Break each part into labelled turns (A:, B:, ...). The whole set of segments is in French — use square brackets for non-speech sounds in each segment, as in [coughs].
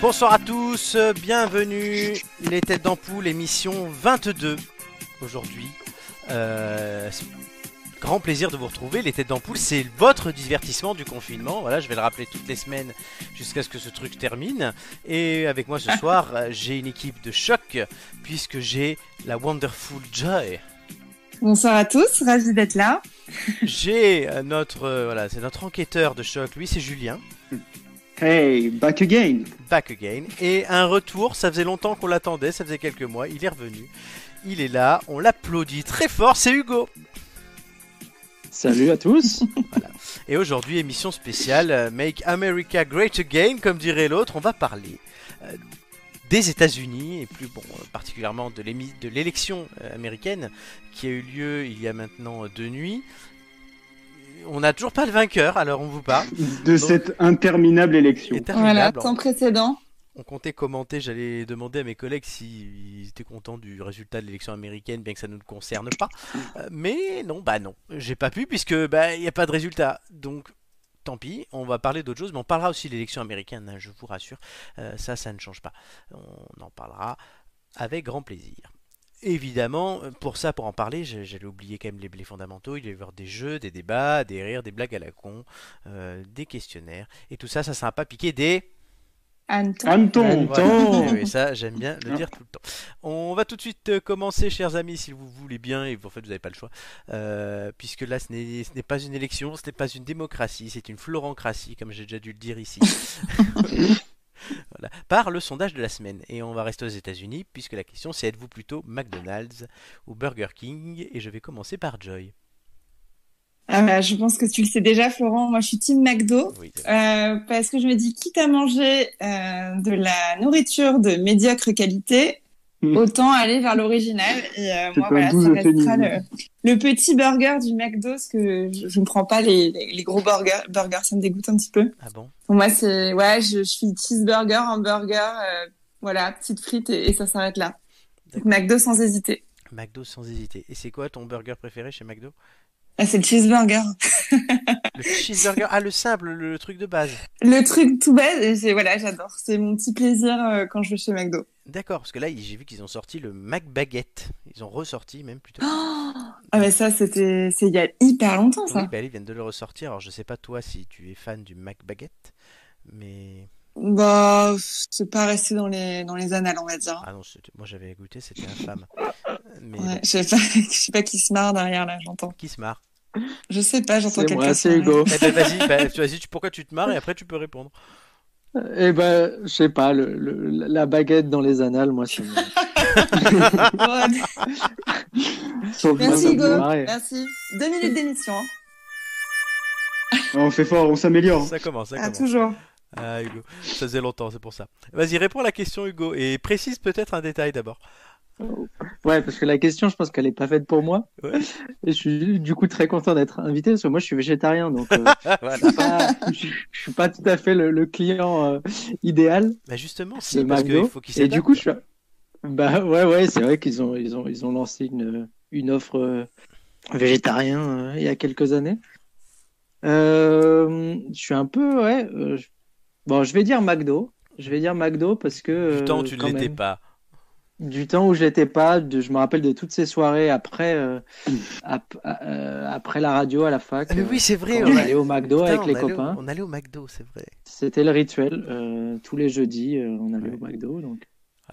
A: Bonsoir à tous, bienvenue les têtes d'ampoule, émission 22 aujourd'hui. Euh, c'est grand plaisir de vous retrouver, les têtes d'ampoule, c'est votre divertissement du confinement. Voilà, je vais le rappeler toutes les semaines jusqu'à ce que ce truc termine. Et avec moi ce soir, euh, j'ai une équipe de choc puisque j'ai la Wonderful Joy.
B: Bonsoir à tous, ravi d'être là.
A: J'ai euh, notre euh, voilà, c'est notre enquêteur de choc, lui c'est Julien,
C: Hey, back again
A: back again et un retour, ça faisait longtemps qu'on l'attendait, ça faisait quelques mois, il est revenu. Il est là, on l'applaudit très fort, c'est Hugo.
C: Salut à tous
A: Et aujourd'hui, émission spéciale euh, Make America Great Again, comme dirait l'autre, on va parler euh, des États-Unis et plus bon, euh, particulièrement de l'émi- de l'élection euh, américaine qui a eu lieu il y a maintenant euh, deux nuits. On n'a toujours pas le vainqueur, alors on vous parle.
C: de cette interminable élection.
B: Voilà,
A: Interminable.
B: sans précédent.
A: On comptait commenter, j'allais demander à mes collègues s'ils étaient contents du résultat de l'élection américaine, bien que ça ne nous concerne pas. Euh, Mais non, bah non, j'ai pas pu puisque bah il n'y a pas de résultat. Donc tant pis, on va parler d'autre chose, mais on parlera aussi de l'élection américaine, hein, je vous rassure. Euh, ça, ça ne change pas. On en parlera avec grand plaisir. Évidemment, pour ça, pour en parler, j'ai- j'allais oublier quand même les, les fondamentaux. Il va y avoir des jeux, des débats, des rires, des blagues à la con, euh, des questionnaires. Et tout ça, ça sera pas piqué des...
B: Anton.
C: Hameton
A: Voilà.
C: temps.
A: Oui, oui, ça, j'aime bien le dire tout le temps. On va tout de suite euh, commencer, chers amis, si vous voulez bien, et en fait, vous n'avez pas le choix, euh, puisque là, ce n'est ce n'est pas une élection, ce n'est pas une démocratie, c'est une florancratie, comme j'ai déjà dû le dire ici. [laughs] Voilà. Par le sondage de la semaine. Et on va rester aux États-Unis, puisque la question c'est êtes-vous plutôt McDonald's ou Burger King Et je vais commencer par Joy.
B: Ah bah, je pense que tu le sais déjà, Florent. Moi, je suis Team McDo.
A: Oui,
B: euh, parce que je me dis, quitte à manger euh, de la nourriture de médiocre qualité,
C: Mm.
B: autant aller vers l'original. Et euh,
C: C'est
B: moi,
C: un
B: voilà,
C: doux
B: ça restera
C: euphémisme.
B: le, le petit burger du McDo, parce que je je ne prends pas les, les, les gros burgers, burgers, ça me dégoûte un petit peu.
A: ah bon
B: Pour moi, c'est ouais, je, je suis cheeseburger, hamburger, euh, voilà, petite frite et, et ça s'arrête là. Donc, McDo sans hésiter.
A: McDo sans hésiter. Et c'est quoi ton burger préféré chez McDo
B: Ah, c'est le cheeseburger.
A: Le cheeseburger Ah, le simple, le- le truc de base.
B: Le truc tout bête, et c'est voilà, j'adore. C'est mon petit plaisir euh, quand je vais chez McDo.
A: D'accord, parce que là, il- j'ai vu qu'ils ont sorti le McBaguette. Ils ont ressorti même plutôt.
B: Oh ah mais ça, c'était c'est il y a hyper longtemps
A: oui,
B: ça.
A: bah, ils viennent de le ressortir. Alors, je sais pas toi si tu es fan du McBaguette, mais
B: Bah, c'est pas resté dans les dans les annales, on va dire.
A: ah non, c'était- moi j'avais goûté, c'était infâme. Mais
B: Ouais, je sais pas, [laughs] je sais pas qui se marre derrière là, j'entends.
A: qui se marre
B: Je sais pas, j'entends
C: C'est
B: quelqu'un.
C: moi,
B: se
C: c'est
B: marrer.
C: Hugo.
A: Eh ben, Vas-y, bah, tu- vas-y, tu- pourquoi tu te marres et après tu peux répondre.
C: Eh ben, je sais pas, le- le- la baguette dans les annales, moi, c'est mon- [laughs]
B: Ouais,
C: sur le
B: Merci
C: moment de
B: Hugo.
C: marrer.
B: Merci. Deux minutes d'émission. Hein.
C: On fait fort, on s'améliore.
A: Ça commence, ça
B: Ah,
A: commence.
B: toujours.
A: Ah, Hugo, ça faisait longtemps, c'est pour ça. Vas-y, réponds à la question, Hugo, et précise peut-être un détail d'abord.
C: Ouais, parce que la question, je pense qu'elle est pas faite pour moi.
A: Ouais.
C: [laughs] Et je suis du coup très content d'être invité parce que moi, je suis végétarien, donc euh,
A: Ah, [laughs]
C: je
A: voilà.
C: suis pas- je je suis pas tout à fait le, le client euh, idéal.
A: Bah, justement, si,
C: Le
A: parce
C: McDo.
A: qu'il faut qu'ils
C: Et
A: s'adaptent.
C: du coup, je suis... bah ouais, ouais, c'est vrai qu'ils ont, ils ont, ils ont lancé une, une offre euh, végétarien euh, il y a quelques années. Euh, je suis un peu, ouais. euh, je- Bon, je vais dire McDo. Je vais dire McDo parce que. euh,
A: Du temps où tu ne
C: quand
A: l'étais
C: même,
A: pas.
C: Du temps où je l'étais pas. de- je me rappelle de toutes ces soirées après, euh, ap- euh, après la radio à la fac.
A: Ah, Mm. mais
C: euh,
A: oui, c'est vrai.
C: quand
A: on
C: on
A: a-
C: allait au McDo
A: Putain,
C: avec les
A: on allait au-
C: copains.
A: on allait au McDo, c'est vrai.
C: C'était le rituel. euh, tous les jeudis, euh, on allait au McDo. Donc.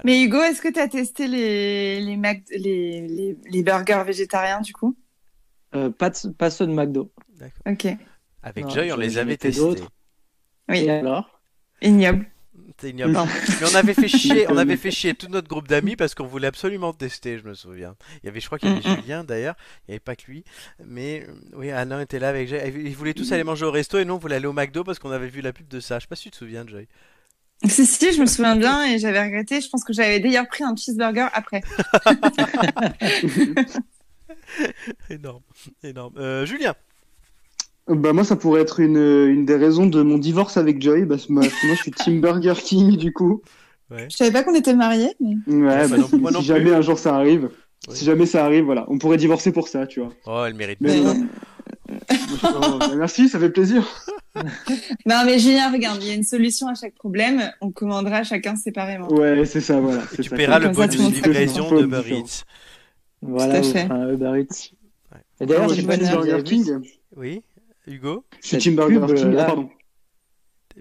B: Mais Hugo, est-ce que tu as testé les, les, Mac- les, les, les burgers végétariens du coup
C: Euh, pas, de- pas ceux de McDo.
A: D'accord.
B: Ok,
A: Avec
C: Non,
A: Joy, on
C: j'en-
A: les
C: j'en
A: avait
C: ai fait
A: testés.
C: d'autres.
B: oui,
C: Et alors
B: ignoble.
A: C'est ignoble.
C: Non.
A: Mais on avait
D: [laughs]
A: fait chier, on
C: Comme-
A: avait fait chier tout notre groupe d'amis parce qu'on voulait absolument tester, je me souviens. Il y avait, je crois qu'il y
D: Mm,
A: avait Julien d'ailleurs, il n'y avait pas que lui. Mais euh, oui, Alain était là avec Joy. Ils voulaient
D: Mm.
A: tous aller manger au resto et nous on voulait aller au McDo parce qu'on avait vu la pub de ça. Je sais pas si tu te souviens, Joy.
B: [laughs] Si, si, je me souviens bien et j'avais regretté. Je pense que j'avais d'ailleurs pris un cheeseburger après.
A: Énorme, énorme. Euh, Julien,
D: Bah moi ça pourrait être une, une des raisons de mon divorce avec Joy parce que moi parce que moi, je suis Team Burger King du coup.
B: Je savais pas qu'on était mariés, mais
D: Ouais,
A: Ouais, bah
D: bah,
A: non,
D: si,
A: moi non
D: si jamais
A: plus.
D: un jour ça arrive,
A: Oui.
D: si jamais ça arrive, voilà, on pourrait
A: [laughs]
D: divorcer pour ça, tu vois.
A: oh elle mérite.
D: Mais
B: Mais-
D: non. Moi, je suis pas- bah, merci, ça fait plaisir.
B: Non, mais Julien, regarde, il y a une solution à chaque problème. On commandera chacun séparément.
D: Ouais, c'est ça, voilà. c'est
A: Tu
D: ça.
A: paieras le
B: Comme ça,
A: bonus
B: tu montres.
A: livraison
D: Deux
A: de
D: infos
A: Uber
D: différentes.
A: Eats.
C: Voilà,
B: Tout à
C: on
B: fait.
C: fera un Uber Eats.
A: Ouais.
C: Et
D: D'ailleurs,
C: d'ailleurs,
D: j'ai pas dit Burger King.
A: Oui, Hugo
D: C'est
C: Cette
D: Tim Burger
C: pub,
D: King.
C: euh,
D: Ah,
C: là.
D: pardon.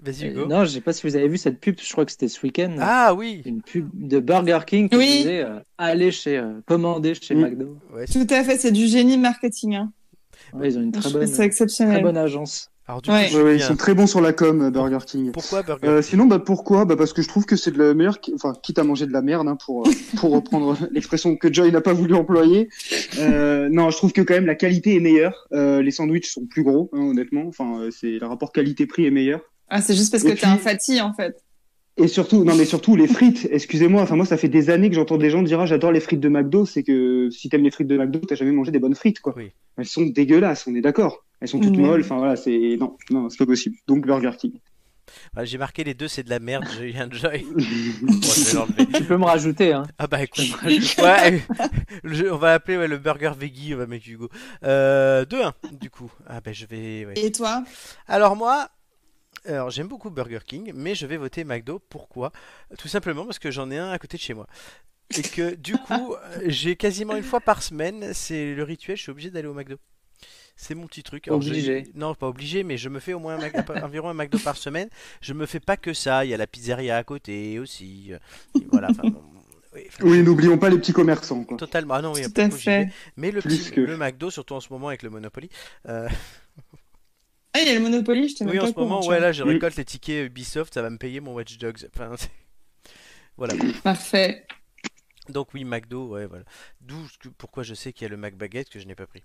A: Vas-y,
C: Euh,
A: Hugo.
C: non, je sais pas si vous avez vu cette pub, je crois que c'était ce week-end.
A: ah oui
C: Une pub de Burger King qui
B: Oui.
C: disait euh, allez chez, euh, commander chez
D: Mm.
C: McDo.
A: Ouais,
B: Tout à fait, c'est du génie marketing. Hein.
C: Ouais, ils ont une
B: Je
C: très
B: trouve
C: bonne,
B: ça exceptionnel.
C: très bonne agence.
A: Alors du
B: Ouais.
A: coup,
D: Ouais, ouais, ils
A: Julien,
D: sont très bons sur la com, euh, Burger King.
A: pourquoi Burger
D: Euh,
A: King
D: sinon, bah pourquoi Bah parce que je trouve que c'est de la meilleure, enfin quitte à manger de la merde, hein,
C: [laughs]
D: pour euh, pour reprendre l'expression que Joy n'a pas voulu employer. Euh, non, je trouve que quand même la qualité est meilleure. Euh, les sandwichs sont plus gros, hein, honnêtement. Enfin, euh, c'est le rapport qualité-prix est meilleur.
B: Ah, c'est juste parce
D: Et
B: que t'es
D: puis-
B: un fatty, en fait.
D: Et surtout, non mais surtout les frites. Excusez-moi, enfin moi ça fait des années que j'entends des gens dire ah j'adore les frites de McDo. C'est que si t'aimes les frites de McDo, t'as jamais mangé des bonnes frites quoi.
A: Oui.
D: Elles sont dégueulasses, on est d'accord. Elles sont toutes
A: Mm.
B: Mhm.
D: molles. Enfin voilà, c'est non, non, c'est pas possible. Donc Burger King. [laughs]
A: Ah, J'ai marqué les deux, c'est de la merde, Julien Joy. Bon, je vais l'enlever.
C: Tu peux me rajouter, hein.
A: Ah bah écoute, ouais, euh, le- on va appeler ouais, le burger veggie, on va mettre Hugo. Euh, 2-1 du coup. Ah bah je vais... ouais.
B: Et toi
A: Alors moi, alors j'aime beaucoup Burger King, mais je vais voter McDo. Pourquoi Tout simplement parce que j'en ai un à côté de chez moi. Et que du coup, euh, j'ai quasiment une fois par semaine, c'est le rituel, je suis obligé d'aller au McDo. C'est mon petit truc. je-
C: Obligé.
A: Non, pas obligé, mais je me fais au moins un Mac- environ un McDo par semaine. Je me fais pas que ça. Il y a la pizzeria à côté aussi. euh, Et voilà. enfin, bon, oui, enfin,
D: Oui, n'oublions pas les petits commerçants quoi.
A: Totalement. Ah non, oui,
B: Tout
A: après
B: à
A: coup, j'y
B: fait.
A: vais. Mais le,
D: Plus
A: petit,
D: que-
A: le McDo, surtout en ce moment avec le Monopoly. euh,
B: Ah, il y a le Monopoly, je t'ai
A: oui,
B: même
A: en
B: pas
A: ce
B: au courant,
A: moment,
B: tu
A: ouais,
B: vois.
A: là, je
D: Mm.
A: récolte les tickets Ubisoft, ça va me payer mon Watch Dogs. Enfin, [laughs] c'est- voilà.
B: Parfait.
A: Donc oui, McDo, ouais, voilà. D'où ce que- pourquoi je sais qu'il y a le McBaguette que je n'ai pas pris.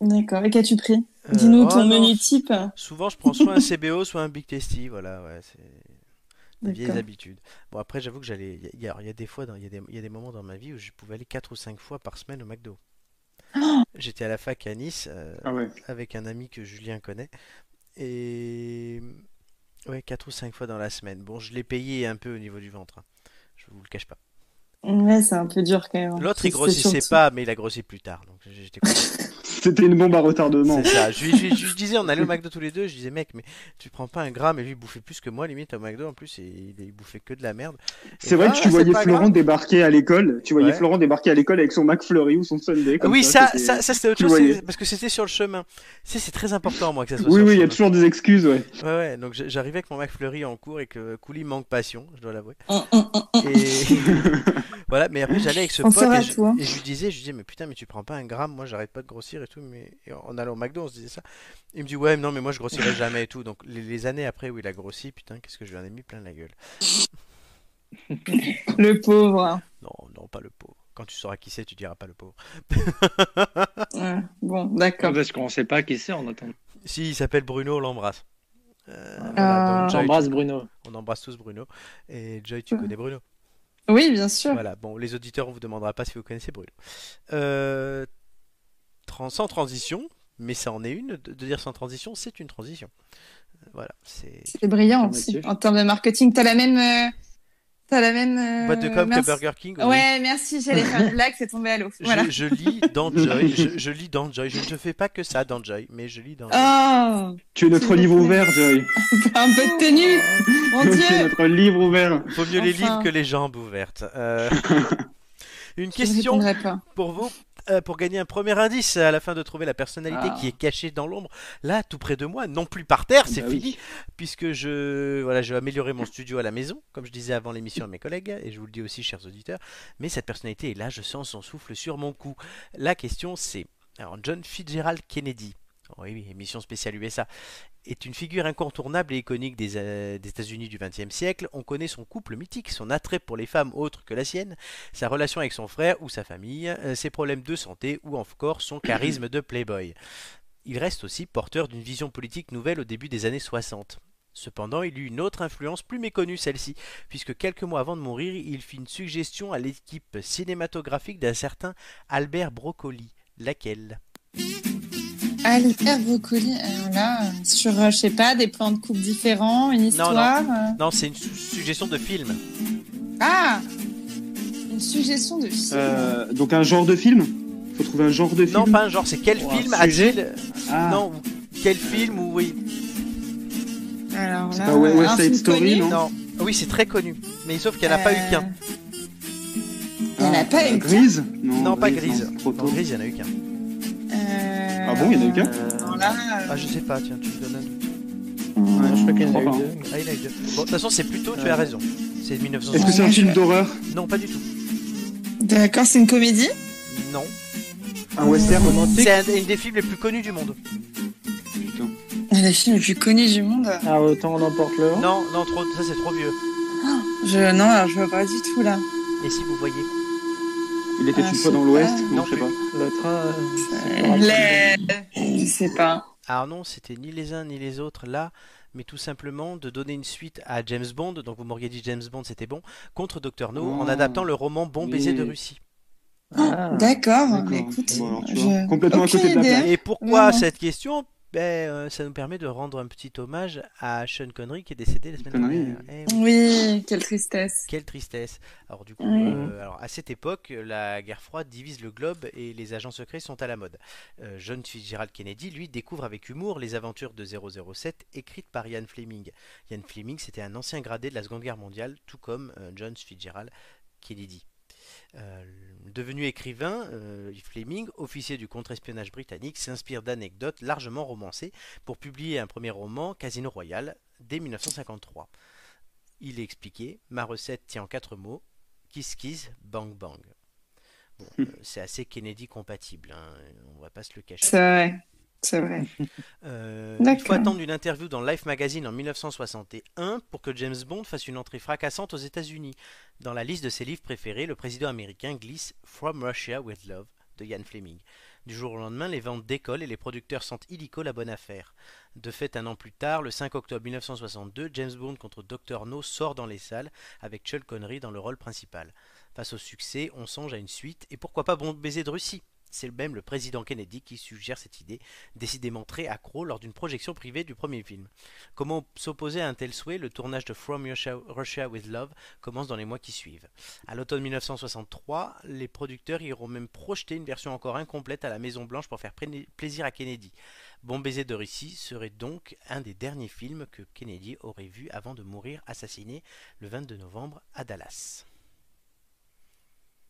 B: D'accord. Et qu'as-tu pris
A: Euh,
B: Dis-nous
A: oh
B: ton
A: non,
B: menu type.
A: Souvent, je prends soit un CBO, soit un Big Tasty. Voilà, ouais, c'est des vieilles
B: D'accord.
A: habitudes. Bon, après, j'avoue que j'allais. Il y, a- il y a alors, il y a des fois, dans- il y, a des- il y a des moments dans ma vie où je pouvais aller 4 ou 5 fois par semaine au
B: [gasps]
A: McDo. J'étais à la fac à Nice. euh,
D: Ah ouais.
A: avec un ami que Julien connaît. Et ouais, 4 ou 5 fois dans la semaine. Bon, je l'ai payé un peu au niveau du ventre. hein. Je vous le cache pas.
B: Ouais, c'est un peu dur quand même.
A: L'autre, il
B: C'est- c'est
A: grossissait
B: surtout-
A: pas, mais il a grossi plus tard. Donc j'étais content.
D: C'était une bombe à retardement.
A: C'est ça. Je lui, je lui- je lui disais, on
D: [laughs]
A: allait au McDo tous les deux. Je disais, mec, mais tu prends pas un gramme. Et lui, il bouffait plus que moi, limite, au McDo. En plus, et il, il bouffait que de la merde. Et
D: C'est vrai
A: bah,
D: que tu
B: Ah,
A: c'est
D: voyais
A: pas
D: Florent
A: grave.
D: débarquer à l'école. Tu voyais
A: Ouais.
D: Florent débarquer à l'école avec son McFlurry ou son Sunday.
A: Ah
D: comme
A: Oui, ça,
D: c'était-
A: ça, ça c'était autre
D: tu
A: chose. c'est-
D: voyais.
A: Parce que c'était sur le chemin. Tu sais, c'est très important, moi, que ça soit
D: Oui,
A: sur
D: oui,
A: le
D: il y a
A: chemin.
D: toujours des excuses, ouais.
A: Ouais, ouais, donc j'- j'arrivais avec mon McFlurry en cours et que Couli manque passion, je dois l'avouer.
B: Hum, hum, hum.
A: Et voilà, mais après j'allais avec ce
B: On
A: pote
B: saura
A: et je,
B: tout, hein.
A: et je lui disais, je lui disais, mais putain, mais tu prends pas un gramme, moi j'arrête pas de grossir et tout. Mais et en allant au McDo, on se disait ça. Il me dit, ouais, mais non, mais moi je
B: [laughs]
A: grossirai jamais et tout. Donc les, les années après où il a grossi, putain, qu'est-ce que je lui en ai mis plein la gueule.
B: [laughs] Le pauvre.
A: Non, non, pas le pauvre. Quand tu sauras qui c'est, tu diras pas le pauvre.
B: Ouais. Bon, d'accord.
C: Parce qu'on sait pas qui c'est en attendant.
A: Si, il s'appelle Bruno, on l'embrasse. Euh,
C: Ah.
A: voilà, donc, Joy,
C: J'embrasse Bruno.
A: on embrasse tous Bruno. Et Joy, tu
B: Ouais.
A: connais Bruno.
B: Oui, bien sûr.
A: Voilà, bon, les auditeurs, on vous demandera pas si vous connaissez Bruno. Euh, trans- sans transition, mais ça en est une, de de dire sans transition, c'est une transition. Euh, Voilà, c'est
B: C'est brillant
C: Mathieu.
B: aussi. En termes de marketing, t'as la même. euh, T'as la même. euh,
A: boîte de com
B: merci.
A: que Burger King. oui.
B: Ouais, merci. J'allais faire
A: [laughs]
B: une blague, c'est tombé à l'eau.
A: Je,
B: Voilà.
A: je lis dans Joy, je, je lis dans Joy, je ne fais pas que ça dans Joy, mais je lis dans Joy.
B: Oh,
D: Tu es notre livre ouvert, Joy.
B: un peu de tenue. Mon
D: [laughs] Tu es
B: Dieu.
D: notre livre ouvert.
A: Vaut mieux les
B: enfin.
A: livres que les jambes ouvertes. Euh,
B: [laughs]
A: Une
B: Je ne
A: question
B: répondrai pas.
A: pour vous euh, pour gagner un premier indice à la fin de trouver la personnalité
C: Ah.
A: qui est cachée dans l'ombre, là tout près de moi, non plus par terre, c'est
C: Bah oui.
A: fini, puisque je voilà, je vais améliorer mon studio à la maison, comme je disais avant l'émission à mes collègues, et je vous le dis aussi, chers auditeurs, mais cette personnalité est là, je sens son souffle sur mon cou. La question c'est, alors John Fitzgerald Kennedy, oh oui, oui, émission spéciale USA, est une figure incontournable et iconique des, euh, des États-Unis du XXe siècle. On connaît son couple mythique, son attrait pour les femmes autres que la sienne, sa relation avec son frère ou sa famille, euh, ses problèmes de santé ou encore son charisme de playboy. Il reste aussi porteur d'une vision politique nouvelle au début des années 60. Cependant, il eut une autre influence plus méconnue, celle-ci, puisque quelques mois avant de mourir, il fit une suggestion à l'équipe cinématographique d'un certain Albert Broccoli. Laquelle
B: Ah, les herbes brocoli, alors là, euh, sur, euh, je sais pas, des plans de coupe différents, une
A: Non, non.
B: histoire. euh.
A: Non, c'est une su- suggestion de film.
B: Ah Une suggestion de film.
D: Euh, donc un genre de film Faut trouver un genre de film.
A: Non, pas un genre, c'est quel
C: Ou un
A: film
C: sujet
A: a-t-il
D: Ah.
A: Non, ou quel film ou oui. Euh,
B: Alors
D: C'est
B: là, euh,
D: pas West
B: un
D: Side
B: film
D: Story,
B: connu.
D: non
A: Non. Euh, Ah Oui, c'est très connu. Mais sauf qu'elle n'a pas eu qu'un.
B: Euh, Il y en a
D: Ah,
B: pas
D: euh,
B: eu
D: Grise
A: Non, pas Grise.
D: non, trop
A: Dans
D: tôt.
A: Grise, il n'y en a eu qu'un.
B: Euh,
D: Ah bon, il y en a eu qu'un
B: alors
C: Euh,
B: là, euh,
A: Ah, je sais pas, tiens, tu me donnes un doute.
C: ouais, je crois qu'il y en a
D: Je crois
C: eu
A: Ah, il y en a eu deux. Euh. Bon, de toute façon, c'est plutôt, tu
C: Ouais.
A: as raison. C'est de
D: Est-ce que
A: 1960.
D: c'est un
B: Ouais,
D: film
B: je-
D: d'horreur
A: Non, pas du tout.
B: D'accord, c'est une comédie
A: Non.
D: Un western romantique
A: C'est un, une des films les plus connus du monde.
B: Un des films les plus connus du monde.
C: deux. Ah, autant on emporte le vent.
A: Non, non, trop, ça c'est trop vieux.
B: Je, non, alors je vois pas du tout là.
A: Et si vous voyez
D: Il était
B: Ah,
D: une
B: je
D: fois dans
B: sais
D: l'Ouest
B: pas.
D: Non, je sais pas.
C: Le train. euh, c'est
D: Ah,
C: pas
B: Les... Je sais pas.
A: Alors non, c'était ni les uns ni les autres là, mais tout simplement de donner une suite à James Bond, donc vous m'auriez dit James Bond c'était bon, contre Dr. No en
D: Oh.
A: adaptant le roman Bon baiser de
D: Oui.
A: Russie.
C: Ah.
B: D'accord,
D: D'accord.
B: mais écoute.
D: Bon, alors, tu
B: je-
D: vois, complètement à
B: Ok,
D: côté de la
B: idée.
D: plaque.
A: Et pourquoi
B: Non.
A: cette question ben, euh, ça nous permet de rendre un petit hommage à Sean Connery qui est décédé la semaine
D: Connery,
A: dernière. Eh oui.
B: Oui, quelle tristesse.
A: Quelle tristesse. Alors du coup,
B: Oui.
A: euh, alors, à cette époque, la guerre froide divise le globe et les agents secrets sont à la mode. Euh, John Fitzgerald Kennedy, lui, découvre avec humour les aventures de 007 écrites par Ian Fleming. Ian Fleming, c'était un ancien gradé de la Seconde Guerre mondiale, tout comme euh, John Fitzgerald Kennedy. Euh, devenu écrivain, euh, Fleming, officier du contre-espionnage britannique, s'inspire d'anecdotes largement romancées pour publier un premier roman, Casino Royal, dès 1953. Il est expliqué, ma recette tient en quatre mots, kiss kiss, bang bang. Bon, euh, c'est assez Kennedy compatible, hein, on va pas se le cacher.
B: C'est vrai. C'est vrai.
A: Euh, il
B: D'accord.
A: faut attendre une interview dans Life Magazine en 1961 pour que James Bond fasse une entrée fracassante aux États-Unis. Dans la liste de ses livres préférés, le président américain glisse From Russia with Love de Ian Fleming. Du jour au lendemain, les ventes décollent et les producteurs sentent illico la bonne affaire. De fait, un an plus tard, le 5 octobre 1962, James Bond contre Dr. No sort dans les salles avec Chuck Connery dans le rôle principal. Face au succès, on songe à une suite et pourquoi pas Bon baiser de Russie C'est même le président Kennedy qui suggère cette idée décidément très accro lors d'une projection privée du premier film. Comment s'opposer à un tel souhait Le tournage de From Russia, Russia with Love commence dans les mois qui suivent. À l'automne 1963, les producteurs iront même projeter une version encore incomplète à la Maison Blanche pour faire pré- plaisir à Kennedy. Bon baiser de Russie serait donc un des derniers films que Kennedy aurait vu avant de mourir assassiné le 22 novembre à Dallas.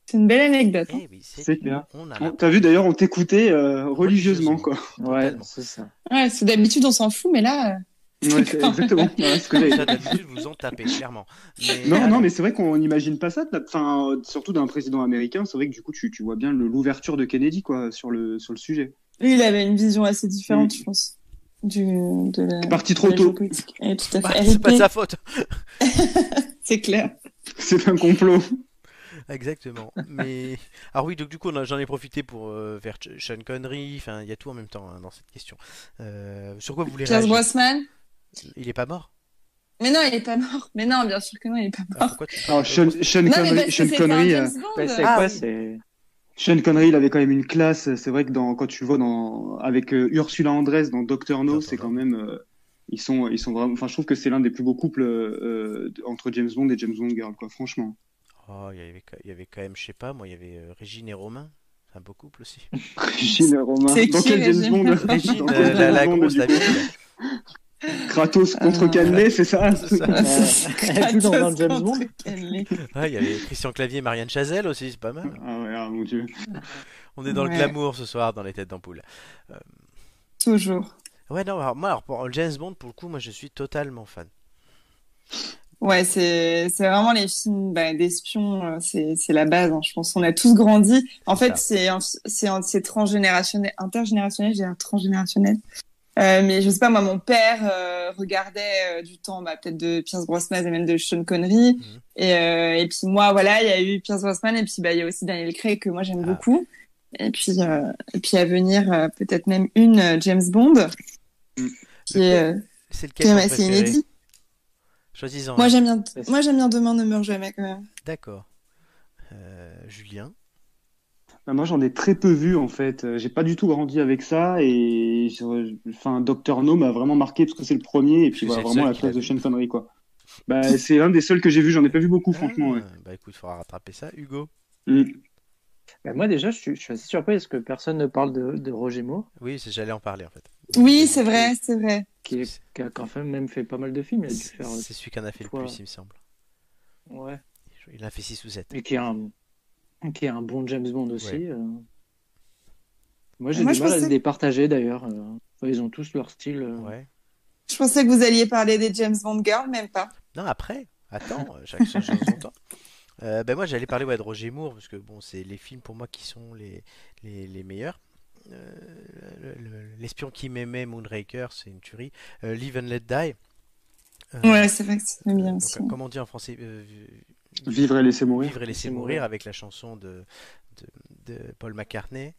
B: C'est une belle anecdote. hein.
A: Eh oui, c'est
D: C'est clair.
A: on a
D: Bon,
A: la-
D: T'as vu d'ailleurs, on t'écoutait euh, Ah bah. religieusement quoi.
C: Ouais,
A: Totalement.
C: c'est ça.
B: Ouais, c'est d'habitude, on s'en fout, mais là. euh,
D: Ouais, c'est- exactement. Ouais, ce que j'avais
A: ça d'habitude vous en tapez clairement. Mais-
D: Non, non, mais [laughs] c'est vrai qu'on n'imagine pas ça. de la- Enfin, euh, surtout d'un président américain, c'est vrai que du coup, tu, tu vois bien le- l'ouverture de Kennedy, quoi, sur le, sur le sujet.
B: Lui, il avait une vision assez différente,
D: Mm.
B: je pense. Du, de la,
D: Parti trop
B: de la
D: tôt.
B: géopolitique. Ouais, tout à
A: Bah,
B: fait.
A: c'est pas de
B: RIP,
A: sa faute. [laughs]
B: C'est clair.
D: C'est un complot.
A: Exactement. Mais alors oui, donc du coup, on a- j'en ai profité pour euh, faire Ch- Sean Connery. Enfin, il y a tout en même temps hein, dans cette question. Euh, sur quoi vous voulez
B: Pierce
A: réagir
B: Brosnan
A: Il est pas mort.
B: Mais non, il est pas mort. Mais non, bien sûr que non, il est pas mort.
A: Alors,
D: Ah,
A: pourquoi tu-
D: Alors, Sean, Sean
B: Non, mais parce
D: Connery,
B: que
D: Sean
B: c'était
D: Connery,
B: un
D: euh,
B: James Bond.
C: Bah, c'est
A: Ah
C: quoi
A: oui.
C: C'est.
D: Sean Connery, il avait quand même une classe. C'est vrai que dans, quand tu le vois dans, avec euh, Ursula Andress dans Doctor No,
A: Doctor
D: c'est
A: No.
D: quand même. euh, ils sont, ils sont vraiment. Enfin, je trouve que c'est l'un des plus beaux couples euh, euh, entre James Bond et James Bond Girl, quoi. Franchement.
A: Oh, il y avait, il y avait quand même, je sais pas, moi, il y avait euh, Régine et Romain. C'est un beau couple aussi.
D: Régine et Romain.
B: C'est
D: Dans
B: qui,
D: quel James
B: Régine
D: Bond
A: Régine,
D: [laughs] Dans
A: euh,
D: quel
A: la, la
D: James Bond,
A: grosse,
D: du
A: la
D: coup
A: vieille.
D: Kratos contre
B: Euh,
D: Canet, c'est ça
A: [laughs] c'est ça.
C: Euh,
B: Kratos
C: Elle joue dans un James
B: contre
C: Bond
B: Kelly.
A: Ouais, il y avait Christian Clavier et Marianne Chazelle aussi, c'est pas mal.
D: Ah ouais, ah, mon dieu.
A: On est dans le
B: Ouais.
A: glamour ce soir, dans les têtes d'ampoule.
B: Toujours.
A: Ouais, non, alors, moi, alors, pour James Bond, pour le coup, moi, je suis totalement fan.
B: Ouais, c'est c'est vraiment les films bah, d'espions, euh, c'est c'est la base. hein. Je pense qu'on a tous grandi. En
A: C'est
B: fait, c'est un- c'est un- c'est transgénérationnel, intergénérationnel, j'ai un transgénérationnel. Euh, mais je sais pas, moi, mon père euh, regardait euh, du temps, bah, peut-être de Pierce Brosnan et même de Sean Connery.
A: Mhm.
B: Et, euh, et puis moi, voilà, il y a eu Pierce Brosnan et puis bah il y a aussi Daniel Craig que moi j'aime
A: Ah.
B: beaucoup. Et puis euh, et puis à venir euh, peut-être même une euh, James Bond
D: Mhm.
B: qui est euh,
A: C'est
B: qui
A: lequel
B: est
A: ton
B: assez
A: préféré
B: inédit.
A: Choisis-en.
B: Moi
A: un.
B: j'aime bien,
C: c'est-
B: moi j'aime bien Demain ne meurt jamais quand même.
A: D'accord. Euh, Julien.
D: Bah, moi, j'en ai très peu vu en fait. Euh, J'ai pas du tout grandi avec ça et je- enfin, Doctor No m'a vraiment marqué parce que c'est le premier et puis
A: Parce que
D: voilà,
A: c'est le
D: vraiment la
A: seul
D: classe
A: qu'il
D: de
A: a
D: Sean Connery quoi. Bah, c'est l'un des seuls que j'ai vu. J'en ai pas vu beaucoup franchement.
A: Ah,
D: Ouais.
A: Bah écoute, faudra rattraper ça. Hugo.
D: Mm.
C: Bah, moi, déjà, je suis, je suis assez surpris parce que personne ne parle de, de Roger Moore.
A: Oui, c'est- j'allais en parler en fait.
B: Oui c'est vrai, c'est vrai.
C: qui, est- qui a quand même fait pas mal de films. Il a dû
A: C'est
C: faire. euh,
A: c'est celui qui en a fait le
C: Toi.
A: plus, il me semble.
C: Ouais.
A: Il en a fait 6 ou 7.
C: Et qui est un, qui est un bon James Bond aussi.
A: Ouais.
C: euh. Moi, j'ai
B: Moi,
C: du
B: je
C: mal à
B: pensais-
C: les départager d'ailleurs. euh. Enfin, Ils ont tous leur style. euh.
A: Ouais.
B: Je pensais que vous alliez parler des James Bond Girls, même pas.
A: Non, après, attends, euh, chaque chose en son temps. Euh, ben moi j'allais parler ouais, de Roger Moore parce que bon c'est les films pour moi qui sont les, les, les meilleurs. Euh, le- le- L'espion qui m'aimait, Moonraker, c'est une tuerie. Euh, Live and Let Die. Euh,
B: Ouais, c'est vrai que c'est très bien
A: donc,
B: aussi.
A: euh, comment on dit en français euh,
D: Vivre et laisser mourir.
A: Vivre et laisser
C: Laisser mourir.
A: mourir avec la chanson de, de, de Paul McCartney,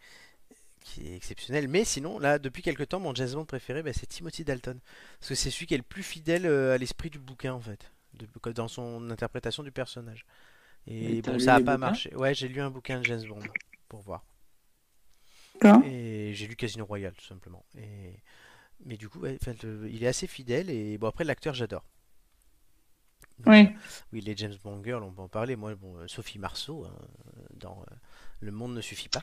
A: qui est exceptionnelle. Mais sinon, là, depuis quelques temps, mon jazz band préféré, bah, c'est Timothy Dalton. Parce que c'est celui qui est le plus fidèle euh, à l'esprit du bouquin, en fait, de- dans son interprétation du personnage. Et
C: Et t'as
A: bon,
C: lu
A: ça a
C: les
A: pas
C: bouquins
A: marché. Ouais, j'ai lu un bouquin de James Bond pour voir.
B: D'accord.
A: Et j'ai lu Casino Royale, tout simplement. Et... Mais du coup, ouais, enfin, le- il est assez fidèle. Et bon, après, l'acteur, j'adore. Donc,
B: Oui.
A: oui, les James Bond Girls, on peut en parler. Moi, bon, euh, Sophie Marceau, hein, euh, dans euh, Le Monde ne suffit pas.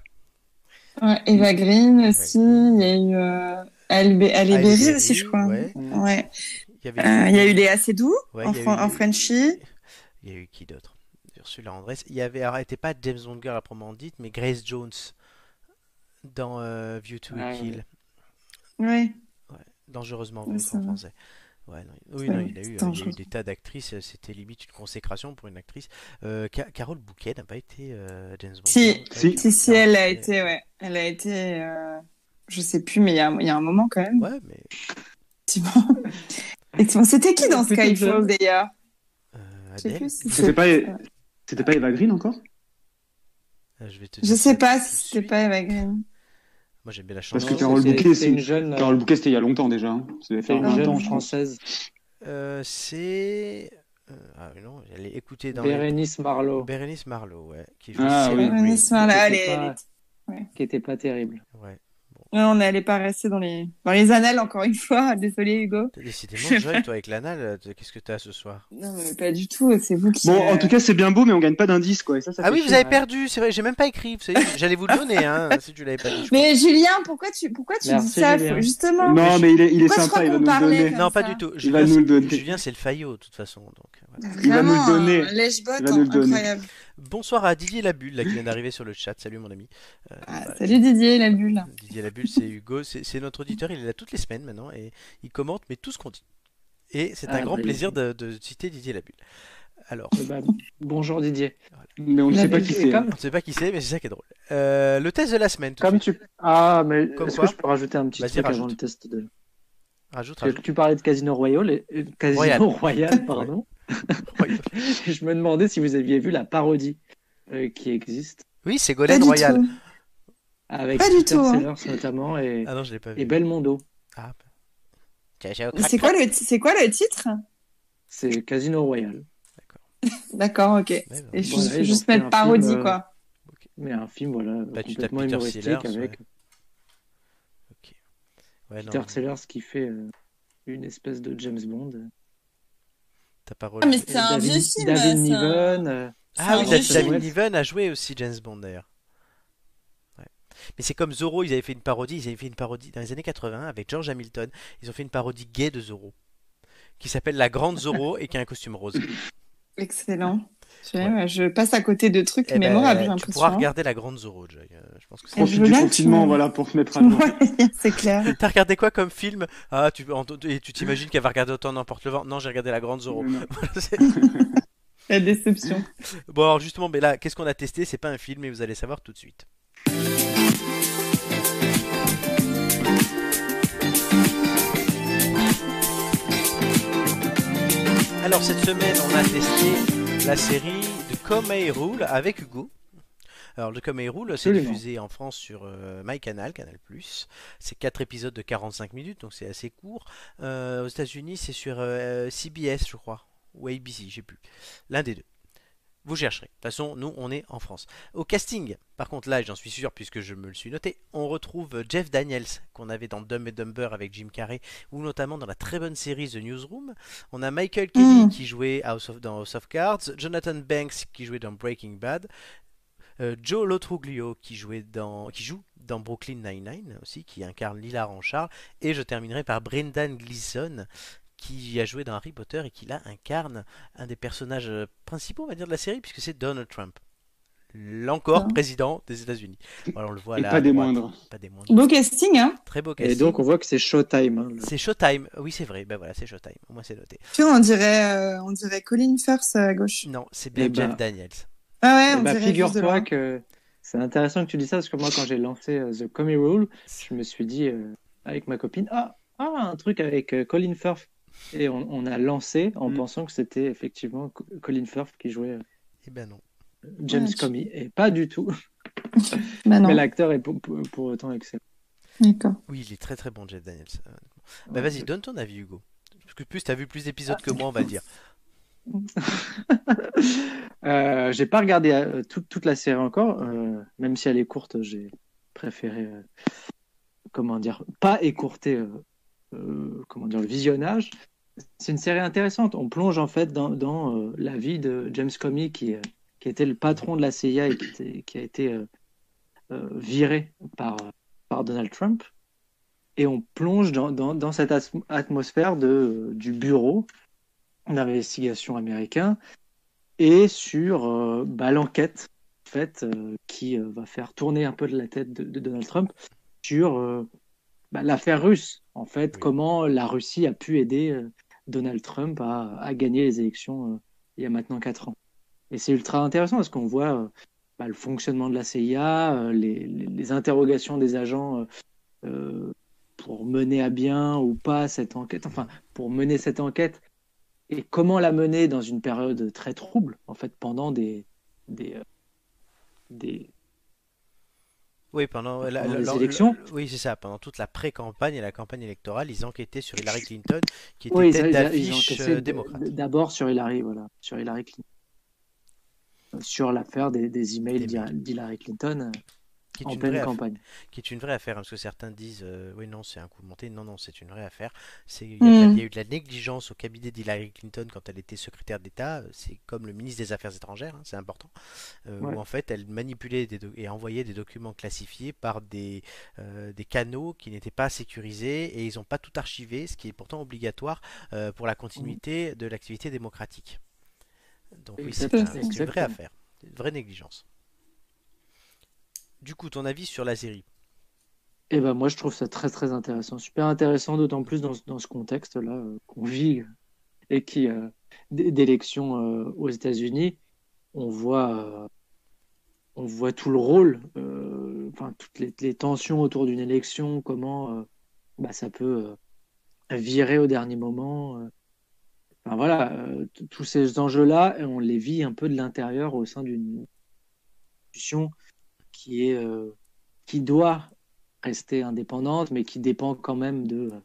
B: Ouais, Eva Green aussi. Il y a eu euh, Ali Be- Ali
A: Ah,
B: Berry
A: Berry,
B: aussi, je crois.
A: ouais.
C: Mm.
B: Ouais.
A: Il y avait-
B: Euh, Il y a eu Léa Seydoux
A: Ouais,
B: en,
A: il y a
B: Fran-
A: eu-
B: en Frenchie.
A: Il y a eu qui d'autre Ursula Andress. Il y avait, alors, elle était pas James Bond Girl à proprement dite, mais Grace Jones dans euh, View to a
C: Ah,
A: Kill,
B: Ouais.
A: dangereusement
B: Ouais,
A: vôtre
B: ça
A: en
B: va.
A: français. Ouais, non, oui,
B: Ça
A: non,
B: va,
A: il, a eu,
B: c'est
A: il y a eu
B: dangereux.
A: des tas d'actrices, euh, c'était limite une consécration pour une actrice. Euh, Ca- Carole Bouquet n'a pas été euh, James Bond.
B: Si.
A: Girl.
D: Si.
B: Si, si, elle a
A: Ouais.
B: été, ouais. Elle a été, euh, je sais plus, mais il y a, il y a un moment quand même. [laughs]
A: Ouais, mais
B: effectivement. Effectivement. C'était qui dans
C: Plutôt
B: Skyfall
C: jeune.
B: d'ailleurs
A: euh,
B: Je sais
A: Adèle,
B: plus si
D: C'était pas, c'était pas Eva Green encore
A: euh, je vais te
B: Je
A: dire
B: sais
A: ça
B: pas
A: tout
B: si
A: de
B: c'était
A: suite.
B: pas Eva Green.
A: Moi j'aime bien la
D: Parce
A: chanson.
D: que
C: Non,
D: Carole
C: c'est-
D: Bouquet,
C: c'est une
D: c'est-
C: jeune.
D: Carole
C: euh,
D: Bouquet, c'était il y a longtemps déjà. hein. Ça devait
C: c'est
D: faire
C: une
D: 20 ans,
C: jeune
D: je pense.
C: française,
A: Euh, c'est. euh, ah non, elle est écoutée dans. les-
C: Bérénice Marlowe,
A: Bérénice Marlowe, ouais. Qui joue
D: Ah,
A: Sarah
D: oui.
A: Green.
B: Bérénice Marlowe,
C: C'était
B: elle est-
C: pas-
B: elle est-
C: qui était pas terrible.
A: Ouais.
B: Non, on n'allait pas rester dans les, dans les annales encore une fois. [laughs] Désolé, Hugo.
A: T'as décidément, Joy, toi avec l'anal, euh, t- qu'est-ce que t'as ce soir
B: Non, mais pas du tout. C'est vous qui.
D: Bon,
B: euh,
D: en tout cas, c'est bien beau, mais on gagne pas d'indice, quoi. Et ça, ça
A: Ah
D: fait
A: oui,
D: chier.
A: vous
C: hein.
A: avez perdu, c'est vrai, j'ai même pas écrit. vous savez, J'allais vous le donner,
B: [laughs]
A: hein, si tu l'avais pas dit. je
B: Mais Julien, pourquoi tu, pourquoi tu
C: Merci,
B: dis ça
C: Julien.
B: faut- Justement.
D: Non, mais il est, il est
B: Ah, Pourquoi je
D: sympa,
B: crois
D: il va
B: qu'on
D: nous le
B: parlait
D: donner.
A: crois.
B: comme
A: Non, pas
B: ça
A: du tout.
D: Il va
A: Julien,
D: nous le
A: c'est-
D: donner.
A: Julien, c'est le faillot, de toute façon. Donc, voilà.
D: Il va nous le donner.
B: lèche
D: Il va nous le donner.
B: incroyable.
A: Bonsoir à Didier Labulle, là, qui vient d'arriver sur le chat. Salut, mon ami. Euh,
B: Ah,
A: bah,
B: salut Didier, la bulle.
A: Didier Labulle, c'est Hugo, c'est c'est notre auditeur, il est là toutes les semaines maintenant et il commente mais tout ce qu'on dit. Et c'est un
C: Ah,
A: grand
C: bah,
A: plaisir de, de citer Didier Labulle. Alors,
C: Eh ben, bonjour Didier.
D: Mais on ne
B: Il
D: sait
B: a-
D: pas qui
C: Et
D: c'est. hein.
C: comme,
A: on ne sait pas qui c'est, mais c'est ça qui est drôle. Euh, le test de la semaine, tout de
C: comme
A: suite.
C: tu. Ah, mais
A: Comme
C: est-ce
A: quoi
C: que je peux rajouter un petit
A: Vas-y,
C: truc avant
A: rajoute.
C: le test de.
A: Rajoute,
C: Parce
A: rajoute.
C: que Tu parlais de Casino Royale, et- euh, Casino
A: Royale.
C: [laughs]
A: [laughs]
C: Royale, pardon.
A: Royale.
C: je me demandais si vous aviez vu la parodie euh, qui existe
A: [laughs] Oui, c'est
B: Pas
A: Golden
B: du
A: Royal.
B: tout.
C: avec
B: Pas du
C: Peter
B: tout, hein.
C: Sellers notamment et,
A: Ah non, je l'ai pas vu.
C: et Belmondo.
A: Ah. bah. Ciao, ciao,
B: ben- Mais
A: crac,
B: C'est quoi,
A: crac.
B: le ti- c'est quoi le titre
C: C'est Casino Royale,
B: D'accord, ok. Et
A: Ouais, bah,
B: je
C: Voilà,
B: vais
C: ils
B: juste
C: ont fait
B: mettre
C: un
B: parodie,
C: film, euh,
B: quoi.
C: mais un film voilà
A: Bah, tu tapes
C: complètement
A: Peter
C: humoristique
A: Sellers,
C: avec
A: ouais, non,
C: Peter Sellers qui fait euh, une espèce de James Bond.
A: ta parole.
B: Ah, mais
C: Et
B: c'est un
C: David,
B: vieux film.
C: David
B: c'est un-
C: Niven, euh,
B: c'est
A: Ah
B: un
A: oui,
C: vieux
A: David,
C: film.
A: David Niven a joué aussi James Bond d'ailleurs. Ouais. Mais c'est comme Zorro, ils avaient fait une parodie, ils avaient fait une parodie dans les années 80 avec George Hamilton, ils ont fait une parodie gay de Zorro qui s'appelle La Grande Zorro et qui a un costume rose.
B: Excellent. Tu vois,
A: Ouais.
B: ouais, Je passe à côté de trucs
A: Eh ben,
B: mémorables, j'ai
A: tu pourras
B: l'impression.
A: regarder La Grande Zorro, Joy. Euh, Je pense que c'est...
B: Et je
D: Profite
B: veux
D: du
B: bien que
D: confinement,
B: tu-
D: voilà, pour se mettre à
B: [laughs]
D: jour.
B: [laughs] Ouais, c'est clair.
A: [laughs] T'as regardé quoi comme film Ah, tu en- et tu t'imagines qu'elle va regarder autant n'importe le vent Non, j'ai regardé La Grande
D: [laughs]
A: Zorro.
D: Non.
A: C'est-
B: La déception.
A: Bon, alors justement, mais là, qu'est-ce qu'on a testé C'est pas un film, mais vous allez savoir tout de suite. Alors, cette semaine, on a testé la série de Comme Air Rule avec Hugo. Alors, le Comme Air Rule, c'est
C: Absolument.
A: diffusé en France sur euh, MyCanal, Canal+. C'est 4 épisodes de 45 minutes, donc c'est assez court. Euh, aux États-Unis, c'est sur euh, CBS, je crois, ou ABC, j'ai plus. L'un des deux. Vous chercherez. De toute façon, nous, on est en France. Au casting, par contre, là, j'en suis sûr puisque je me le suis noté, on retrouve Jeff Daniels, qu'on avait dans Dumb and Dumber avec Jim Carrey, ou notamment dans la très bonne série The Newsroom. On a Michael Kelly
B: Mm.
A: qui jouait House of- dans House of Cards, Jonathan Banks qui jouait dans Breaking Bad, Euh, Joe Lotruglio qui, jouait dans, qui joue dans Brooklyn Nine-Nine aussi, qui incarne Lila Ranchard. Et je terminerai par Brendan Gleeson qui a joué dans Harry Potter et qui là incarne un des personnages euh, principaux, on va dire, de la série, puisque c'est Donald Trump. L'encore
B: Ah.
A: président des États-Unis. Voilà, on le voit
D: Et
A: là.
D: pas
A: à
D: des
A: droite.
D: moindres.
A: Pas des moindres.
B: Beau casting, hein
A: Très beau
C: Et
A: casting.
C: donc on voit que c'est Showtime. hein, le-
A: C'est Showtime. Oui, c'est vrai. Ben voilà, c'est Showtime. Au moins, c'est noté.
B: Puis on dirait, euh, on dirait Colin Firth euh, à gauche.
A: Non, c'est bien
C: Eh ben.
A: Jeff Daniels.
B: Ah ouais, on
C: Eh
B: dirait.
C: ben,
B: juste de
C: figure-toi
B: loin.
C: que c'est intéressant que tu dis ça parce que moi, quand j'ai lancé euh, The Comedy Rule, je me suis dit euh, avec ma copine, ah, ah, un truc avec euh, Colin Firth. Et on, on a lancé en
D: Mm.
C: pensant que c'était effectivement Co- Colin Firth qui jouait euh,
A: Eh ben non.
C: James
B: Ah, tu-
C: Comey. Et pas du tout.
B: Bah non,
C: Mais l'acteur est pour, pour- pour autant excellent.
B: d'accord.
A: Oui, il est très très bon, Jeff Daniels. Euh, Bah vas-y, donne ton avis, Hugo. Parce que plus t'as vu plus d'épisodes que moi, on va
C: [laughs]
A: dire.
C: Euh, j'ai pas regardé euh, toute, toute la série encore, euh, même si elle est courte, j'ai préféré, euh, comment dire, pas écourter, euh, euh, comment dire, le visionnage. C'est une série intéressante. On plonge en fait dans, dans, euh, la vie de James Comey, qui, euh, qui était le patron de la CIA et qui, était- qui a été euh, euh, viré par, par Donald Trump. Et on plonge dans, dans- dans cette as- atmosphère de, euh, du bureau d'investigation américain et sur euh, bah, l'enquête en fait, euh, qui euh, va faire tourner un peu de la tête de, de Donald Trump sur euh, bah, l'affaire russe. En fait,
A: Oui.
C: comment la Russie a pu aider euh, Donald Trump à, à gagner les élections euh, il y a maintenant 4 ans. Et c'est ultra intéressant parce qu'on voit euh, bah, le fonctionnement de la CIA, euh, les, les- les interrogations des agents euh, euh, pour mener à bien ou pas cette enquête, enfin, pour mener cette enquête et comment la mener dans une période très trouble, en fait, pendant des. des, euh, des...
A: Oui, pendant, la-
C: Pendant
A: la-
C: les
A: la-
C: élections.
A: la- oui, c'est ça. Pendant toute la pré-campagne et la campagne électorale, ils enquêtaient sur Hillary Clinton, qui était
C: Oui, ils-
A: tête
C: ils- ils
A: d'affiche
C: encaissaient
A: euh,
C: d-
A: démocrate.
C: d- D'abord sur Hillary, voilà, sur Hillary Clinton. Euh, Sur l'affaire des, des emails
A: Des
C: d'Hi- d'Hillary Clinton euh,
A: Qui est,
C: en
A: une
C: pleine
A: vraie affaire,
C: campagne.
A: qui est une vraie affaire, hein, parce que certains disent euh, oui, non, c'est un coup monté. Non, non, c'est une vraie affaire. C'est- Il y, a de la-
C: Hmm.
B: Mm.
A: il y a eu de la négligence au cabinet d'Hillary Clinton quand elle était secrétaire d'État. Euh, C'est comme le ministre des Affaires étrangères, hein, c'est important. euh,
C: Ouais.
A: Où en fait, elle manipulait des doc- et envoyait des documents classifiés par des, euh, des canaux qui n'étaient pas sécurisés et ils n'ont pas tout archivé, ce qui est pourtant obligatoire euh, pour la
C: Hmm.
A: continuité de l'activité démocratique. Donc oui, c'est un-
B: Exactement.
A: c'est une vraie
C: Exactement.
A: affaire, une vraie négligence. Du coup, ton avis sur la série
C: Et ben moi je trouve ça très très intéressant, super intéressant, d'autant plus dans, ce- dans ce contexte-là euh, qu'on vit et qui euh, d- d'élections euh, aux États-Unis, on voit euh, on voit tout le rôle, euh, enfin toutes les, les tensions autour d'une élection, comment euh, bah, ça peut euh, virer au dernier moment. euh. Enfin voilà, euh, t- tous ces enjeux-là, et on les vit un peu de l'intérieur au sein d'une institution qui est euh, qui doit rester indépendante, mais qui dépend quand même de, euh,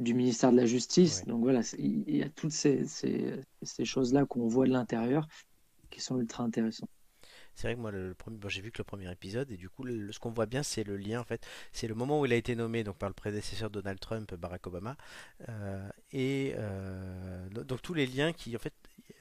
C: du ministère de la Justice.
A: Ouais.
C: Donc voilà, c'est- il y a toutes ces, ces, ces choses-là qu'on voit de l'intérieur qui sont ultra intéressantes.
A: C'est vrai que moi, le, le premier, bon, j'ai vu que le premier épisode, et du coup, le- ce qu'on voit bien, c'est le lien, en fait. C'est le moment où il a été nommé donc, par le prédécesseur de Donald Trump, Barack Obama. euh, et euh, do- donc, tous les liens qui, en fait,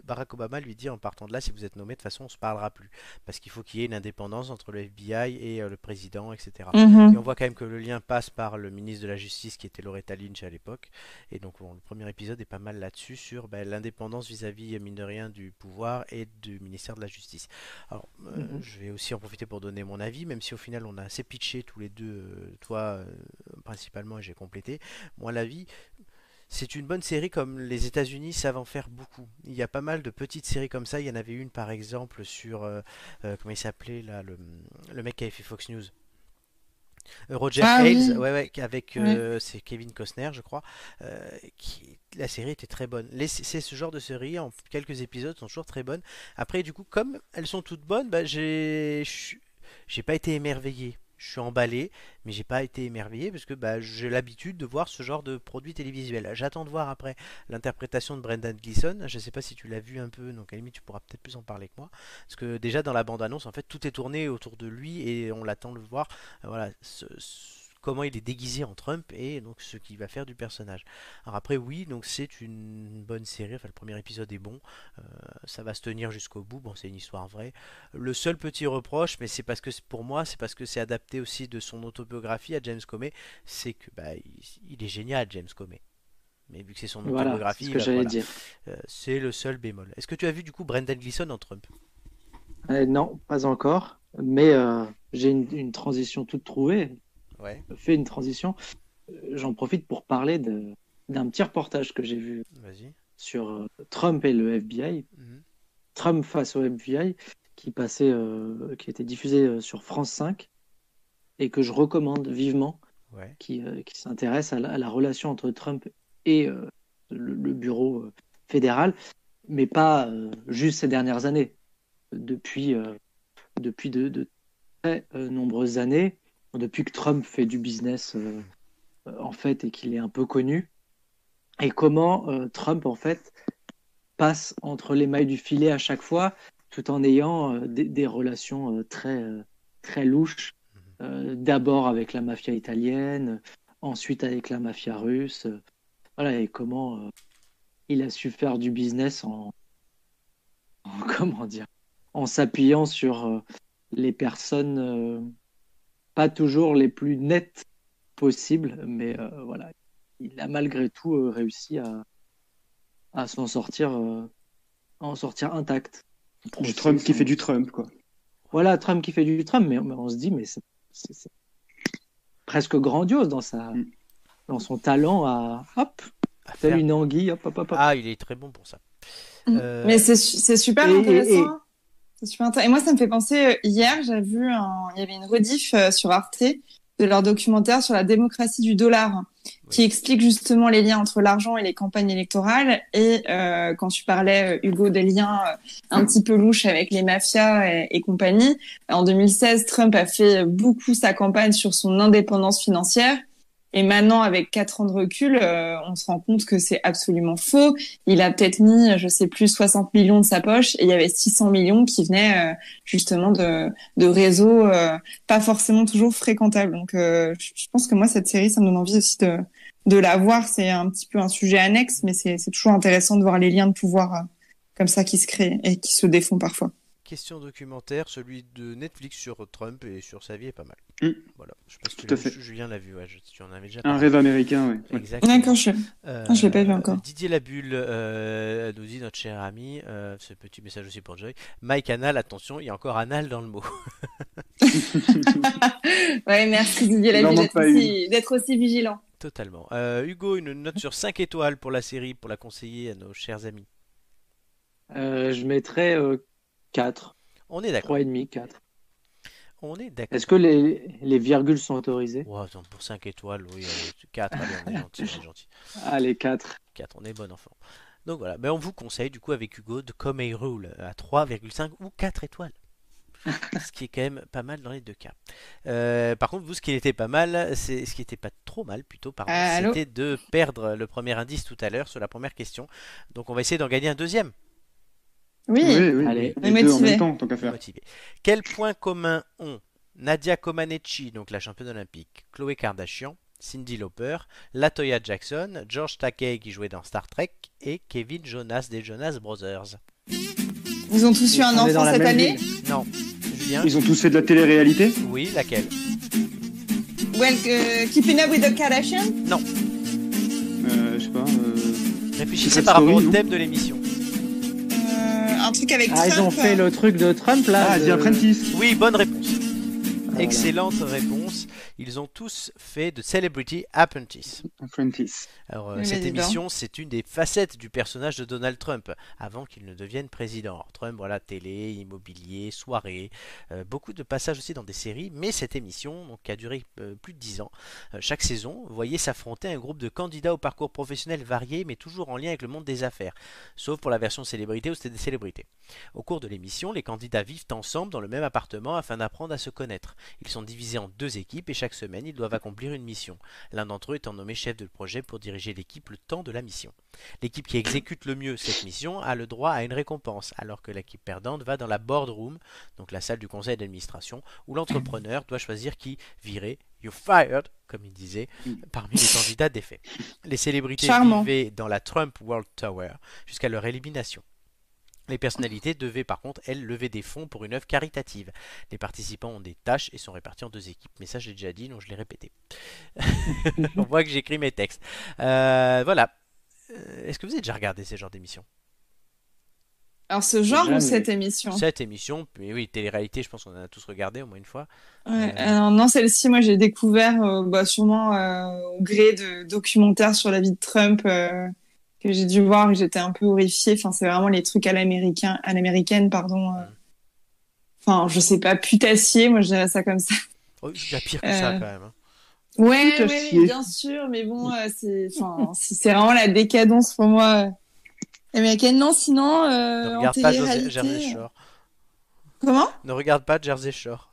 A: Barack Obama lui dit en partant de là, si vous êtes nommé, de toute façon, on se parlera plus. Parce qu'il faut qu'il y ait une indépendance entre le FBI et euh, le président, etc.
B: Mhm.
A: Et on voit quand même que le lien passe par le ministre de la Justice qui était Loretta Lynch à l'époque. Et donc bon, le premier épisode est pas mal là-dessus sur ben, l'indépendance vis-à-vis, mine de rien, du pouvoir et du ministère de la Justice. Alors euh,
C: Mhm.
A: je vais aussi en profiter pour donner mon avis, même si au final on a assez pitché tous les deux, euh, toi euh, principalement et j'ai complété. Moi l'avis... C'est une bonne série comme les États-Unis savent en faire beaucoup. Il y a pas mal de petites séries comme ça. Il y en avait une par exemple sur euh, euh, comment il s'appelait là le, le mec qui avait fait Fox News. Euh, Roger
B: Ah
A: Ailes,
B: oui.
A: ouais, ouais, qui- avec euh, c'est Kevin Costner, je crois. euh, qui, la série était très bonne. Les- C'est ce genre de série en quelques épisodes sont toujours très bonnes. Après, du coup, comme elles sont toutes bonnes, bah, j'ai, je suis- j'ai pas été émerveillé. Je suis emballé, mais j'ai pas été émerveillé parce que bah, j'ai l'habitude de voir ce genre de produit télévisuel. J'attends de voir après l'interprétation de Brendan Gleeson. Je sais pas si tu l'as vu un peu, donc à la limite tu pourras peut-être plus en parler que moi. Parce que déjà dans la bande-annonce, en fait, tout est tourné autour de lui et on l'attend de le voir. Euh, Voilà, ce- ce- comment il est déguisé en Trump et donc ce qu'il va faire du personnage. Alors après oui, donc c'est une bonne série, enfin le premier épisode est bon, euh, ça va se tenir jusqu'au bout, bon c'est une histoire vraie. Le seul petit reproche, mais c'est parce que c'est- pour moi, c'est parce que c'est adapté aussi de son autobiographie à James Comey, c'est que bah, il, il est génial James Comey. Mais vu que c'est son
C: Voilà,
A: autobiographie,
C: c'est ce que
A: bah,
C: j'allais
A: voilà.
C: dire.
A: Euh, c'est le seul bémol. Est-ce que tu as vu du coup Brendan Gleeson en Trump
C: Euh, non, pas encore, mais euh, j'ai une, une transition toute trouvée.
A: Ouais,
C: Fait une transition. Euh, J'en profite pour parler de- d'un petit reportage que j'ai vu
A: vas-y.
C: sur euh, Trump et le FBI.
A: Mhm.
C: Trump face au FBI, qui passait, euh, qui était diffusé euh, sur France 5 et que je recommande vivement,
A: Ouais,
C: qui, euh, qui s'intéresse à, la- à la relation entre Trump et euh, le, le bureau euh, fédéral, mais pas euh, juste ces dernières années. Depuis, euh, depuis de, de très euh, nombreuses années, depuis que Trump fait du business euh, euh, en fait et qu'il est un peu connu, et comment euh, Trump en fait passe entre les mailles du filet à chaque fois, tout en ayant euh, des, des relations euh, très, euh, très louches, euh, d'abord avec la mafia italienne, ensuite avec la mafia russe, euh, voilà, et comment euh, il a su faire du business en, en- [laughs] comment dire, en s'appuyant sur euh, les personnes euh, pas toujours les plus nettes possibles, mais euh, voilà, il a malgré tout euh, réussi à à s'en sortir, euh, à en sortir intact.
D: Du Trump qui fait du Trump, quoi.
C: Voilà, Trump qui fait du Trump, mais, mais on se dit, mais c'est c'est- c'est presque grandiose dans, sa,
D: Mm.
C: dans son talent à, hop,
A: À
D: Ah,
C: telle
A: faire.
C: une anguille, hop, hop, hop, hop.
A: Ah, il est très bon pour ça.
B: Mm.
A: Euh,
B: Mais c'est su- c'est super
C: et- et-
B: intéressant.
C: et-
B: hein. C'est super intéressant. Et moi, ça me fait penser, euh, hier, j'ai vu, un- il y avait une rediff euh, sur Arte de leur documentaire sur la démocratie du dollar, hein, qui explique justement les liens entre l'argent et les campagnes électorales. Et euh, quand tu parlais, euh, Hugo, des liens euh, un petit peu louches avec les mafias et, et compagnie, en 2016, Trump a fait beaucoup sa campagne sur son indépendance financière. Et maintenant, avec quatre ans de recul, euh, on se rend compte que c'est absolument faux il a peut-être mis, je sais plus, 60 millions de sa poche et il y avait 600 millions qui venaient euh, justement de, de réseaux euh, pas forcément toujours fréquentables. Donc, euh, je je pense que moi, cette série, ça me donne envie aussi de, de la voir. C'est un petit peu un sujet annexe, mais c'est c'est toujours intéressant de voir les liens de pouvoir euh, comme ça qui se créent et qui se défont parfois.
A: Question documentaire, celui de Netflix sur Trump et sur sa vie est pas mal.
D: Mm.
A: Voilà, je pense que
D: Tout à fait.
A: Julien l'a vu, ouais, je- tu en avais déjà
D: Un
A: parlé.
D: rêve américain, ouais. ouais.
A: Exactement.
B: D'accord, je Ah, je l'ai pas vu encore.
A: Didier Labulle euh, nous dit, notre cher ami, euh, ce petit message aussi pour Joy. Mike Anal, attention, il y a encore Anal dans le mot. [laughs]
B: Ouais, merci Didier
D: Il en
B: Lamy
D: manque
B: d'être
D: pas
B: aussi, d'être aussi vigilant.
A: Totalement. Euh, Hugo, une note sur 5 étoiles pour la série, pour la conseiller à nos chers amis.
D: Ah.
C: Euh, je mettrais 4,
A: On est d'accord.
C: 3,5, 4.
A: On est d'accord.
C: Est-ce que les, les virgules sont autorisées
A: Wow, attends, pour 5 étoiles, oui, 4, allez, on est gentil, on est gentil.
C: Allez, 4.
A: 4, on est bon enfant. Donc voilà, ben, on vous conseille du coup avec Hugo de Comme a Rule euh, à 3,5 ou 4 étoiles. ce qui est quand même pas mal dans les deux cas. Euh, par contre, vous, ce qui était pas mal, c'est ce qui était pas trop mal plutôt, pardon,
B: Allô
A: c'était de perdre le premier indice tout à l'heure sur la première question. Donc on va essayer d'en gagner un deuxième.
B: Oui,
D: Oui, oui,
C: Allez.
D: les deux en
B: Motivé.
D: même temps, tant qu'à faire.
A: motivé. Quels points communs ont Nadia Comaneci, donc la championne olympique, Chloé Kardashian, Cindy Lauper, Latoya Jackson, George Takei qui jouait dans Star Trek et Kevin Jonas des Jonas Brothers
B: ils ont tous eu un
C: On est dans
B: enfant
C: la
B: cette
C: même
B: année.
C: ville.
A: Non. Julien
D: Ils ont tous fait de la télé-réalité
A: Oui, laquelle
B: Well, euh, keeping up with the Kardashians.
D: Euh, Je sais pas. euh,
A: Réfléchissez
D: Secret
A: par rapport
D: Story,
A: au
D: non
A: thème de l'émission.
B: Euh, un truc avec
C: Ah, ils
B: Trump.
C: ont fait le truc de Trump là.
D: Ah,
C: de-
D: The Apprentice
A: Oui, bonne réponse.
D: Ah,
C: Voilà.
A: Excellente réponse. Ils ont tous fait de Celebrity Apprentice.
D: [laughs] Apprentice.
A: Alors, euh,
B: Oui, mais
A: cette
B: dis donc.
A: émission, c'est une des facettes du personnage de Donald Trump, avant qu'il ne devienne président. Alors, Trump, voilà, télé, immobilier, soirée, euh, beaucoup de passages aussi dans des séries, mais cette émission, donc, qui a duré euh, plus de 10 ans, euh, chaque saison, voyait s'affronter un groupe de candidats au parcours professionnel varié, mais toujours en lien avec le monde des affaires, sauf pour la version célébrité où c'était des célébrités. Au cours de l'émission, les candidats vivent ensemble dans le même appartement afin d'apprendre à se connaître. Ils sont divisés en deux équipes et chaque semaine, ils doivent accomplir une mission. L'un d'entre eux étant nommé chef de projet pour diriger l'équipe le temps de la mission. L'équipe qui exécute le mieux cette mission a le droit à une récompense, alors que l'équipe perdante va dans la boardroom, donc la salle du conseil d'administration, où l'entrepreneur doit choisir qui virer, you fired, comme il disait, parmi les candidats défaits. Les célébrités
B: Charmant.
A: vivaient dans la Trump World Tower jusqu'à leur élimination. Les personnalités devaient par contre, elles, lever des fonds pour une œuvre caritative. Les participants ont des tâches et sont répartis en deux équipes. Mais ça, j'ai déjà dit, donc je l'ai répété. [laughs] On voit que j'écris mes textes. Euh, voilà. Euh, Est-ce que vous avez déjà regardé ces genres d'émissions
B: Alors ce genre
C: Jamais.
B: ou cette émission
A: Cette émission, mais oui, télé-réalité, je pense qu'on en a tous regardé au moins une fois.
B: Ouais, alors non, celle-ci, moi, j'ai découvert euh, bah, sûrement euh, au gré de documentaires sur la vie de Trump euh, que j'ai dû voir et j'étais un peu horrifiée. Enfin, c'est vraiment les trucs à l'américain, à l'américaine, pardon. euh. Enfin, je sais pas, putassier, moi, je dirais ça comme ça.
A: Oh, il y a pire que ça
B: Euh,
A: quand même. hein.
B: Ouais, ouais,
D: Putassier.
B: bien sûr, mais bon, euh, c'est, enfin, c'est c'est vraiment la décadence pour moi. euh, Américaine, non, sinon, euh,
A: Ne
B: en
A: regarde pas Jersey-
B: télé-réalité,
A: Jersey Shore.
B: Comment?
A: Ne regarde pas Jersey Shore.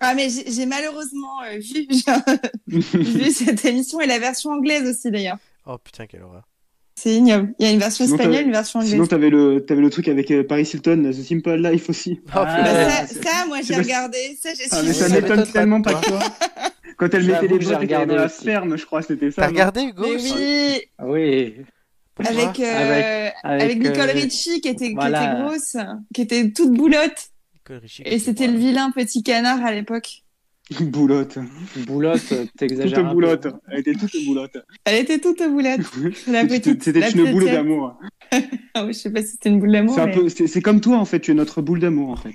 B: Ah, mais j'ai j'ai malheureusement euh, vu, vu cette émission et la version anglaise aussi, d'ailleurs.
A: Oh putain, quelle horreur.
B: C'est ignoble. Il y a une version
D: Sinon,
B: espagnole,
D: t'avais-
B: une version anglaise.
D: Sinon, t'avais le, t'avais le truc avec euh, Paris Hilton, The Simple
A: [laughs]
D: Life aussi.
A: Oh,
C: Ah,
B: Bah,
A: putain.
B: ça, ça, moi, j'ai
D: pas-
B: regardé. Ça, j'ai
D: Ah,
B: suivi.
D: mais ça
A: Ça m'étonne
D: m'étonne
A: pas de
D: tellement pas de
A: toi.
D: toi. Quand elle mettait
C: J'avoue
D: les
C: que
D: boîtes et
C: j'ai
D: qu'elle
C: regardé
D: dans la
C: aussi.
D: ferme, je crois, c'était ça.
A: T'as
D: non [laughs]
A: regardé Hugo
B: Mais
A: ça
B: oui,
C: Ah Oui.
A: Pourquoi
B: avec, euh, avec, Nicole
C: euh,
B: Richie qui était,
C: voilà.
B: qui était grosse, qui était toute boulotte.
A: Nicole Richie,
B: Et c'était le vilain petit canard à l'époque.
D: Boulotte.
C: Boulotte, euh,
D: Toute
C: t'exagères. un peu.
D: boulotte. Elle était toute boulotte.
B: Elle était toute boulotte. La petite.
D: [laughs] C'était
B: la
D: une
B: petite
D: boule
B: tête.
D: d'amour.
B: Ah oui, je sais pas si c'était une boule d'amour.
D: C'est un
B: mais-
D: peu- c'est- c'est comme toi, en fait. Tu es notre boule d'amour, en fait.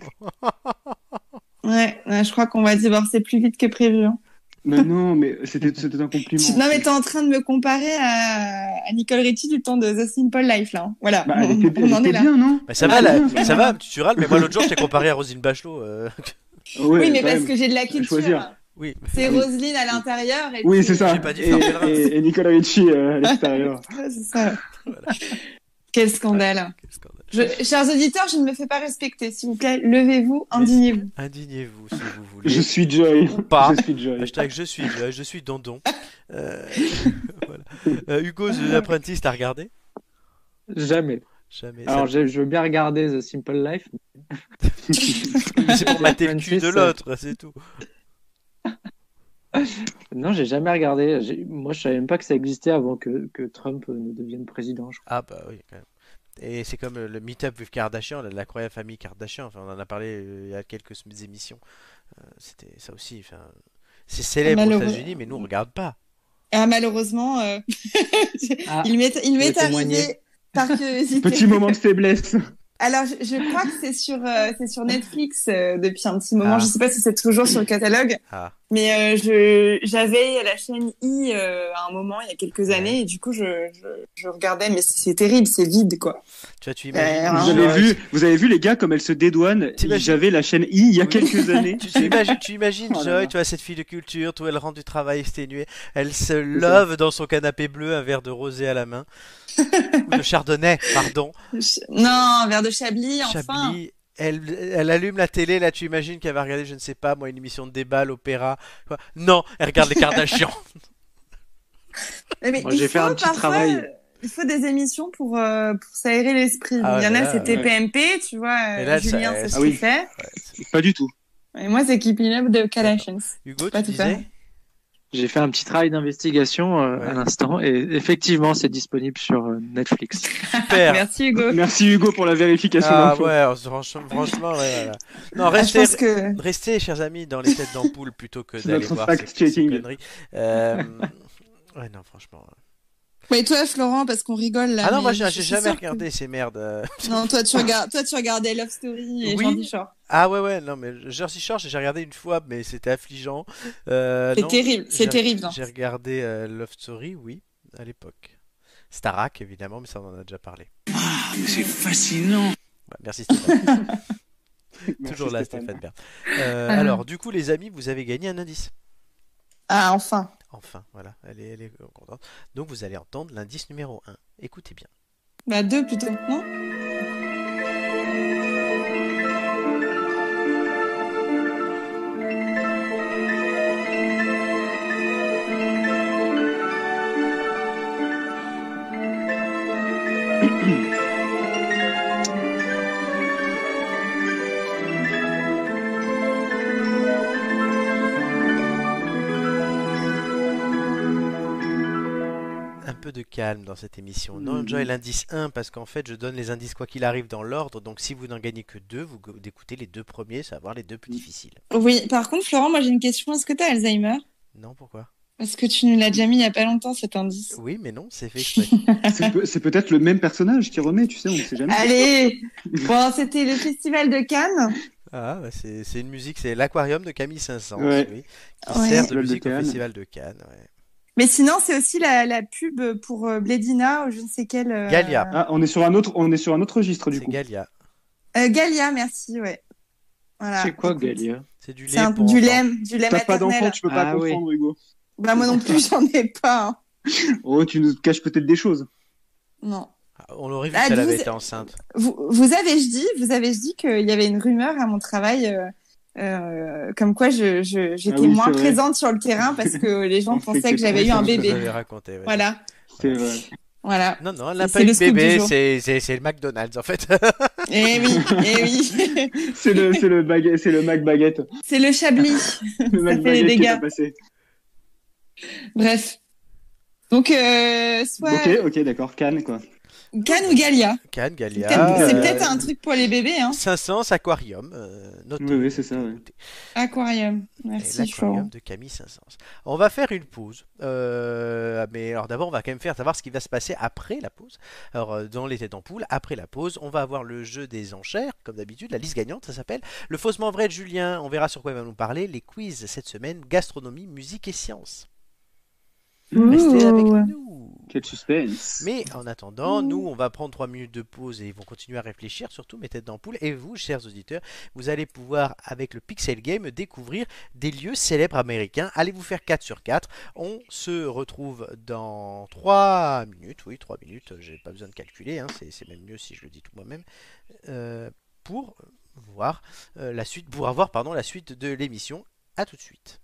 B: Ouais, ouais, je crois qu'on va divorcer plus vite que prévu. hein.
D: Mais non, mais c'était c'était un compliment.
B: Non, mais t'es en train de me comparer à, à Nicole Richie du temps de The Simple Life, là. hein. Voilà.
D: Bah, elle
B: on,
D: était,
B: on
D: elle
B: en
D: était
B: est là.
D: bien, non
A: Bah, ça
D: Ah,
A: va, là,
B: [laughs]
D: bien.
A: ça va, tu tu râles, mais moi l'autre jour je t'ai comparé à Rosine Bachelot. euh,
D: Ouais,
B: oui, mais
D: quand
B: parce
D: même.
B: que j'ai de la culture.
D: choisir.
B: hein.
A: Oui,
B: C'est
D: Ah oui.
B: Roselyne à l'intérieur. et
D: Oui,
B: puis-
D: c'est ça.
A: J'ai pas dit
D: et,
A: faire Pellerin.
D: et, et Nicolas Ricci euh,
A: [laughs]
D: à l'extérieur.
B: Ouais, Ah, c'est ça. [laughs] Quel scandale.
A: quel scandale.
B: Je- chers auditeurs, je ne me fais pas respecter. S'il vous plaît, levez-vous, indignez-vous.
A: Indignez-vous si vous voulez.
D: Je suis Joy.
A: Ou pas.
D: Je suis Joy.
A: Hashtag je suis, euh, je suis Dandon. Euh, [laughs] voilà. Euh, Hugo, The Apprentice, t'as regardé
C: Jamais.
A: Jamais.
C: Alors, j'ai- je veux bien regarder The Simple Life.
A: Ça- [laughs] C'est pour mater le cul
C: Apprentice,
A: de l'autre, c'est tout.
C: Non, j'ai jamais regardé. J'ai- Moi, je savais même pas que ça existait avant que, que Trump euh, ne devienne président. je crois.
A: Ah bah oui, quand même. Et c'est comme euh, le meet-up with Kardashian, la- l'incroyable famille Kardashian. Enfin, on en a parlé euh, il y a quelques sem- émissions. Euh, C'était ça aussi. Enfin, c'est célèbre aux
B: Malheureux.
A: États-Unis, mais nous on regarde pas.
B: Ah, malheureusement, euh,
C: Ah,
B: il m'est, il m'est
C: veux témoigner
B: arrivé
D: [laughs]
B: par curiosité.
D: Petit moment
B: [laughs]
D: de faiblesse.
B: Alors, je, je crois que c'est sur, euh, c'est sur Netflix euh, depuis un petit moment.
A: Ah.
B: Je sais pas si c'est toujours sur le catalogue,
A: Ah,
B: mais euh, je, j'avais la chaîne I euh, à un moment il y a quelques années et du coup je, je, je regardais, mais c'est terrible, c'est vide quoi.
A: tu vois, tu
B: Euh,
A: imagines.
D: Vous
B: Vraiment,
D: avez, vu, vous avez vu les gars comme elle se dédouane
A: T'imagines-
D: J'avais la chaîne I il y a
A: Oui. [laughs]
D: quelques années.
A: Tu, tu imagines, tu imagines
D: [laughs] Oh là
A: Joy,
D: là.
A: tu vois cette fille de culture, tout elle rentre du travail exténuée, elle se love dans son canapé bleu, un verre de rosé à la
D: [laughs]
A: main, ou de chardonnay, pardon,
B: Je- Non, un verre de Chablis, enfin.
A: Chablis. Elle, elle allume la télé, là tu imagines qu'elle va regarder, je ne sais pas, moi, une émission de débat, l'opéra. quoi. Non, elle regarde les
B: [laughs]
A: Kardashians.
B: Mais, mais
C: Moi,
B: il
C: j'ai fait
B: faut
C: un petit
B: parfois,
C: travail.
B: euh, Il faut des émissions pour, euh, pour s'aérer l'esprit.
A: Ah,
B: il y en
A: mais
B: a,
A: là,
B: c'est
A: ouais.
B: TPMP, tu vois.
A: Mais
B: euh,
A: là, ça-
B: Julien, c'est
A: ah
B: ce
D: oui.
B: qu'il fait.
D: Pas du tout.
B: Et moi, c'est Keeping Up de Kardashians.
A: Hugo, tu
B: Pas tout à
A: disais
C: J'ai fait un petit travail d'investigation euh,
A: Ouais.
C: à l'instant et effectivement, c'est disponible sur euh, Netflix.
A: Super.
B: [laughs] Merci, Hugo.
D: Merci Hugo pour la vérification
A: Ah
D: d'infos.
A: ouais, alors, franchement, franchement ouais, ouais, ouais. Non,
B: Ah, je
A: restez,
B: pense que
A: Restez, chers amis, dans les têtes d'ampoule plutôt
B: [laughs]
A: que
D: C'est
A: d'aller
D: notre
A: voir ces, ces
D: fact-checking.
A: conneries. Euh, Ouais, non, franchement.
B: Mais toi, Florent, parce qu'on rigole là.
A: ah non,
B: Ah, mais
A: moi j'ai
B: je
A: j'ai
B: suis
A: jamais
B: sûre que-
A: regardé ces merdes. euh.
B: Non, toi tu, regardes... toi, tu regardais Love Story et
A: Oui.
B: Jordi Shore.
A: Ah ouais, ouais, non, mais Jersey Shore, j'ai regardé une fois, mais c'était affligeant. Euh,
B: C'est
A: non,
B: terrible, c'est
A: j'ai-
B: terrible. hein.
A: J'ai regardé euh, Love Story, oui, à l'époque. Starak, évidemment, mais ça on en a déjà parlé.
E: C'est fascinant.
A: Ouais, merci Stéphane.
D: [laughs] Merci,
A: Toujours là,
B: [laughs]
D: Stéphane.
A: Stéphane Bern. Euh,
B: Ah.
A: alors, du coup, les amis, vous avez gagné un indice.
B: Ah, enfin.
A: Enfin, voilà, elle est, elle est contente. Donc, vous allez entendre l'indice numéro 1. Écoutez bien.
B: Bah, deux plutôt. Non
A: peu de calme dans cette émission. Non, enjoy
D: Mm.
A: l'indice 1 parce qu'en fait, je donne les indices quoi qu'il arrive dans l'ordre. Donc, si vous n'en gagnez que deux, vous go- écoutez les deux premiers, savoir les
D: Mm.
A: deux plus difficiles.
B: Oui, par contre, Florent, moi j'ai une question. Est-ce que t'as Alzheimer
A: Non, pourquoi
B: Parce que tu nous l'as déjà mis il y a pas longtemps cet indice.
A: Oui, mais non, c'est fait
B: [laughs]
A: exprès.
D: C'est peut- c'est peut-être le même personnage qui remet, tu sais, on ne sait jamais.
B: Euh, Allez Bon, c'était le festival de Cannes.
A: Ah, bah, c'est c'est une musique, c'est l'aquarium de Camille Saint-Saëns,
D: Ouais.
A: oui, qui
B: Ah Ouais.
A: sert de
D: Le
A: musique au
D: Cannes.
A: Festival de Cannes. ouais.
B: Mais sinon, c'est aussi la, la pub pour euh, Blédina ou je ne sais quelle. euh,
A: Galia.
D: Ah, on est sur un autre, on est sur un autre registre du
A: C'est
D: coup.
A: Galia.
B: Euh, Galia, merci, ouais.
E: Ah.
B: Voilà.
C: C'est quoi,
B: Écoute,
C: Galia
A: C'est du
B: C'est
A: lait
B: un,
A: pour
B: du
A: enfants.
B: lait, du lait
D: T'as pas
B: maternel.
D: d'enfant, tu peux pas
C: Ah oui.
D: comprendre, Hugo.
B: Bah, moi non plus, [laughs] j'en ai pas. hein.
D: Oh, tu nous caches peut-être des choses.
B: Non.
A: Ah, On l'aurait vu
B: Ah,
A: si elle
B: d'où
A: avait
B: c'est-
A: été enceinte.
B: Vous, vous avez dit, vous avez dit qu'il y avait une rumeur à mon travail, euh, euh, comme quoi je, je, j'étais
D: Ah oui,
B: moins
D: c'est vrai.
B: présente sur le terrain parce que les
D: [laughs] On
B: gens
D: fait
B: pensaient
D: que
B: que j'avais eu un
D: ça,
A: Je vous
B: bébé.
A: l'avais raconté, ouais.
B: Voilà,
D: C'est euh, vrai.
B: voilà.
A: Non, non, elle
B: C'est-
A: n'a
B: c'est
A: pas eu
B: le
A: de
B: scoop du
A: bébé,
B: jour.
A: c'est c'est- c'est le McDonald's en fait. [laughs]
B: Eh oui, eh oui. [laughs]
D: C'est le, c'est le baguette, c'est le Mac baguette.
B: C'est le chablis.
D: Le Mac
B: fait
D: baguette
B: des
D: qui est
B: dégâts.
D: pas passé.
B: Bref. Donc, euh, soit
D: Ok, ok, d'accord. Cannes quoi.
B: Cannes ou Galia.
A: Cannes, Galia.
B: Cannes, c'est
A: euh,
B: peut-être un truc pour les bébés, hein.
A: 500 Aquarium. euh, notez,
D: Oui, oui, c'est ça,
A: notez,
D: ouais.
A: notez.
B: Aquarium.
A: Et
B: Merci,
A: L'aquarium
B: Florent.
A: de Camille Saint-Saëns. On va faire une pause. euh, mais alors d'abord, on va quand même faire savoir ce qui va se passer après la pause. Alors euh, dans les têtes d'ampoule, après la pause, on va avoir le jeu des enchères, comme d'habitude, la liste gagnante, ça s'appelle. Le faussement vrai de Julien, on verra sur quoi il va nous parler. Les quiz cette semaine, gastronomie, musique et sciences. Restez avec
B: Ouh.
A: nous.
D: Quel suspense.
A: Mais en attendant, nous, on va prendre 3 minutes de pause et ils vont continuer à réfléchir, surtout mes têtes d'ampoule. Et vous, chers auditeurs, vous allez pouvoir, avec le Pixel Game, découvrir des lieux célèbres américains. Allez vous faire 4 sur 4. On se retrouve dans 3 minutes. Oui, 3 minutes, euh, j'ai pas besoin de calculer. hein, C'est c'est même mieux si je le dis tout moi-même. Euh, pour voir euh, la suite, pour avoir pardon, la suite de l'émission. A tout de suite.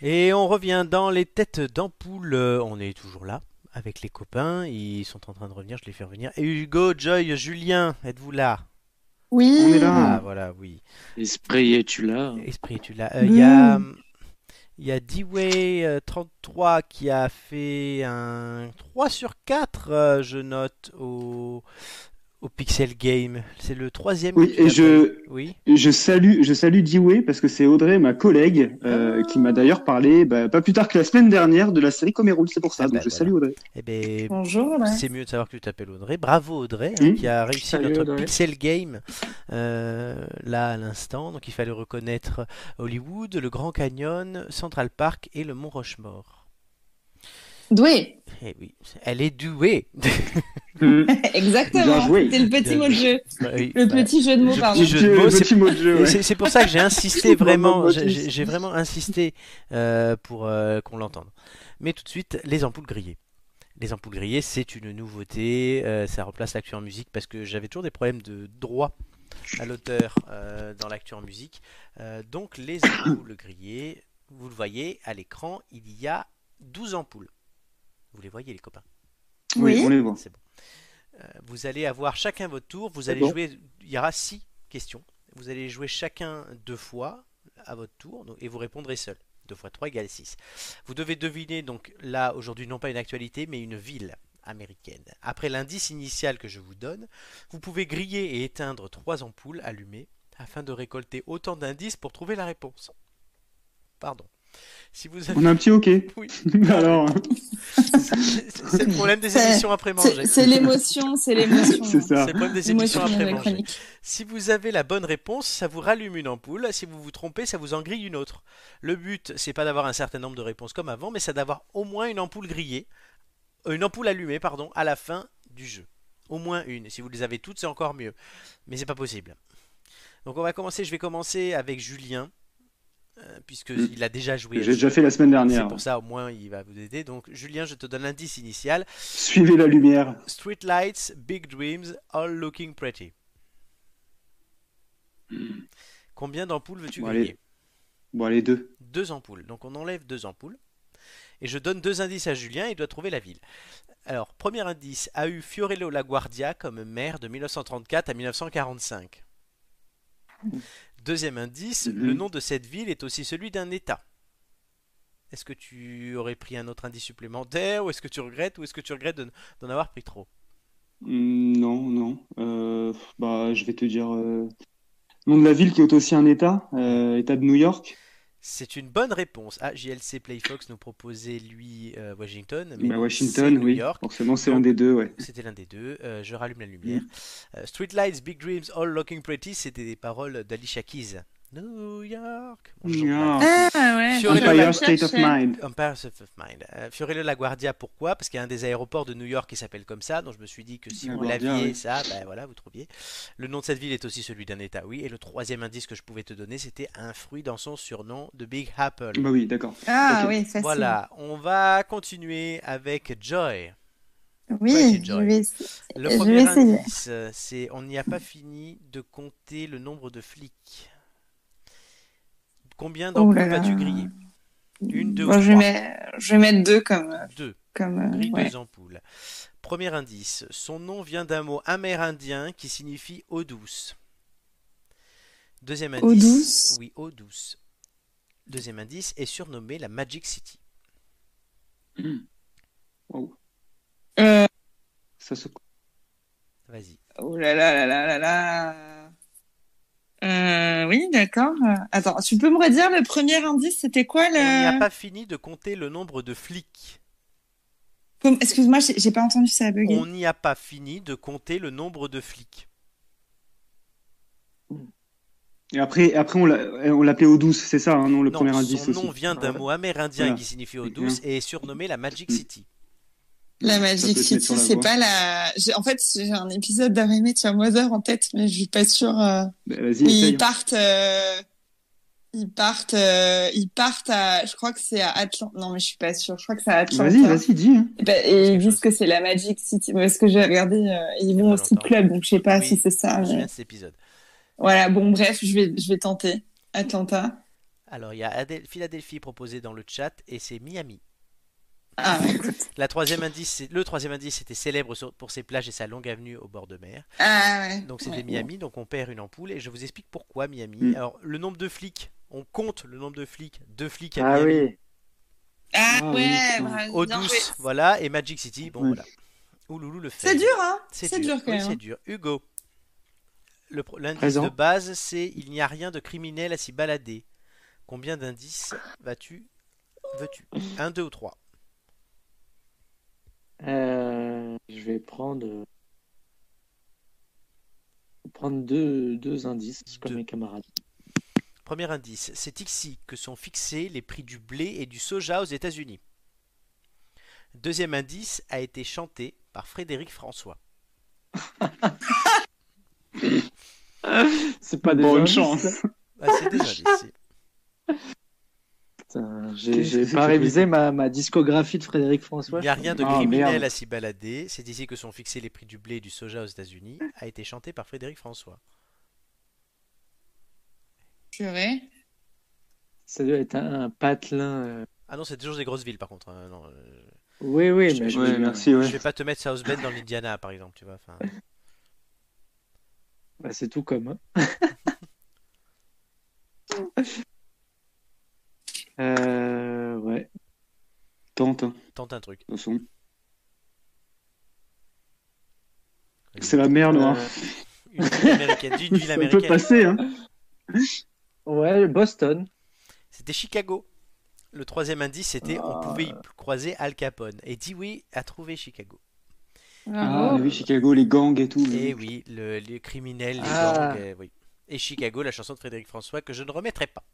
A: Et on revient dans les têtes d'ampoule. Euh, On est toujours là avec les copains. Ils sont en train de revenir. Je les fais revenir. Et Hugo, Joy, Julien, êtes-vous là
B: Oui.
D: On est là.
A: Ah
D: Ah.
A: voilà, oui.
E: L'esprit est-tu là
A: Esprit, tu l'as. Euh, Il y a, il y a D-Way euh, 33 qui a fait un 3 sur 4, euh, je note, au, au Pixel Game. C'est le troisième.
D: Oui,
A: que tu
D: et
A: as
D: je-
A: pris. Oui.
D: Je salue, je salue Dewey parce que c'est Audrey, ma collègue, euh,
B: Ah.
D: qui m'a d'ailleurs parlé, bah, pas plus tard que la semaine dernière, de la série Comérol. C'est pour ça.
A: Ah
D: donc
A: bah,
D: je
A: voilà.
D: salue Audrey.
A: Eh ben,
B: Bonjour. ouais.
A: C'est mieux de savoir que tu t'appelles Audrey. Bravo Audrey, hein,
D: Mmh.
A: qui a réussi
C: Salut,
A: notre
C: Audrey.
A: pixel game euh, là à l'instant. Donc il fallait reconnaître Hollywood, le Grand Canyon, Central Park et le Mont Rushmore.
B: Doué. [laughs]
A: Eh oui, elle est douée. [laughs] Mmh.
B: Exactement.
D: Bien joué.
B: C'était le petit
A: Bien
B: mot de jeu.
A: Oui,
B: Le
A: bah,
B: petit jeu de mots,
A: je-
B: pardon.
A: Petit jeu de mots, c'est-
D: petit mot de jeu.
A: Et
D: ouais.
A: C'est c'est pour ça
D: [laughs]
A: que j'ai insisté
D: Dans le
A: vraiment,
D: mode
A: j'ai-
D: motus.
A: j'ai j'ai vraiment insisté euh, pour euh, qu'on l'entende. Mais tout de suite, les ampoules grillées. Les ampoules grillées, c'est une nouveauté, euh, ça remplace l'actu en musique parce que j'avais toujours des problèmes de droit à l'auteur euh, dans l'actu en musique. Euh, donc les ampoules [coughs] grillées, vous le voyez à l'écran, il y a 12 ampoules. Vous les voyez les copains
D: Oui, on les voit.
A: c'est bon. Euh, vous allez avoir chacun votre tour. Vous
D: C'est
A: allez
D: bon.
A: jouer. Il y aura six questions. Vous allez jouer chacun deux fois à votre tour donc- et vous répondrez seul. 2 fois 3 égale 6. Vous devez deviner donc là aujourd'hui non pas une actualité mais une ville américaine. Après l'indice initial que je vous donne, vous pouvez griller et éteindre trois ampoules allumées afin de récolter autant d'indices pour trouver la réponse. Pardon. Si vous avez...
D: On a un petit ok.
A: Oui.
D: [laughs] Alors,
A: [laughs] C'est le problème des
B: C'est-
A: émissions après manger.
B: C'est c'est l'émotion, c'est l'émotion.
D: [laughs] c'est
A: C'est
D: ça.
A: le problème des émissions
B: L'émotion de
A: après
B: la
A: manger.
B: chronique.
A: Si vous avez la bonne réponse, ça vous rallume une ampoule. Si vous vous trompez, ça vous en grille une autre. Le but, c'est pas d'avoir un certain nombre de réponses comme avant, mais c'est d'avoir au moins une ampoule grillée, euh, une ampoule allumée, pardon, à la fin du jeu. Au moins une. Et Si vous les avez toutes, c'est encore mieux. Mais c'est pas possible. Donc on va commencer. Je vais commencer avec Julien, euh, puisque
D: Mm.
A: il a déjà joué. à
D: J'ai
A: ce
D: déjà
A: jeu.
D: fait la semaine
A: C'est
D: dernière.
A: pour ça, au moins, il va vous aider. Donc Julien, je te donne l'indice initial.
D: Suivez la lumière.
A: Street lights, big dreams, all looking pretty. Combien d'ampoules veux-tu
D: Hmm. Bon,
A: griller
D: allez. Bon, les deux.
A: Deux ampoules. Donc on enlève deux ampoules. Et je donne deux indices à Julien, il doit trouver la ville. Alors, premier indice, a eu Fiorello LaGuardia comme maire de 1934 à 1945.
D: Hmm.
A: Deuxième indice,
D: Mhm.
A: le nom de cette ville est aussi celui d'un État. Est-ce que tu aurais pris un autre indice supplémentaire, ou est-ce que tu regrettes, ou est-ce que tu regrettes de- d'en avoir pris trop
D: Hmm, Non, non. Euh, bah, je vais te dire. euh, Nom de la ville qui est aussi un État, euh, État de New York.
A: C'est une bonne réponse. Ah, JLC Playfox nous proposait lui euh, Washington, mais
D: Bah,
A: non, c'est
D: Washington,
A: New
D: oui.
A: York.
D: Forcément, c'est un des deux, ouais.
A: C'était l'un des deux. Euh, je rallume la lumière.
D: Mm.
A: Euh, Streetlights, Big Dreams, All Looking Pretty, c'était des paroles d'Alicia Keys. New York. Bonjour,
D: Yeah.
B: Ah ouais.
A: Sur les
B: j'avais
D: Empire
B: pas
D: State of
B: cherché.
D: Mind.
A: Empire State of Mind. Euh, Fiorello LaGuardia, pourquoi Parce qu'il y a un des aéroports de New York qui s'appelle comme ça, donc je me suis dit que si vous
D: LaGuardia,
A: l'aviez,
D: oui.
A: ça, ben voilà, vous trouviez. Le nom de cette ville est aussi celui d'un État, oui. Et le troisième indice que je pouvais te donner, c'était un fruit dans son surnom de Big Apple.
D: Bah oui, d'accord.
B: Ah
D: Ok.
B: oui, facile.
A: Voilà, on va continuer avec Joy.
B: Oui,
A: Vas-y,
B: je
A: Joy.
B: vais...
A: Le
B: Je vais
A: premier
B: essayer.
A: indice, euh, c'est on n'y a pas fini de compter le nombre de flics. Combien
B: Oh là
A: d'ampoules vas-tu
B: là.
A: griller Une, deux
B: Bon,
A: ou
B: je, vais
A: trois
B: mettre... je vais mettre deux comme. euh,
A: Deux.
B: comme euh,
A: Grille
B: ouais.
A: deux ampoules. Premier indice, son nom vient d'un mot amérindien qui signifie eau douce. Deuxième indice,
B: Eau douce
A: oui, eau douce. Deuxième indice est surnommé la Magic City.
B: Euh,
D: Ça se...
A: Vas-y.
B: Oh là là là là là là. Euh, oui, d'accord. Euh, Attends, tu peux me redire le premier indice C'était quoi
A: On n'y a
B: le
A: pas fini de compter le nombre de flics.
B: Comme- Excuse-moi, j'ai j'ai pas entendu ça a bugué.
A: On n'y a pas fini de compter le nombre de flics.
D: Et après, après on l'a- euh, on l'appelait Eau douce, c'est ça, hein, non, le
A: non,
D: premier
A: son
D: indice
A: nom
D: aussi.
A: vient d'un mot amérindien
D: Voilà.
A: qui signifie eau
D: Mhm.
A: douce et est surnommée la Magic
D: Mhm.
A: City.
B: La
D: Ça peut
B: Magic
D: te mettre sur
B: City,
D: la
B: c'est
D: voie.
B: pas la. j'ai- En fait, j'ai un épisode d'Harry Met Your Mother en tête, mais je suis pas sûre. euh,
D: Bah, Vas-y,
B: Ils
D: essaye.
B: partent. euh, Ils partent. euh, Ils partent à. Je crois que c'est à Atlanta. Non, mais je suis pas sûre. Je crois que c'est à Atlanta.
D: Vas-y, vas-y, dis. hein.
B: Et, ben, et ils disent que c'est la Magic City. Parce que j'ai regardé. euh, ils
A: y a
B: vont
A: pas
B: au strip
A: longtemps.
B: club, donc je sais pas
A: Oui,
B: si c'est ça.
A: Je me
B: mais-
A: souviens de cet épisode.
B: Voilà, bon, bref, je vais, je vais tenter. Atlanta.
A: Alors, il y a Adel- Philadelphie proposé dans le chat et c'est Miami.
B: Ah, bah, écoute.
A: La troisième indice, c'est- le troisième indice était célèbre sur- pour ses plages et sa longue avenue au bord de mer.
B: Ah, ouais.
A: Donc c'était
B: Ouais.
A: Miami, donc on perd une ampoule et je vous explique pourquoi Miami.
C: Mm.
A: Alors le nombre de flics, on compte le nombre de flics, deux flics à
C: Ah
A: Miami,
C: oui.
B: Ah,
C: Ah, oui,
B: ouais,
C: putain.
B: bravo,
A: au
B: bien
A: 12,
B: joué.
A: voilà, et Magic City, bon
C: Ouais.
A: voilà. Ouloulou le fait.
B: C'est dur, hein C'est dur, quand
A: oui,
B: même.
A: c'est dur. Hugo, le pro- l'indice
C: Présent.
A: de base c'est il n'y a rien de criminel à s'y balader. Combien d'indices vas-tu veux-tu Un, deux ou trois
E: Euh, je vais prendre. euh, prendre deux, deux indices comme
A: Deux.
E: mes camarades.
A: Premier indice, c'est ici que sont fixés les prix du blé et du soja aux États-Unis. Deuxième indice a été chanté par Frédéric François.
E: C'est pas des
D: Bonne
E: indices,
D: chance.
E: ça.
A: Ah, c'est des
B: [laughs]
A: indices. si.
E: Putain, J'ai
C: Qu'est-ce que
E: j'ai
C: c'est
E: pas
C: que-
E: révisé ma, ma discographie de Frédéric
A: Il
E: François.
A: n'y a rien de
C: Ah,
A: criminel
C: merde.
A: à s'y balader. C'est ici que sont fixés les prix du blé et du soja aux États-Unis. A été chanté par Frédéric François.
B: Purée.
E: Ça doit être un, un patelin. euh.
A: Ah non, c'est toujours des grosses villes par contre. hein, non, euh,
E: Oui, oui, mais je veux
C: Ouais,
E: dire,
C: merci,
A: Je
C: ouais.
A: vais pas te mettre South Bend dans l'Indiana par exemple, tu vois. enfin.
E: bah, c'est tout comme. hein. [laughs] Euh, ouais.
D: Tente, hein,
A: tente un truc.
D: de toute façon. C'est la hein. mer noire.
E: Euh,
A: Une ville américaine.
D: [laughs]
A: Dis une ville
D: Ça peut
A: américaine.
D: passer, hein.
E: ouais, Boston.
A: C'était Chicago. Le troisième indice, c'était
D: Ah.
A: on pouvait y croiser Al Capone. Et Dewey a trouvé Chicago.
D: Ah,
B: Bravo.
D: oui, Chicago, les gangs et tout.
A: Et oui, le, les criminels, les
E: Ah.
A: gangs, euh, oui. Et Chicago, la chanson de Frédéric François que je ne remettrai pas.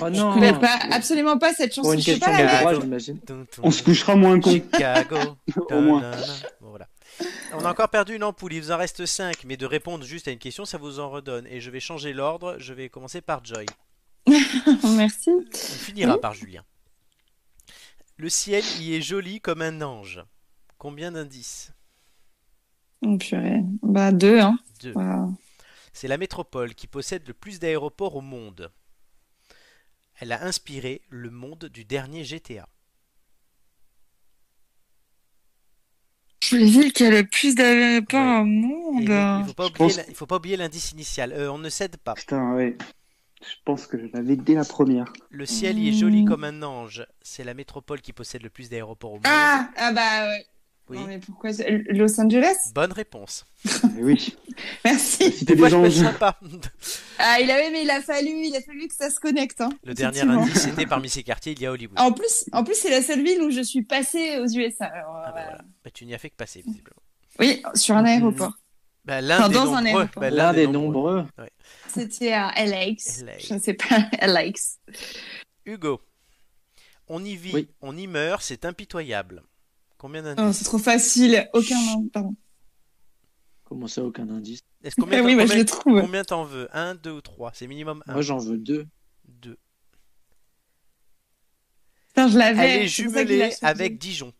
E: Oh
B: Je
E: non.
B: connais pas, absolument pas cette chanson.
E: Pour une
B: Je sais
E: question
B: pas
E: de
B: la mettre.
E: droit,
A: mettre.
E: j'imagine.
A: Tum, tum,
D: On se couchera moins con. [laughs]
A: Chicago.
D: Au moins.
A: Ta-na-na. Bon, voilà. On a encore perdu une ampoule, il vous en reste 5, mais de répondre juste à une question, ça vous en redonne. Et je vais changer l'ordre, je vais commencer par Joy.
B: Merci.
A: On
B: Mmh.
A: finira par Julien. Le ciel y est joli comme un ange. Combien d'indices
B: Oh, purée. Bah, deux, hein.
A: Deux.
B: Waouh.
A: C'est la métropole qui possède le plus d'aéroports au monde. Elle a inspiré le monde du dernier GTA.
B: Les villes qui a le plus
A: Ouais.
B: d'aéroports au
A: Et oui,
B: monde.
A: il ne faut, pas
D: je
A: oublier
D: pense-
A: la- il faut pas oublier l'indice initial. Euh, on ne cède pas.
D: Putain, ouais. Je pense que je l'avais dès la première.
A: Le ciel y est joli
B: Hmm.
A: comme un ange. C'est la métropole qui possède le plus d'aéroports au monde.
B: Ah, ah bah ouais.
A: Oui.
B: Non, mais pourquoi c'est- L- Los Angeles
A: Bonne réponse.
D: Mais Eh oui.
A: [laughs]
B: Merci.
D: Si t'es
A: Des fois,
D: des
A: je peux
D: gens.
A: être sympa.
B: Ah, il avait, mais il a fallu, il a fallu que ça se connecte. Hein,
A: Le dernier
B: Effectivement. Oh.
A: indice était parmi ces quartiers, il y a Hollywood.
B: En plus, en plus, c'est la seule ville où je suis passée aux USA. alors,
A: Ah, bah,
B: voilà.
A: voilà. Bah, tu n'y as fait que passer, visiblement.
B: Oui, sur un aéroport.
A: Bah, l'un
B: Enfin,
A: des
B: dans un
A: nombreux.
B: aéroport.
A: bah,
E: L'un des nombreux.
B: C'était à LAX.
A: LAX.
B: Je ne sais pas, [laughs] LAX.
A: Hugo, on y vit,
E: Oui.
A: on y meurt, c'est impitoyable. Combien d'indices
B: Oh, c'est trop facile. Aucun nom, pardon.
E: Comment ça, aucun indice
A: Est-ce combien
B: Ah
A: t'en-
B: oui, bah, je
A: combien-
B: le trouve.
A: combien t'en veux Un, deux ou trois C'est minimum un,
E: Moi, j'en veux deux.
A: deux.
B: Putain, je l'avais.
A: Elle est
B: c'est pour ça qu'il l'a
A: jumelée
B: changé.
A: avec Dijon.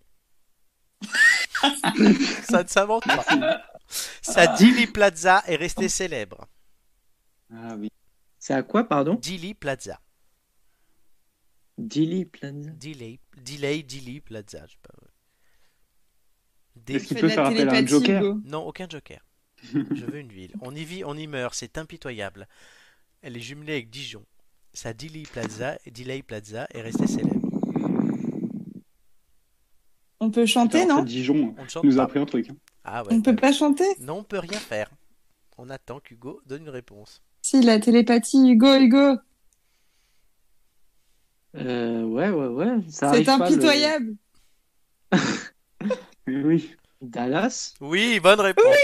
A: [laughs] ça ne s'invente pas. Sa
B: Ah.
A: Dili Plaza est restée célèbre.
D: Ah oui.
E: C'est à quoi, pardon
A: Dili Plaza.
E: Dilly Plaza.
A: Delay, delay, Dili Plaza. Je sais pas. Des-
D: Est-ce qu'il
B: Fais
D: peut
B: de la
D: faire appel à un
B: télépathie,
D: joker
B: Hugo.
A: Non, aucun joker. Je veux une ville. On y vit, on y meurt, c'est impitoyable. Elle est jumelée avec Dijon. Sa Dili Plaza, Delay Plaza est restée célèbre.
B: On peut chanter,
D: Alors,
B: non
D: ça, Dijon euh,
A: On ne chante
D: nous a
A: pas.
D: appris un truc. hein.
A: Ah ouais.
B: On peut
A: ouais.
B: pas chanter
A: Non, on peut rien faire. On attend qu'Hugo donne une réponse.
B: Si, la télépathie, Hugo, Hugo.
E: Euh, ouais, ouais, ouais. ça arrive
B: C'est
E: pas, le-
B: impitoyable.
D: Mais Eh oui.
E: Dallas
A: Oui, bonne réponse.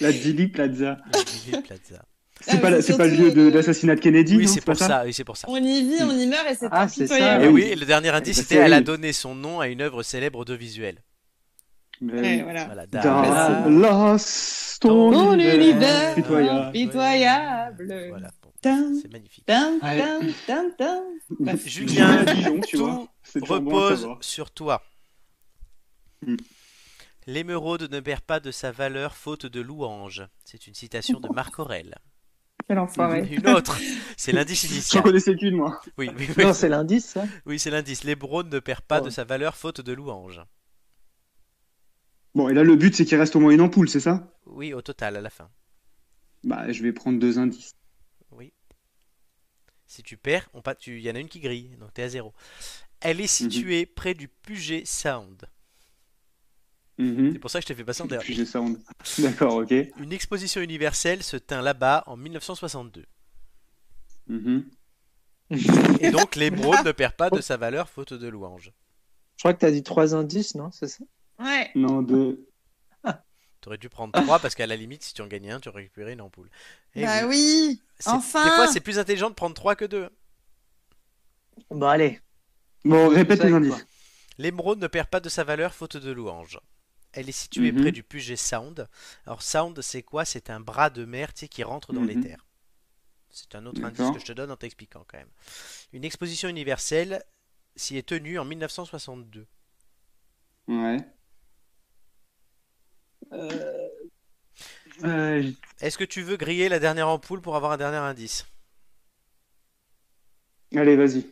D: La Dilly Plaza.
A: Dili Plaza.
B: Ah,
D: C'est pas, la-
B: mais
D: c'est pas le
B: surtout,
D: lieu de-
B: euh,
D: d'assassinat de Kennedy.
A: Oui,
D: non,
A: c'est pour ça. Oui, c'est pour ça.
B: On y vit, on y meurt et c'est
E: Ah, c'est ça,
B: impitoyable.
A: Et
D: Ah
A: oui,
D: oui.
A: et le dernier indice,
D: bah,
A: c'était
D: c'est
A: elle a
D: oui.
A: donné son nom à une œuvre célèbre de visuel.
D: Mais
B: Ouais,
D: Eh oui.
B: voilà.
A: Voilà,
D: Dans
A: Dada.
D: Lost, Euh,
A: Ton
D: ton
B: Ton univers.
D: univers.
B: Impitoyable.
D: Pitoyable.
B: Impitoyable.
A: Voilà, bon,
B: Tin,
A: c'est magnifique.
B: tin,
E: Ouais.
B: tin, tin, tin.
A: Julien,
D: Dijon, tu vois.
A: tout
D: C'est toujours bon à
A: repose
D: savoir.
A: sur toi.
D: Hmm.
A: L'émeraude ne perd pas de sa valeur faute de louange. C'est une citation de Marc Aurèle.
B: Quel enfoiré.
A: Une autre. C'est
D: [laughs]
A: l'indice
D: J'en
A: initial.
D: connaissais qu'une, moi.
A: Oui, oui, oui.
E: Non, c'est l'indice, ça
A: Oui, c'est l'indice. L'hébrone ne perd pas de
E: Ouais.
A: sa valeur faute de louange.
D: Bon, et là, le but, c'est qu'il reste au moins une ampoule, c'est ça
A: Oui, au total, à la fin.
D: Bah, je vais prendre deux indices.
A: Si tu perds, on pa- tu- il y en a une qui grille, donc t'es à zéro. Elle est située près du Puget Sound.
D: Mhm.
A: C'est pour ça que je t'ai fait passer en
D: Puis
A: dernier.
D: j'ai ça en- [laughs] D'accord, ok.
A: Une exposition universelle se tint là-bas en 1962.
D: Mhm.
A: Et donc l'émeraude ne perd pas de sa valeur faute de louange.
E: Je crois que t'as dit trois indices, non C'est ça
B: Ouais.
D: Non, deux.
A: T'aurais dû prendre 3 parce qu'à la limite, si tu en gagnais un, tu aurais récupéré une ampoule. Eh
B: bah
A: oui.
B: oui.
A: C'est-
B: enfin
A: Des fois, c'est plus intelligent de prendre 3 que 2.
E: Bon, allez.
D: Bon, répète
E: Ça,
D: les
E: quoi.
D: indices.
A: L'émeraude ne perd pas de sa valeur faute de louange. Elle est située
D: Mhm.
A: près du Puget Sound. Alors, Sound, c'est quoi C'est un bras de mer tu sais, qui rentre dans les
D: Mhm.
A: terres. C'est un autre indice
D: D'accord.
A: que je te donne en t'expliquant quand même. Une exposition universelle s'y est tenue en 1962.
D: Ouais.
C: Euh,
A: Est-ce que tu veux griller la dernière ampoule pour avoir un dernier indice
D: Allez, vas-y.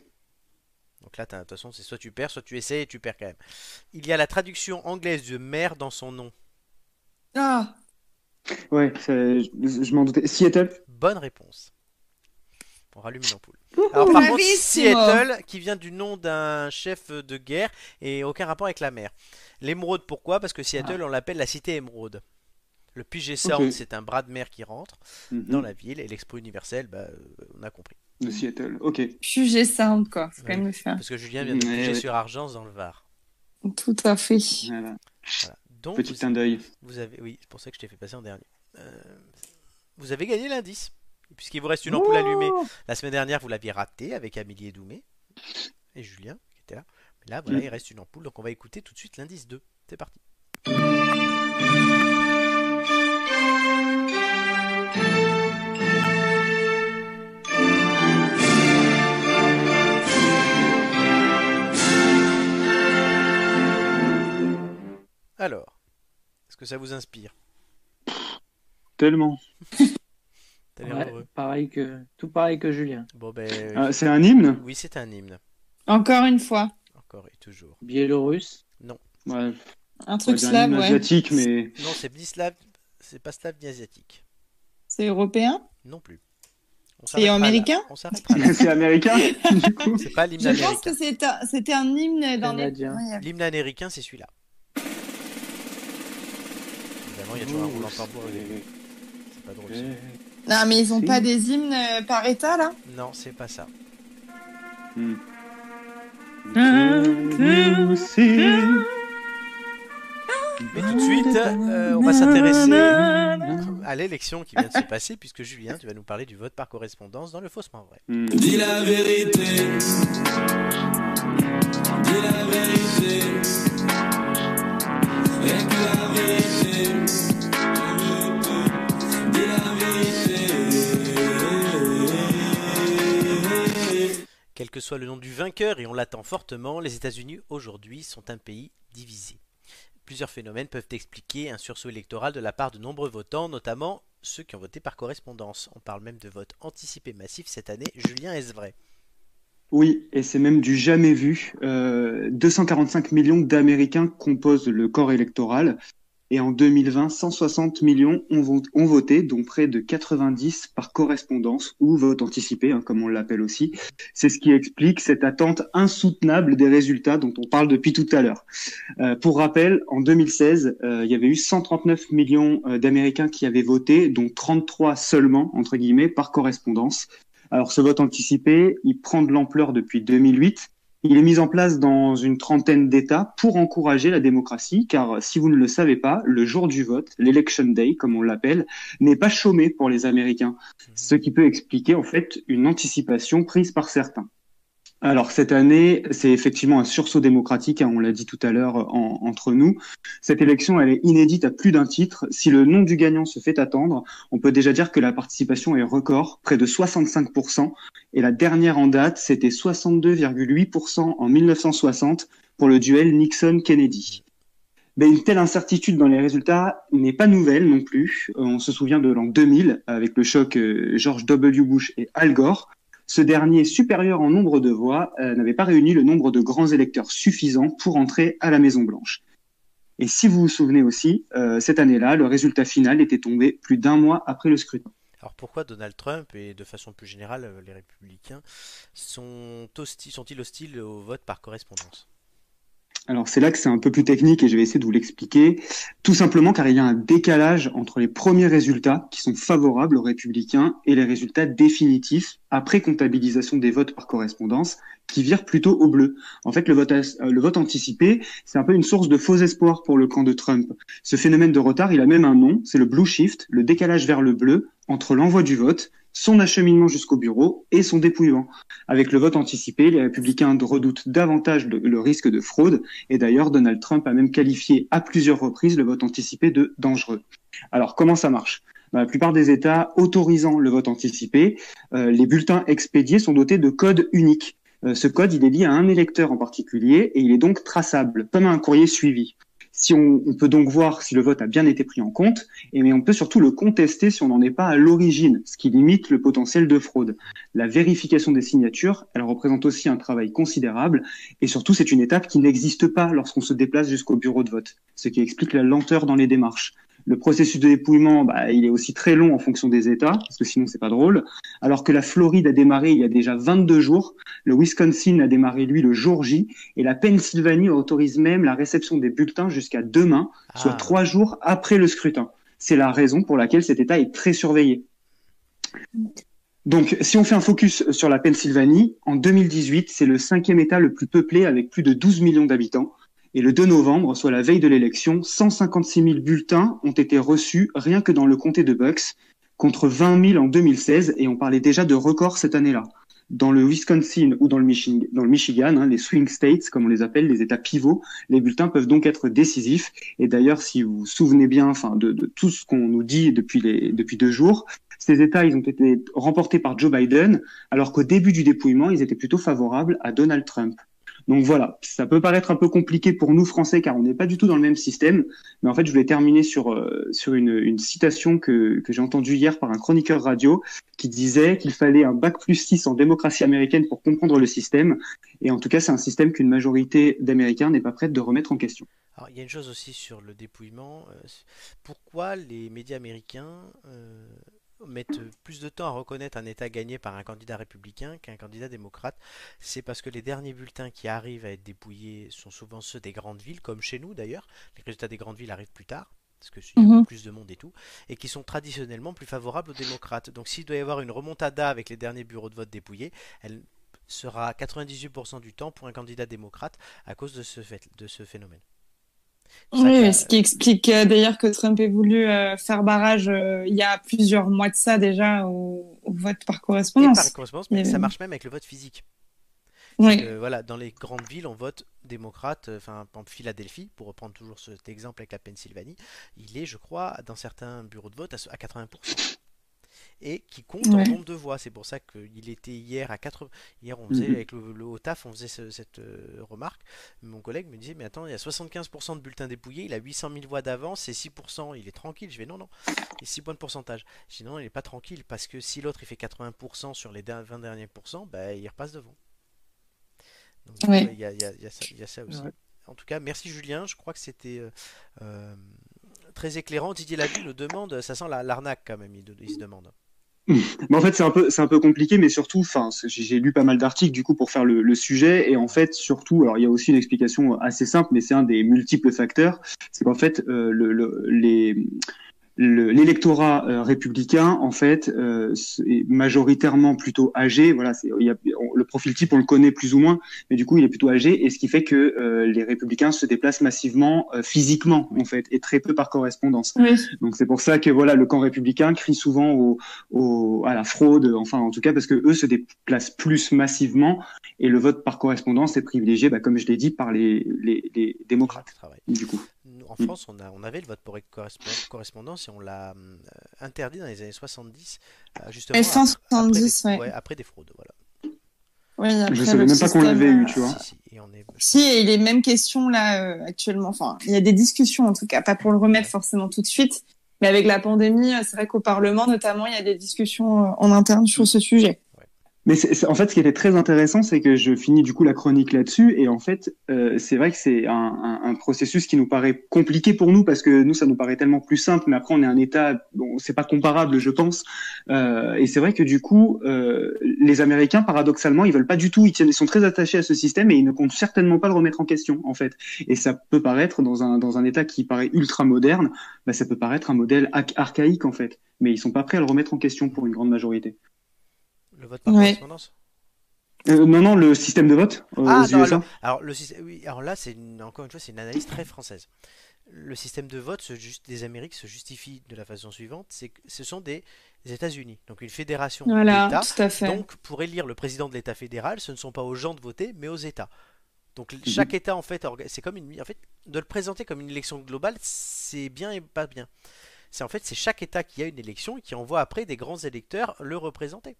A: Donc là, t'as- de toute façon, c'est soit tu perds, soit tu essaies et tu perds quand même. Il y a la traduction anglaise de mer dans son nom.
B: Ah,
D: Ouais, c'est- je, je m'en doutais. Seattle
A: Bonne réponse. On rallume l'ampoule. Alors par contre,
B: Bravissimo.
A: Seattle, qui vient du nom d'un chef de guerre et aucun rapport avec la mer. L'émeraude, pourquoi Parce que Seattle, on l'appelle la cité émeraude. Le Puget Sound,
D: Ah. Ok.
A: c'est un bras de mer qui rentre
D: Mhm.
A: dans la ville et l'expo universelle, bah, euh, on a compris.
D: De Seattle, ok.
B: Puget Sound, quoi. Faut quand
A: Ouais.
B: même le faire.
A: Parce que Julien vient de
D: Mm, Ouais,
A: Puget
D: ouais.
A: sur Argence dans le Var.
B: Tout à fait.
D: Voilà.
A: Voilà. Donc,
D: Petit
A: vous-
D: clin d'œil.
A: Vous avez, oui, c'est pour ça que je t'ai fait passer en dernier. Euh, vous avez gagné l'indice, puisqu'il vous reste une ampoule allumée. La semaine dernière, vous l'aviez raté avec Amélie et Doumé et Julien qui était là. Mais là, voilà,
D: Mm.
A: il reste une ampoule, donc on va écouter tout de suite l'indice 2. C'est parti. Alors, est-ce que ça vous inspire
D: Tellement.
A: T'as l'air
E: Ouais,
A: heureux.
E: pareil que... Tout pareil que Julien.
A: Bon ben,
D: Ah, c'est un hymne
A: oui, c'est un hymne,
B: Encore une fois.
A: encore et toujours.
E: Biélorusse.
D: Ouais,
B: Un
D: on va
B: truc
D: dire un
B: slave,
D: hymne
B: ouais.
D: asiatique, mais. [laughs]
A: Non, c'est ni slave, c'est pas slave ni asiatique.
B: C'est européen
A: Non plus. On
B: C'est
A: s'arrêtera là.
B: américain
A: On s'arrêtera là.
D: c'est américain,
A: Oh,
D: du coup.
A: C'est pas l'hymne
B: Je pense
A: américain.
B: que c'est un- c'était un hymne dans les.
E: Canadien.
B: Ouais,
A: L'hymne américain, c'est celui-là. Évidemment, il y a toujours un
D: Ouh,
A: roulant tambour au
D: c'est-
A: début. C'est pas drôle. ça.
B: Non, mais ils ont
D: Si.
B: pas des hymnes euh, par état là
A: Non, c'est pas ça.
D: [laughs]
A: Mais tout de suite, euh, on va s'intéresser à l'élection qui vient de se passer, puisque Julien, tu vas nous parler du vote par correspondance dans le faussement vrai.
D: Hmm.
F: Dis la vérité. Dis la vérité. Et que la vérité. Dis la vérité.
A: Quel que soit le nom du vainqueur, et on l'attend fortement, les États-Unis aujourd'hui sont un pays divisé. Plusieurs phénomènes peuvent expliquer un sursaut électoral de la part de nombreux votants, notamment ceux qui ont voté par correspondance. On parle même de vote anticipé massif cette année. Julien, est-ce vrai
D: Oui, et c'est même du jamais vu. Euh, 245 millions d'Américains composent le corps électoral. Et en 2020, 160 millions ont, vo- ont voté, dont près de 90 par correspondance ou vote anticipé, hein, comme on l'appelle aussi. C'est ce qui explique cette attente insoutenable des résultats dont on parle depuis tout à l'heure. Euh, pour rappel, en 2016, euh, il y avait eu 139 millions euh, d'Américains qui avaient voté, dont 33 seulement, entre guillemets, par correspondance. Alors ce vote anticipé, il prend de l'ampleur depuis 2008. Il est mis en place dans une trentaine d'États pour encourager la démocratie, car si vous ne le savez pas, le jour du vote, l'Election Day, comme on l'appelle, n'est pas chômé pour les Américains, ce qui peut expliquer en fait une anticipation prise par certains. Alors cette année, c'est effectivement un sursaut démocratique, hein, on l'a dit tout à l'heure en- entre nous. Cette élection, elle est inédite à plus d'un titre. Si le nom du gagnant se fait attendre, on peut déjà dire que la participation est record, près de 65%, et la dernière en date, c'était 62,8% en 1960 pour le duel Nixon-Kennedy. Ben, une telle incertitude dans les résultats n'est pas nouvelle non plus. Euh, on se souvient de l'an 2000 avec le choc euh, George W. Bush et Al Gore. Ce dernier, supérieur en nombre de voix, euh, n'avait pas réuni le nombre de grands électeurs suffisants pour entrer à la Maison Blanche. Et si vous vous souvenez aussi, euh, cette année-là, le résultat final était tombé plus d'un mois après le scrutin.
A: Alors pourquoi Donald Trump et de façon plus générale euh, les républicains sont hosti- sont-ils hostiles au vote par correspondance
D: Alors c'est là que c'est un peu plus technique et je vais essayer de vous l'expliquer. Tout simplement car il y a un décalage entre les premiers résultats qui sont favorables aux républicains et les résultats définitifs après comptabilisation des votes par correspondance qui virent plutôt au bleu. En fait, le vote, as- euh, le vote anticipé, c'est un peu une source de faux espoir pour le camp de Trump. Ce phénomène de retard, il a même un nom, c'est le blue shift, le décalage vers le bleu entre l'envoi du vote, son acheminement jusqu'au bureau et son dépouillement. Avec le vote anticipé, les républicains redoutent davantage le- le risque de fraude et d'ailleurs, Donald Trump a même qualifié à plusieurs reprises le vote anticipé de dangereux. Alors, comment ça marche Dans la plupart des États autorisant le vote anticipé, euh, les bulletins expédiés sont dotés de codes uniques. Euh, ce code, il est lié à un électeur en particulier et il est donc traçable, comme un courrier suivi. Si on, on peut donc voir si le vote a bien été pris en compte, et mais on peut surtout le contester si on n'en est pas à l'origine, ce qui limite le potentiel de fraude. La vérification des signatures, elle représente aussi un travail considérable, et surtout, c'est une étape qui n'existe pas lorsqu'on se déplace jusqu'au bureau de vote, ce qui explique la lenteur dans les démarches. Le processus de dépouillement, bah, il est aussi très long en fonction des États, parce que sinon c'est pas drôle. Alors que la Floride a démarré il y a déjà 22 jours, le Wisconsin a démarré lui le jour J, et la Pennsylvanie autorise même la réception des bulletins jusqu'à demain, soit
A: Ah.
D: trois jours après le scrutin. C'est la raison pour laquelle cet État est très surveillé. Donc, si on fait un focus sur la Pennsylvanie, en 2018, c'est le cinquième État le plus peuplé avec plus de 12 millions d'habitants. Et le 2 novembre, soit la veille de l'élection, 156 000 bulletins ont été reçus rien que dans le comté de Bucks, contre 20 000 en 2016, et on parlait déjà de record cette année-là. Dans le Wisconsin ou dans le, Michi- dans le Michigan, hein, les swing states, comme on les appelle, les États pivots, les bulletins peuvent donc être décisifs. Et d'ailleurs, si vous vous souvenez bien enfin, de, de tout ce qu'on nous dit depuis, les, depuis deux jours, ces États, ils ont été remportés par Joe Biden, alors qu'au début du dépouillement, ils étaient plutôt favorables à Donald Trump. Donc voilà, ça peut paraître un peu compliqué pour nous Français car on n'est pas du tout dans le même système, mais en fait je voulais terminer sur, euh, sur une, une citation que, que j'ai entendue hier par un chroniqueur radio qui disait qu'il fallait un bac plus 6 en démocratie américaine pour comprendre le système, et en tout cas c'est un système qu'une majorité d'Américains n'est pas prête de remettre en question.
A: Alors il y a une chose aussi sur le dépouillement. euh, c'est- Pourquoi les médias américains euh, mettent plus de temps à reconnaître un État gagné par un candidat républicain qu'un candidat démocrate C'est parce que les derniers bulletins qui arrivent à être dépouillés sont souvent ceux des grandes villes, comme chez nous d'ailleurs. Les résultats des grandes villes arrivent plus tard. Parce que il y a
B: Mhm.
A: plus de monde et tout, et qui sont traditionnellement plus favorables aux démocrates. Donc s'il doit y avoir une remontada avec les derniers bureaux de vote dépouillés, elle sera 98% du temps pour un candidat démocrate à cause de ce, fait, de ce phénomène. C'est ça qu'il y a-
B: Oui, ce qui explique euh, d'ailleurs que Trump ait voulu euh, faire barrage euh, il y a plusieurs mois de ça déjà au, au vote par
A: et
B: correspondance.
A: par correspondance, mais
B: Mais-
A: ça marche même avec le vote physique.
B: Oui.
A: Euh, voilà, dans les grandes villes, on vote démocrate. euh, Enfin, en Philadelphie, pour reprendre toujours cet exemple avec la Pennsylvanie, il est, je crois, dans certains bureaux de vote à so- à 80%. Et qui compte en
B: Ouais.
A: nombre de voix. C'est pour ça qu'il était hier à 80. Hier, on
B: Mm-hmm.
A: faisait
D: Mhm.
A: avec le, le au taf, on faisait ce- cette euh, remarque. Mon collègue me disait Mais attends, il y a 75% de bulletins dépouillés, il a 800 000 voix d'avance et 6%. Il est tranquille. Je vais Non, non, il est 6 points de pourcentage. Je dis Non, il n'est pas tranquille parce que si l'autre il fait 80% sur les der- 20 derniers pourcents, bah, il repasse devant. Donc,
B: Ouais.
A: il y a, il y a- il y a ça, il y a ça aussi.
C: Ouais.
A: En tout cas, merci Julien. Je crois que c'était euh, euh, très éclairant. Didier Lavu le demande. Ça sent la- l'arnaque quand même. Il, de- il se demande.
D: Mais en fait, c'est un peu, c'est un peu compliqué, mais surtout, enfin, c'est- j'ai j'ai lu pas mal d'articles du coup pour faire le, le sujet, et en fait, surtout, alors il y a aussi une explication assez simple, mais c'est un des multiples facteurs, c'est qu'en fait, euh, le, le- les le- l'électorat euh, républicain en fait euh, est majoritairement plutôt âgé voilà c'est il y a- on- le profil type on le connaît plus ou moins mais du coup il est plutôt âgé et ce qui fait que euh, les républicains se déplacent massivement euh, physiquement en fait et très peu par correspondance
B: Oui.
D: donc c'est pour ça que voilà le camp républicain crie souvent au, au- à la fraude, enfin en tout cas parce que eux se déplacent plus massivement et le vote par correspondance est privilégié, bah, comme je l'ai dit, par les, les, les démocrates.
A: Travail.
D: Du coup,
A: Nous, En
D: Mm.
A: France, on, a, on avait le vote pour correspo- correspondance et on l'a hum, euh, interdit dans les années 70, euh, justement
B: Et
A: ap- après,
B: 170,
A: des,
B: ouais.
A: ouais, après des fraudes. Voilà.
B: Oui, après,
D: je
B: le
D: savais même pas qu'on
B: système,
D: l'avait eu,
B: euh,
D: tu vois.
A: Si, si. Et on est
B: Si, et il est même question là euh, actuellement. Enfin, il y a des discussions en tout cas, pas pour le remettre forcément tout de suite, mais avec la pandémie, euh, c'est vrai qu'au Parlement notamment, il y a des discussions euh, en interne sur ce sujet.
D: Mais c'est- c'est- en fait, ce qui était très intéressant, c'est que je finis du coup la chronique là-dessus. Et en fait, euh, c'est vrai que c'est un, un- un processus qui nous paraît compliqué pour nous parce que nous, ça nous paraît tellement plus simple. Mais après, on est un État, bon, c'est pas comparable, je pense. Euh, et c'est vrai que du coup, euh, les Américains, paradoxalement, ils veulent pas du tout. Ils, tiennent- ils sont très attachés à ce système et ils ne comptent certainement pas le remettre en question, en fait. Et ça peut paraître dans un dans un État qui paraît ultra moderne, bah, ça peut paraître un modèle ac- archaïque, en fait. Mais ils sont pas prêts à le remettre en question pour une grande majorité.
A: Le vote par
B: Ouais.
A: correspondance
D: Euh, non, non, le système de vote euh,
A: Ah,
D: aux
A: non,
D: USA.
A: alors, alors, le système, oui, alors là, c'est une- encore une fois, c'est une analyse très française. Le système de vote se jus- des Amériques se justifie de la façon suivante, c'est que ce sont des États-Unis, donc une fédération
B: Voilà,
A: d'États.
B: tout à fait.
A: Donc, pour élire le président de l'État fédéral, ce ne sont pas aux gens de voter, mais aux États. Donc,
B: Mhm.
A: l- chaque État, en fait, orga- c'est comme une. En fait, de le présenter comme une élection globale, c'est bien et pas bien. C'est en fait, c'est chaque État qui a une élection et qui envoie après des grands électeurs le représenter.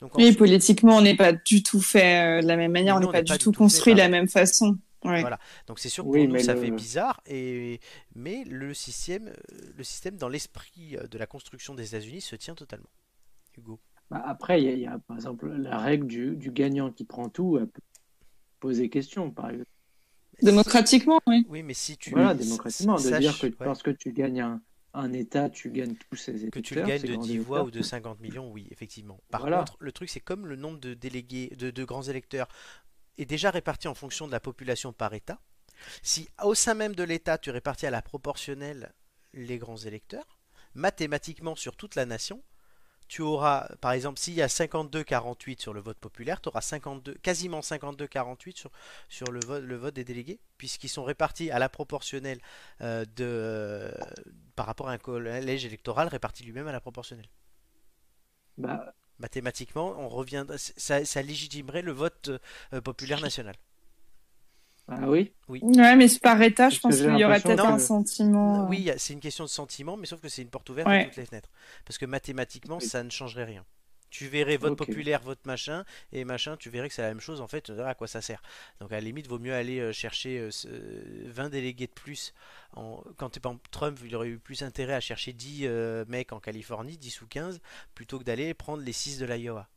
A: Donc, en
B: Oui,
A: dessous-
B: politiquement, on n'est pas du tout fait euh, de la même manière,
A: Non,
B: on n'est pas, du tout
A: fait
B: construit de la
A: pareil.
B: même façon. Ouais.
A: Voilà. Donc c'est sûr que
E: Oui,
A: pour nous
E: mais
A: ça
E: le-
A: fait bizarre et mais le système euh, le système dans l'esprit euh, de la construction des États-Unis se tient totalement. Hugo.
E: Bah, après, il y, a- il y a par exemple la règle du, du gagnant qui prend tout, elle peut poser question. Par exemple.
B: Démocratiquement, oui.
A: Oui, mais si tu
E: Voilà, démocratiquement, de
A: sache-
E: dire que
A: ouais,
E: parce que tu gagnes un, un État, tu gagnes tous ces États.
A: que tu le gagnes de 10 voix ou de 50 millions, oui, effectivement. Par
E: Voilà.
A: contre, le truc c'est comme le nombre de délégués de, de grands électeurs est déjà réparti en fonction de la population par État. Si au sein même de l'État tu répartis à la proportionnelle les grands électeurs, mathématiquement sur toute la nation, tu auras, par exemple, s'il y a 52-48 sur le vote populaire, tu auras 52, quasiment 52-48 sur, sur le, vote, le vote des délégués, puisqu'ils sont répartis à la proportionnelle euh, de, par rapport à un collège électoral réparti lui-même à la proportionnelle.
E: Bah,
A: Mathématiquement, on revient, ça, ça légitimerait le vote euh, populaire national.
E: ah oui,
B: Ouais, mais c'est par État, je
E: Parce
B: pense
E: que j'ai
B: qu'il y aurait
E: l'impression
B: peut-être
A: que-
B: un sentiment. euh,
A: Oui, y a- c'est une question de sentiment, mais sauf que c'est une porte ouverte à
B: Ouais.
A: toutes les fenêtres. Parce que mathématiquement,
E: Oui.
A: ça ne changerait rien. Tu verrais vote
E: Ok.
A: populaire, vote machin, et machin, tu verrais que c'est la même chose, en fait, tu te dirais à quoi ça sert. Donc à la limite, vaut mieux aller euh, chercher euh, ce- 20 délégués de plus. En... Quand t'es pas en Trump, il aurait eu plus intérêt à chercher 10 euh, mecs en Californie, 10 ou 15, plutôt que d'aller prendre les 6 de l'Iowa.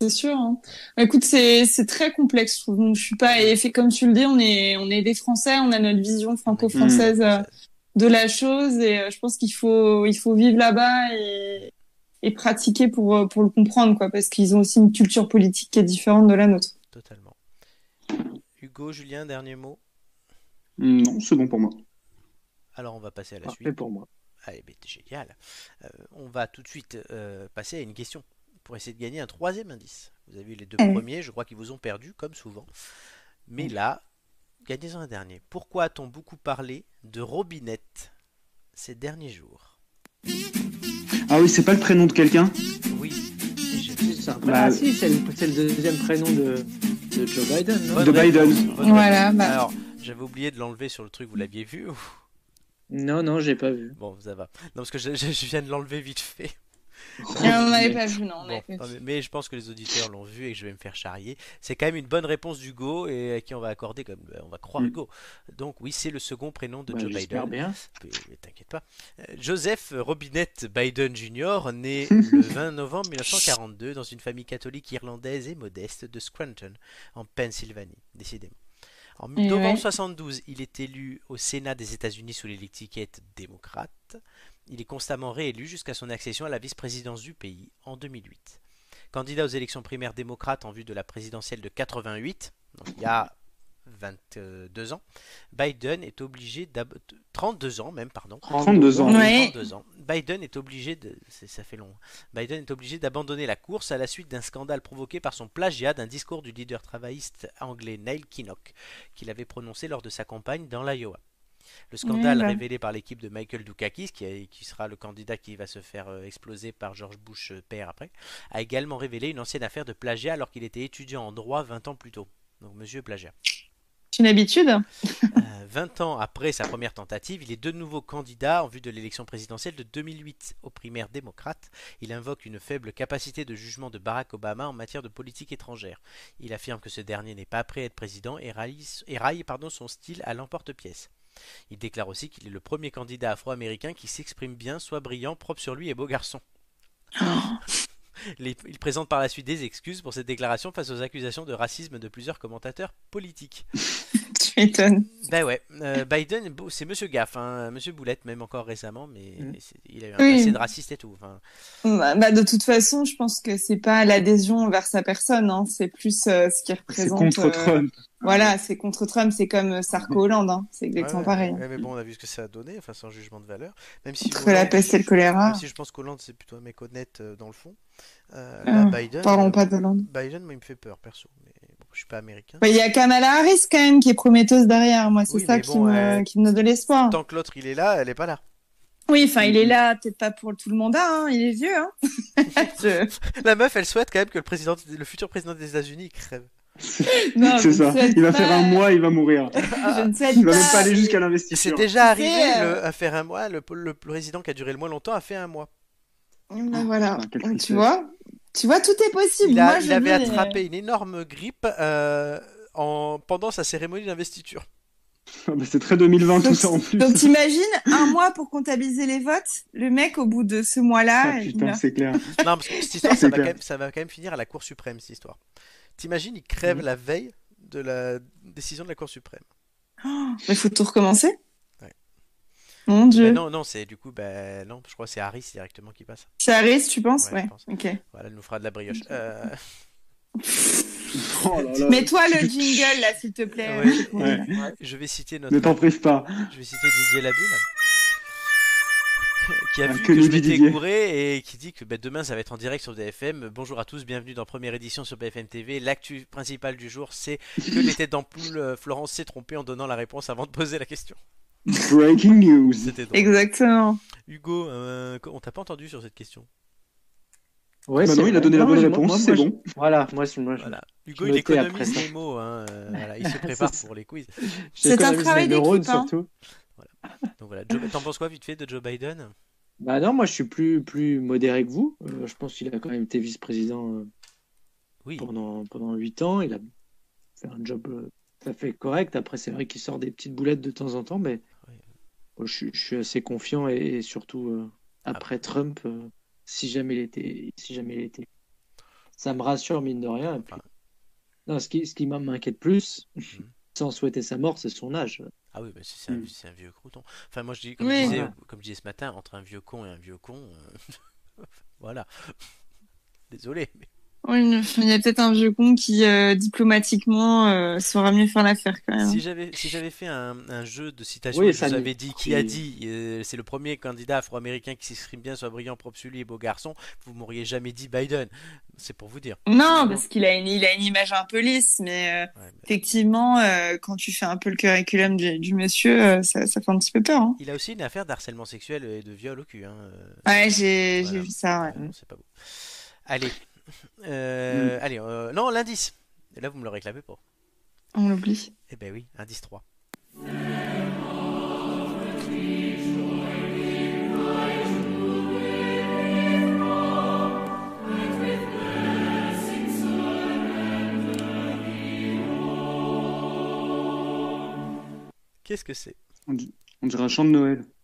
B: C'est sûr. hein. Écoute, c'est c'est très complexe. Je trouve. Donc, je suis pas. Et fait comme tu le dis, on est on est des Français, on a notre vision franco-française euh, de la chose, et euh, je pense qu'il faut il faut vivre là-bas et et pratiquer pour euh, pour le comprendre, quoi, parce qu'ils ont aussi une culture politique qui est différente de la nôtre.
A: Totalement. Hugo, Julien, dernier mot.
D: Mm, Non, c'est bon pour moi.
A: Alors on va passer à la
E: parfait
A: suite.
E: pour moi.
A: Ah, eh ben, t'es génial. Euh, on va tout de suite euh, passer à une question pour essayer de gagner un troisième indice. Vous avez eu les deux
B: Allez.
A: premiers, je crois qu'ils vous ont perdu, comme souvent. Mais là, gagnez-en un dernier. Pourquoi a-t-on beaucoup parlé de Robinette ces derniers jours
D: Ah oui, c'est pas le prénom de quelqu'un
A: Oui,
E: C'est un-
D: Bah,
E: ah si, c'est le, c'est le deuxième prénom de, de Joe Biden. non
A: Bonne
D: De
A: réponse,
D: Biden.
A: bonne
B: Voilà.
A: réponse.
B: Bah,
A: Alors, j'avais oublié de l'enlever sur le truc, vous l'aviez vu ou-
E: Non, non, j'ai pas vu.
A: Bon, ça va. Non, parce que je, je- je viens de l'enlever vite fait.
D: Oh,
B: Ah, on n'avait pas vu, non. on
A: Bon,
B: n'avait pas
A: non,
B: vu.
A: mais, mais je pense que les auditeurs l'ont vu et que je vais me faire charrier. C'est quand même une bonne réponse d'Hugo et à qui on va accorder comme euh, on va croire
D: Mm.
A: Hugo. Donc oui, c'est le second prénom de
E: Bah,
A: Joe
E: J'espère
A: Biden.
E: bien.
A: Mais- mais T'inquiète pas. Euh, Joseph Robinette Biden Jr.
E: [laughs]
A: né le 20 novembre 1942 dans une famille catholique irlandaise et modeste de Scranton, en Pennsylvanie, décidément. En
B: Eh ouais.
A: 1972, il est élu au Sénat des États-Unis sous l'étiquette démocrate. Il est constamment réélu jusqu'à son accession à la vice-présidence du pays en 2008. Candidat aux élections primaires démocrates en vue de la présidentielle de 88, donc il y a 22 ans, Biden est obligé d'ab- 32 ans même pardon
D: 32 ans.
B: Ouais.
A: 32 ans. Biden est obligé de c'est- ça fait long. Biden est obligé d'abandonner la course à la suite d'un scandale provoqué par son plagiat d'un discours du leader travailliste anglais Neil Kinnock qu'il avait prononcé lors de sa campagne dans l'Iowa. Le scandale
B: Mm, bah.
A: révélé par l'équipe de Michael Dukakis, qui, a- qui sera le candidat qui va se faire euh, exploser par George Bush euh, père après, a également révélé une ancienne affaire de plagiat alors qu'il était étudiant en droit 20 ans plus tôt. Donc monsieur plagiat.
B: C'est une habitude.
A: Euh, euh, 20 ans après sa première tentative, il est de nouveau candidat en vue de l'élection présidentielle de 2008 aux primaires démocrates. Il invoque une faible capacité de jugement de Barack Obama en matière de politique étrangère. Il affirme que ce dernier n'est pas prêt à être président et raille, et raille, pardon, son style à l'emporte-pièce. Il déclare aussi qu'il est le premier candidat afro-américain qui s'exprime bien, soit brillant, propre sur lui et beau garçon. Les- il présente par la suite des excuses pour cette déclaration face aux accusations de racisme de plusieurs commentateurs politiques.
B: [laughs] tu m'étonnes.
A: Ben ouais, euh, Biden, bon, c'est Monsieur Gaff, hein, Monsieur Boulette même encore récemment, mais
C: Mm.
A: c'est- il a eu un
B: Oui.
A: passé de raciste et tout. enfin.
B: Bah, bah, de toute façon, je pense que c'est pas l'adhésion envers sa personne, hein, c'est plus euh, ce qu'il
D: C'est
B: représente.
D: contre
B: euh,
D: Trump.
B: Voilà, c'est contre Trump, c'est comme euh, Sarko Hollande, hein, c'est exactement
A: Ouais,
B: pareil.
A: ouais, mais bon, on a vu ce que ça a donné, enfin sans jugement de valeur. Même si
B: Entre
A: Hollande-
B: la peste et le choléra.
A: même si je pense qu'Hollande c'est plutôt un mec honnête euh, dans le fond. Euh, là,
B: Euh,
A: Biden,
B: Parlons
A: euh,
B: pas d'Hollande.
A: Biden, moi il me fait peur perso, mais bon, je suis pas américain.
B: Bah, Il y a Kamala Harris quand même qui est prometteuse derrière, moi c'est
A: Oui,
B: ça
A: mais
B: qui,
A: bon,
B: me,
A: euh,
B: qui me donne de l'espoir.
A: Tant que l'autre il est là, elle est pas là. [laughs]
B: Oui, enfin il est là, peut-être pas pour tout le mandat, hein, il est vieux. Hein. [laughs] Je-
A: La meuf, elle souhaite quand même que le président, le futur président des États-Unis crève.
B: Non, je
D: [laughs] C'est
B: ne
D: ça.
B: souhaite
D: Il va
B: pas-
D: faire un mois, il va mourir.
B: Je ne souhaite
D: Il va
B: pas.
D: même pas aller jusqu'à
A: Et c'est
D: l'investiture.
A: déjà arrivé
B: euh,
A: le- à faire un mois. Le, le président qui a duré le moins longtemps a fait un mois.
B: Bah, voilà,
D: Ah, quelle
B: Donc, tu
D: tristesse.
B: vois, tu vois, tout est possible.
A: Il, a-
B: Moi,
A: il
B: je
A: avait
B: dis-
A: attrapé une énorme grippe euh, en, pendant sa cérémonie d'investiture.
D: Ah bah, c'est très 2020 tout ça [laughs] en plus.
B: Donc t'imagines un mois pour comptabiliser les votes, le mec au bout de ce mois-là,
D: Ah,
B: il
D: putain,
B: meurt.
D: c'est clair.
A: Non, parce que cette histoire, ça
D: C'est
A: va, quand
D: clair.
A: même, ça va quand même finir à la Cour suprême, cette histoire. T'imagines, il crève la veille de la décision de la Cour suprême.
B: mais faut tout recommencer.
A: Ouais.
B: Mon
A: Bah
B: dieu,
A: non, non, c'est du coup, bah, non, je crois que c'est Harris directement qui passe.
B: ça risque, tu penses
A: Ouais,
B: Ouais.
A: je pense.
B: Ok.
A: Voilà, elle nous fera de la brioche.
B: [laughs]
A: Euh,
D: Oh là là.
B: Mets-toi le jingle là, s'il te plaît.
A: [laughs] ouais,
D: Ouais.
A: Je vais citer notre.
D: Ne t'en prive pas.
A: Je vais citer Didier Labulle. Qui a
D: Ah,
A: vu
D: que
A: que, je
D: nous dit
A: m'étais
D: Didier.
A: gouré et qui dit que bah, demain ça va être en direct sur BFM. Bonjour à tous, bienvenue dans première édition sur BFM TV. L'actu principale du jour, c'est
D: [laughs]
A: que les têtes d'ampoule euh, Florence s'est trompée en donnant la réponse avant de poser la question.
D: Breaking news.
A: C'était drôle.
B: Exactement.
A: Hugo, euh, on t'a pas entendu sur cette question.
E: Ouais,
D: Bah
E: c'est
D: non, il a
E: vrai.
D: donné la
E: Non,
D: bonne
E: moi, moi,
D: réponse, c'est
E: moi,
D: bon.
E: je- Voilà, moi, je- moi, je-
A: Voilà. Hugo,
E: Je
A: il
E: notais après
A: économise
E: ça.
A: les mots. hein, euh, voilà,
D: [laughs]
A: il se prépare pour les quiz.
B: C'est un
E: j'économise mes
B: travail d'équipe,
E: neurones,
B: hein.
E: surtout.
A: Donc voilà. Joe- T'en penses quoi vite fait de Joe Biden
E: Bah non, moi, je suis plus, plus modéré que vous. Euh, je pense qu'il a quand même été vice-président euh,
A: Oui.
E: pendant, pendant 8 ans. Il a fait un job euh, tout à fait correct. Après, c'est vrai qu'il sort des petites boulettes de temps en temps, mais
A: Ouais.
E: euh, je, suis- je suis assez confiant et, et surtout euh,
A: Ah.
E: après Trump, euh, si jamais il était, si jamais il était, ça me rassure mine de rien. Et puis,
A: Enfin.
E: non, ce qui, ce qui m'inquiète plus,
A: Mhm.
E: sans souhaiter sa mort, c'est son
B: [laughs]
E: âge.
A: Ah oui, bah c'est c'est un,
D: Mm.
A: c'est un vieux crouton. Enfin, moi, je dis, comme,
B: Oui.
A: je disais,
E: Voilà.
A: comme je disais ce matin, entre un vieux con et un vieux con, euh, [laughs] voilà. Désolé. mais-
B: Oui, Oh, il y a peut-être un vieux con qui euh, diplomatiquement euh, saura mieux faire l'affaire quand même.
A: Si j'avais si j'avais fait un, un jeu de citations,
E: Ah Oui,
A: et je
E: ça
A: vous
E: nous-
A: avais dit qui a
E: oui.
A: dit, euh, c'est le premier candidat afro-américain qui s'exprime bien, soit brillant, propre sur lui et beau garçon, vous m'auriez jamais dit Biden. C'est pour vous dire.
B: Non, parce qu'il a une, il a une image un peu lisse, mais euh,
A: Ouais, mais-
B: effectivement, euh, quand tu fais un peu le curriculum du, du monsieur, euh, ça, ça fait un petit peu peur. Hein.
A: Il a aussi une affaire d'harcèlement sexuel et de viol au cul. Hein. euh,
B: Ouais, j'ai
A: Voilà. Mm.
B: j'ai vu ça. Ouais.
A: Ouais, non, c'est pas beau. Allez.
E: Mm.
A: Euh, Allez, euh, non, l'indice. Et Là, vous me le réclamez pas.
B: On l'oublie.
A: Eh ben oui, indice 3. Qu'est-ce que c'est
D: On dirait un chant de Noël. [laughs]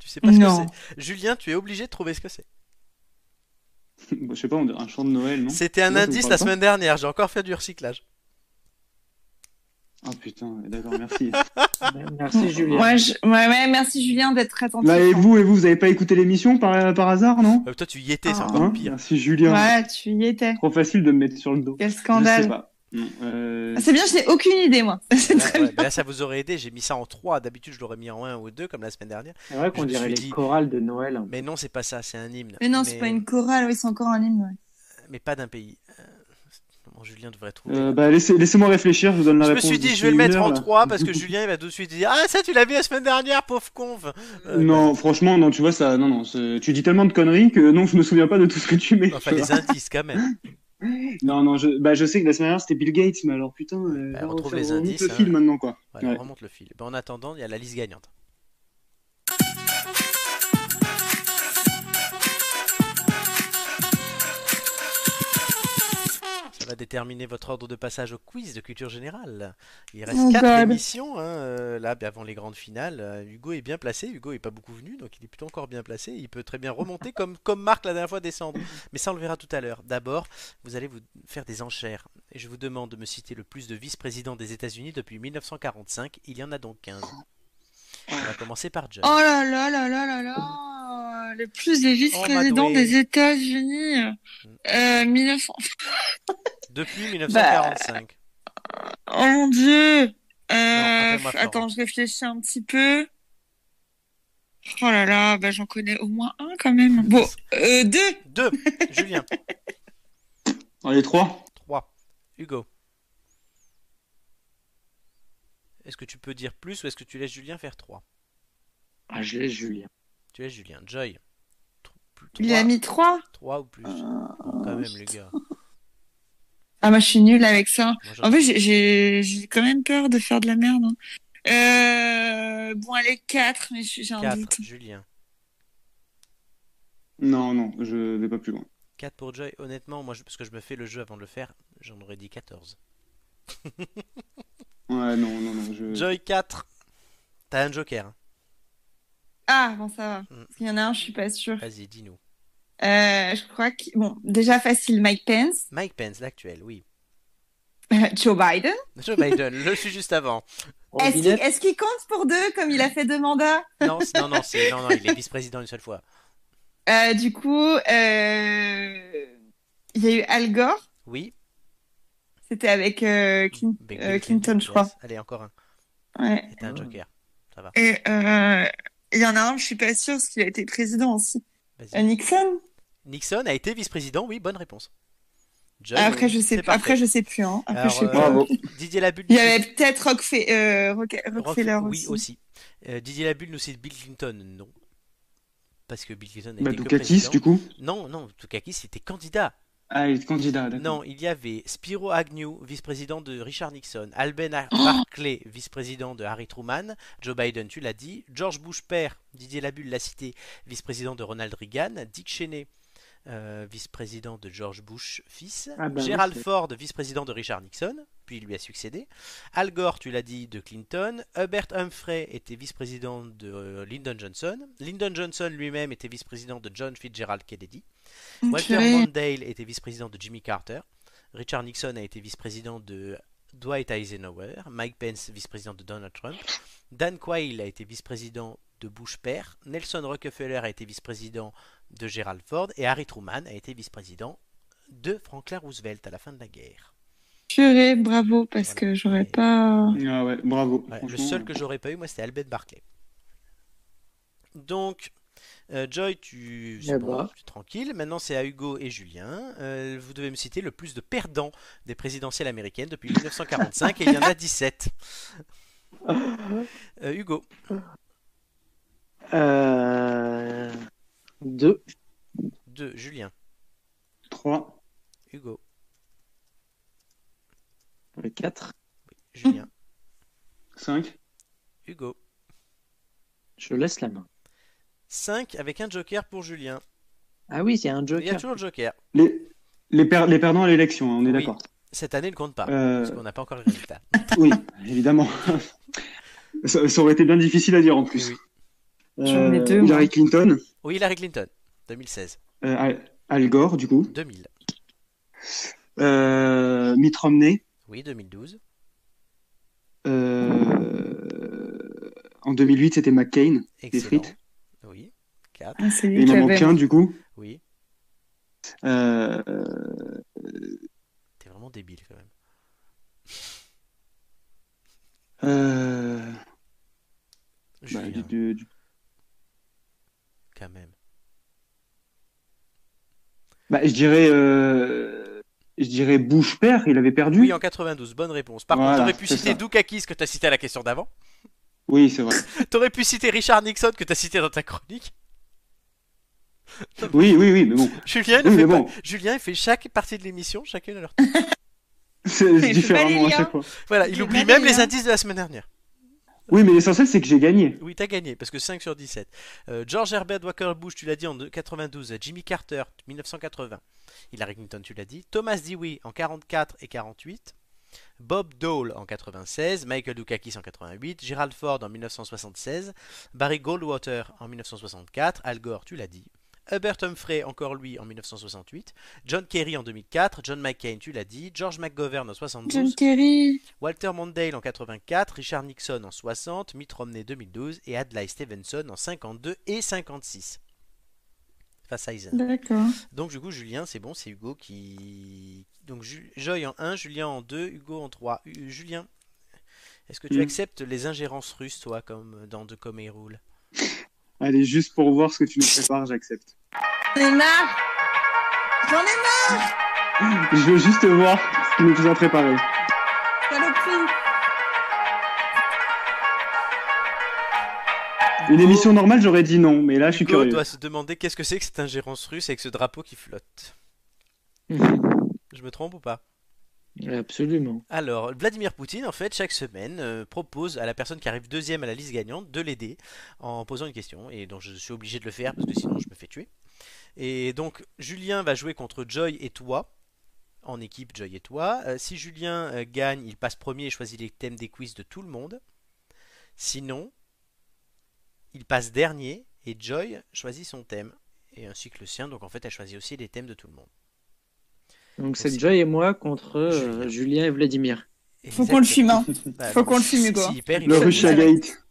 A: Tu sais pas ce
B: Non.
A: que c'est Julien, tu es obligé de trouver ce que c'est.
D: Bah, je sais pas, on dirait un chant de Noël, non
A: C'était un
D: Moi, ça me
A: indice
D: parle
A: la
D: pas.
A: semaine dernière, j'ai encore fait du recyclage.
D: Ah putain, d'accord,
B: [laughs]
D: merci.
E: Merci Julien.
B: Ouais, je- ouais, ouais, merci Julien d'être très attentif.
D: Là, Bah, et vous, et vous, vous avez pas écouté l'émission par, par hasard, non
A: Euh, toi, tu y étais, c'est
B: Ah.
A: encore
D: Hein
A: pire.
D: Merci Julien.
B: Ouais, tu y étais.
D: Trop facile de me mettre sur le dos.
B: Quel
D: Je sais
B: scandale.
D: pas. Non, euh,
B: Ah, C'est bien, je n'ai aucune idée, moi. [laughs] [laughs] C'est
A: Là,
B: très
A: ouais,
B: bien.
A: mais là, ça vous aurait aidé, j'ai mis ça en 3. D'habitude, je l'aurais mis en 1 ou 2 comme la semaine dernière.
E: C'est vrai
A: Je
E: qu'on
A: me
E: dirait
A: suis
E: les
A: dit-
E: chorales de Noël. hein.
A: Mais non, c'est pas ça, c'est un hymne.
B: Mais non, c'est pas une chorale, oui, c'est encore un hymne. ouais.
A: mais pas d'un pays. Euh, bon, Julien devrait trouver.
D: euh, bah, laissez- Laissez-moi réfléchir, je vous donne la
A: je me
D: réponse.
A: suis dit,
D: d'ici
A: je vais le
D: une
A: mettre
D: heure,
A: en
D: là.
A: 3 parce que Julien il va tout de suite dire Ah, ça, tu l'as vu la semaine dernière, pauvre con Enfin, euh,
D: Non, franchement, non, tu [laughs] vois, ça. Non, non, c'est- tu dis tellement de conneries que non, je me souviens pas de tout ce que tu mets.
A: Enfin, les indices quand même.
D: Non, non, je, bah, je sais que la semaine dernière c'était Bill Gates, mais alors putain, euh,
A: Bah,
D: va
A: retrouve
D: refaire-
A: les
D: remonte
A: indices,
D: le
A: hein.
D: fil maintenant quoi.
A: Voilà,
D: Ouais.
A: on remonte le fil. Ben, en attendant, il y a la liste gagnante. Ça va déterminer votre ordre de passage au quiz de culture générale. Il reste
B: Oh
A: quatre
B: God.
A: émissions hein, euh, là ben, avant les grandes finales. Euh, Hugo est bien placé. Hugo est pas beaucoup venu, donc il est plutôt encore bien placé. Il peut très bien remonter [laughs] comme comme Marc la dernière fois descendre. Mais ça on le verra tout à l'heure. D'abord, vous allez vous faire des enchères. Et je vous demande de me citer le plus de vice-présidents des États-Unis depuis 1945. Il y en a donc 15. On va commencer par John.
B: Oh là là là là là là euh, Le plus des
A: Oh,
B: vice-présidents
A: Madoué.
B: des États-Unis. Euh, 1900. Bah.
A: Depuis 1945.
B: Oh mon dieu euh,
A: appelle-moi Florent.
B: Attends, je réfléchis un petit peu. Oh là là, bah j'en connais au moins un quand même. Bon, euh, deux
A: 2. Julien.
D: Dans les trois
A: 3. Hugo. Est-ce que tu peux dire plus ou est-ce que tu laisses Julien faire 3
E: Ah, je laisse Julien.
A: Tu laisses Julien. Joy.
B: Il a mis Euh, trois
A: 3 ou plus. Quand même, les gars. Moi,
B: Ah, moi je suis nulle avec ça.
A: j'en-
B: En fait, j'ai- j'ai j'ai quand même peur de faire de la merde. hein. Euh, bon, allez, quatre, mais je- j'ai un
A: 4.
B: doute.
A: Julien.
D: Non, non, je vais pas plus loin.
A: 4 pour Joy, honnêtement, moi, je- parce que je me fais le jeu avant de le faire, j'en aurais dit 14.
D: Ouais, non, non, non, je.
A: Joy 4 T'as un joker, hein.
B: Ah, bon, ça va.
A: Mm.
B: Parce qu'il y en a un, je suis pas sûre.
A: vas-y, dis-nous.
B: Euh, je crois que... Bon, déjà facile, Mike Pence, [laughs]
A: Mike Pence, l'actuel, oui. [laughs]
B: euh, Joe Biden.
A: Joe Biden, le suis juste avant.
B: Est-ce qu'il est-ce qu'il compte pour deux, comme il a fait deux mandats
A: Non, c'est- non, non, c'est- non, non, il est vice-président une seule fois.
B: Euh, Du coup, euh, il y a eu Al Gore,
A: Oui. Ben,
B: c'était avec euh, Clin-
A: Bill
B: euh, Clinton, je
A: yes.
B: crois. Euh,
A: Allez, encore un.
B: Ouais.
A: Et t'as un joker. Ça va.
B: Et euh, il y en a un, je suis pas sûre, parce qu'il a été président aussi. Euh,
A: Vas-y.
B: Nixon
A: Nixon a été vice-président, oui, bonne réponse. Joy,
B: Ah, Après, je sais,
A: c'est parfait.
B: après, je sais plus. Hein. Après,
A: Alors,
B: je sais
A: euh,
B: pas.
D: Bravo.
A: Didier Labulle.
B: Il y avait peut-être Rockfe- euh, Roca- Rockefeller
A: Rock-
B: aussi.
A: Oui, aussi. Euh, Didier Labulle nous cite Bill Clinton, non. Parce que Bill Clinton a
D: Bah,
A: été que
D: Dukakis,
A: président.
D: du coup.
A: Non, non, Toukakis c'était candidat.
D: Ah, il est candidat, d'accord.
A: Non, il y avait Spiro Agnew, vice-président de Richard Nixon, Alben Ar- Barclay, vice-président de Harry Truman, Joe Biden, tu l'as dit, George Bush père, Didier Labulle l'a cité, vice-président de Ronald Reagan, Dick Cheney, euh, vice-président de George Bush fils,
E: Ah bah oui,
A: Gerald
E: c'est-
A: Ford, vice-président de Richard Nixon, puis il lui a succédé, Al Gore, tu l'as dit, de Clinton, Hubert Humphrey était vice-président de euh, Lyndon Johnson, Lyndon Johnson lui-même était vice-président de John Fitzgerald Kennedy, Walter
B: Purée.
A: Mondale était vice-président de Jimmy Carter. Richard Nixon a été vice-président de Dwight Eisenhower. Mike Pence, vice-président de Donald Trump. Dan Quayle a été vice-président de Bush père. Nelson Rockefeller a été vice-président de Gerald Ford. Et Harry Truman a été vice-président de Franklin Roosevelt à la fin de la guerre.
B: Purée, bravo, parce
A: Voilà.
B: que j'aurais pas...
D: Ah ouais, bravo.
A: Voilà, le
D: franchement.
A: seul que j'aurais pas eu, moi, c'était Albert Barclay. Donc, euh, Joy, tu c'est
E: Eh
A: bon,
D: bah.
E: ben.
A: tu es tranquille. Maintenant, c'est à Hugo et Julien. Euh, vous devez me citer le plus de perdants des présidentielles américaines depuis 1945, et il y en a
D: [laughs]
A: 17. Euh, Hugo,
E: Euh... Deux.
A: 2. Julien,
D: Trois.
A: Hugo,
E: Le euh, quatre.
A: Julien,
D: Cinq.
A: Hugo.
E: Je laisse la main.
A: 5 avec un joker pour Julien.
E: Ah oui, c'est un
A: Il y a
E: joker.
A: toujours le joker.
D: Les, les, per- les perdants à l'élection, hein, on est
A: Oui.
D: d'accord.
A: Cette année, il ne compte pas,
D: Euh,
A: parce qu'on n'a pas encore le résultat. [laughs]
D: Oui, évidemment. ça, ça aurait été bien difficile à dire en [laughs] plus. Euh,
A: Oui.
B: J'en ai deux,
D: Hillary
B: moi.
D: Clinton,
A: Oui, Hillary Clinton, 2016.
D: euh, Al- Al Gore, du coup,
A: 2000.
D: euh, Mitt Romney,
A: Oui, 2012.
D: euh, en 2008 c'était McCain,
A: Excellent.
D: frites.
A: Oui. 4.
B: Ah, c'est
D: et
B: lui
D: il
B: qui
D: en
B: avait-
D: manque un du coup.
A: Oui.
D: Euh, euh,
A: T'es vraiment débile quand même.
D: euh, bah,
A: Julien,
D: du- du- du-
A: quand même.
D: bah, je dirais, euh, je dirais Bush père, il avait perdu.
A: Oui, hein. en 92, bonne réponse. Par contre,
D: Voilà,
A: t'aurais pu
D: c'est
A: citer
D: ça.
A: Dukakis que t'as cité à la question d'avant.
D: Oui, c'est vrai.
A: T'aurais pu citer Richard Nixon que t'as cité dans ta chronique.
D: Oui, oui, oui,
A: [laughs]
D: mais bon,
A: Julien, il fait
D: Oui, mais
A: pas-
D: bon.
A: Julien, il fait chaque partie de l'émission, chacune à leur
D: c'est
B: Mais je fais pas les
D: différemment à
B: liens.
D: chaque
A: hein.
D: fois.
A: Voilà,
B: Il
A: il
B: est
A: oublie
B: malin,
A: même les
B: hein.
A: indices de la semaine dernière.
D: Oui, mais l'essentiel, c'est que j'ai gagné.
A: Oui, t'as gagné, parce que 5 sur 17. Euh, George Herbert Walker Bush, tu l'as dit en de- 92. Jimmy Carter, 1980. Hillary Clinton, tu l'as dit. Thomas Dewey en 44 et 48. Bob Dole en 96, Michael Dukakis en 88, Gerald Ford en 1976, Barry Goldwater en 1964, Al Gore, tu l'as dit, Hubert Humphrey, encore lui, en 1968, John Kerry en 2004, John McCain, tu l'as dit, George McGovern en 72,
B: John Kerry.
A: Walter Mondale en 84, Richard Nixon en 60, Mitt Romney 2012 et Adlai Stevenson en 52 et 56. Face à Eisenhower.
B: D'accord.
A: Donc du coup Julien c'est bon, c'est Hugo qui... Donc Ju- Joy en 1, Julien en 2, Hugo en 3. Julien, est-ce que tu
D: Mm.
A: acceptes les ingérences russes toi comme dans The Comey Rule
D: Allez, juste pour voir ce que tu nous prépares, j'accepte.
B: J'en ai marre. J'en ai marre.
D: Je veux juste voir ce qu'il nous a préparé.
B: Saloperie.
D: Une émission normale, j'aurais dit non, mais là, je suis
A: Hugo
D: curieux.
A: doit se demander qu'est-ce que c'est que cette ingérence russe avec ce drapeau qui flotte.
E: [laughs]
A: Je me trompe ou pas
E: Euh, Absolument.
A: Alors, Vladimir Poutine, en fait, chaque semaine, euh, propose à la personne qui arrive deuxième à la liste gagnante de l'aider en posant une question. Et donc, je suis obligé de le faire parce que sinon, je me fais tuer. Et donc, Julien va jouer contre Joy et toi. En équipe, Joy et toi. Euh, si Julien euh, gagne, il passe premier et choisit les thèmes des quiz de tout le monde. Sinon, il passe dernier et Joy choisit son thème. Et ainsi que le sien. Donc, en fait, elle choisit aussi les thèmes de tout le monde.
E: Donc
A: Aussi.
E: c'est Joy et moi contre euh, Julien et Vladimir.
B: Faut qu'on le fume. Hein.
A: Bah,
B: Faut qu'on le fume,
A: si-
B: Hugo.
A: s'il perd, il
D: Le
A: le fume.
D: Russia Gate.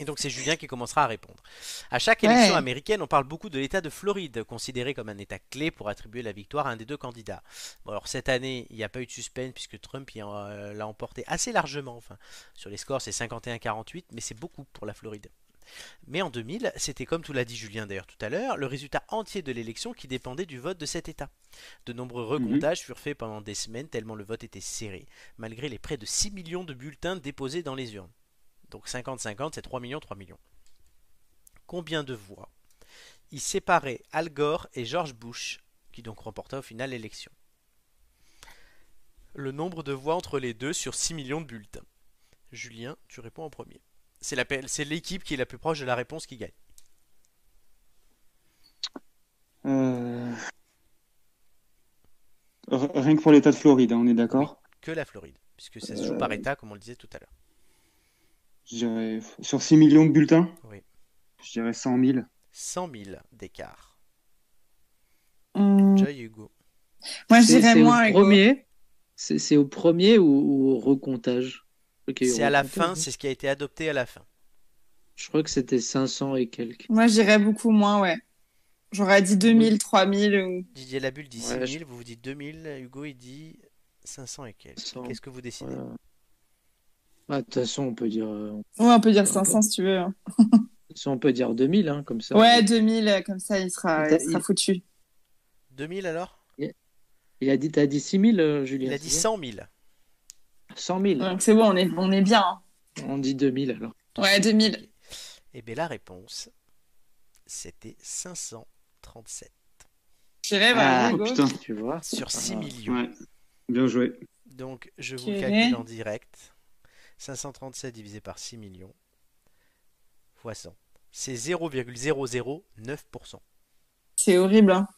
A: Et donc c'est Julien qui commencera à répondre. À chaque
B: Ouais.
A: élection américaine, on parle beaucoup de l'État de Floride, considéré comme un État clé pour attribuer la victoire à un des deux candidats. Bon, alors cette année, il n'y a pas eu de suspense puisque Trump y en- euh, l'a emporté assez largement. Enfin, sur les scores, c'est 51-48, mais c'est beaucoup pour la Floride. Mais en 2000, c'était comme tout l'a dit Julien d'ailleurs tout à l'heure, le résultat entier de l'élection qui dépendait du vote de cet État. De nombreux recomptages furent faits pendant des semaines tellement le vote était serré, malgré les près de 6 millions de bulletins déposés dans les urnes. Donc 50-50, c'est 3 millions, 3 millions. Combien de voix Ils séparaient Al Gore et George Bush, qui donc remporta au final l'élection. Le nombre de voix entre les deux sur 6 millions de bulletins. Julien, tu réponds en premier. C'est la pe- c'est l'équipe qui est la plus proche de la réponse qui gagne.
D: Euh, r- Rien que pour l'État de Floride, hein, on est d'accord
A: Que la Floride, puisque ça se joue par État, comme on le disait tout à l'heure.
D: Je dirais- Sur 6 millions de bulletins
A: Oui.
D: Je dirais 100 000.
A: 100 000 d'écart.
B: Hum,
A: Joy Hugo.
B: Moi, je
E: C'est
B: dirais
E: c'est au
B: moins. Hugo.
E: premier. C'est c'est au premier ou, ou au recomptage Ok, au
A: C'est à la
E: recomptage,
A: fin,
E: hein.
A: c'est ce qui a été adopté à la fin.
E: Je crois que c'était 500 et quelques.
B: Moi, je dirais beaucoup moins, ouais. J'aurais dit 2000, 3000. ou-
A: Didier Labulle dit
E: Ouais,
A: 6
E: je-
A: 000, vous vous dites 2000, Hugo il dit 500 et quelques.
E: 100,
A: Qu'est-ce que vous décidez
E: voilà. Ah, De toute façon, on peut dire, euh, de
B: Ouais, on peut dire 500 si tu veux. hein.
E: toute façon, on peut dire 2000, hein, comme ça.
B: Ouais, 2000, euh, comme ça, il sera, il
E: Il-
B: sera foutu.
A: 2000 alors
E: Il a dit, t'as dit 6000, euh, Julien
A: Il a dit
E: c'est
A: 100 000.
E: ça 100 000.
B: Donc, c'est bon, on est, on est bien. hein.
E: On dit 2000 alors.
B: Ouais, 2000.
A: Et Eh bien la réponse, c'était 537
B: Je dirais,
E: Ah,
B: bah,
D: Oh
B: Hugo.
D: putain,
E: Tu vois
A: sur 6
E: Ah,
A: millions.
D: ouais. Bien joué.
A: Donc je vous
B: Ok.
A: calcule en direct. 537 divisé par 6 millions fois 100. C'est 0,009%.
B: C'est horrible. hein.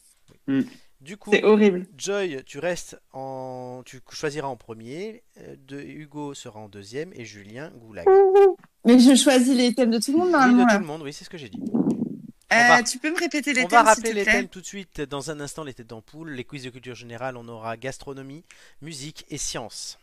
A: Du coup,
B: C'est horrible.
A: Joy, tu restes en. Tu choisiras en premier. euh, De... Hugo sera en deuxième. Et Julien Goulag.
B: Mais je choisis les thèmes de tout le monde,
A: Oui,
B: normalement.
A: de tout
B: là.
A: le monde, oui, c'est ce que j'ai dit.
B: Euh,
A: On va-
B: tu peux me répéter les
A: On va
B: thèmes, s'il
A: rappeler
B: te
A: les
B: plaît
A: thèmes tout de suite. Dans un instant, les têtes d'ampoule, les quiz de culture générale, on aura gastronomie, musique et sciences.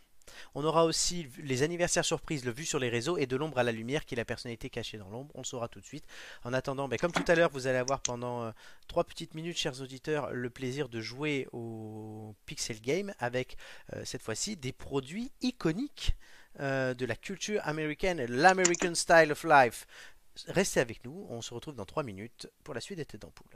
A: On aura aussi les anniversaires surprises, le vu sur les réseaux et de l'ombre à la lumière, qui est la personnalité cachée dans l'ombre. On le saura tout de suite. En attendant, ben, comme tout à l'heure, vous allez avoir pendant euh, trois petites minutes, chers auditeurs, le plaisir de jouer au Pixel Game avec euh, cette fois-ci des produits iconiques euh, de la culture américaine, l'American Style of Life. Restez avec nous, on se retrouve dans trois minutes pour la suite des têtes d'ampoule.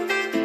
F: Des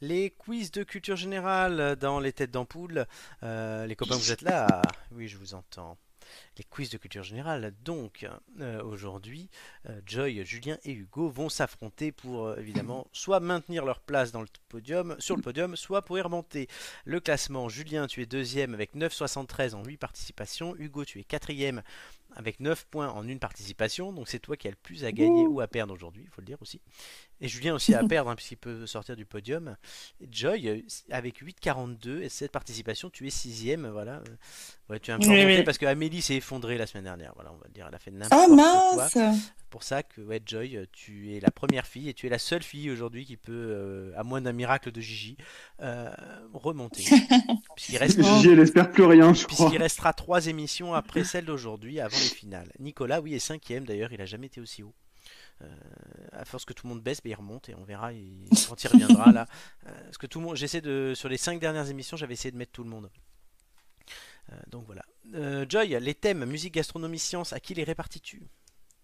A: les quiz de culture générale dans les têtes d'ampoule. Euh, les copains, vous êtes là Oui, je vous entends. Les quiz de culture générale. Donc, euh, aujourd'hui, euh, Joy, Julien et Hugo vont s'affronter pour euh, évidemment soit maintenir leur place dans le podium, sur le podium, soit pour y remonter. Le classement, Julien, tu es deuxième avec 9,73 en 8 participations. Hugo, tu es quatrième avec 9 points en une participation. Donc c'est toi qui as le plus à gagner ou à perdre aujourd'hui, il faut le dire aussi. Et Julien aussi à perdre, hein, puisqu'il peut sortir du podium. Joy, euh, avec 8,42 et 7 participations, tu es sixième. Voilà. Ouais, tu es un peu
B: Oui,
A: remonté
B: oui.
A: parce que Amélie s'est effondrée la semaine dernière. Voilà, on va le dire, elle a fait n'importe
B: Oh
A: quoi
B: mince
A: pour ça que ouais, Joy, euh, tu es la première fille et tu es la seule fille aujourd'hui qui peut, euh, à moins d'un miracle de Gigi, euh,
B: [laughs]
A: remonter. Puisqu'il reste-
D: J'y espère plus rien, je crois.
A: puisqu'il restera trois émissions après celle d'aujourd'hui, avant les finales. Nicolas, oui, est cinquième d'ailleurs, il a jamais été aussi haut. Euh, à force que tout le monde baisse, ben, il remonte et on verra il- quand il reviendra là. Euh, parce que tout le monde, j'essaie de sur les cinq dernières émissions, j'avais essayé de mettre tout le monde. Euh, donc voilà. Euh, Joy, les thèmes musique, gastronomie, sciences, à qui les répartis-tu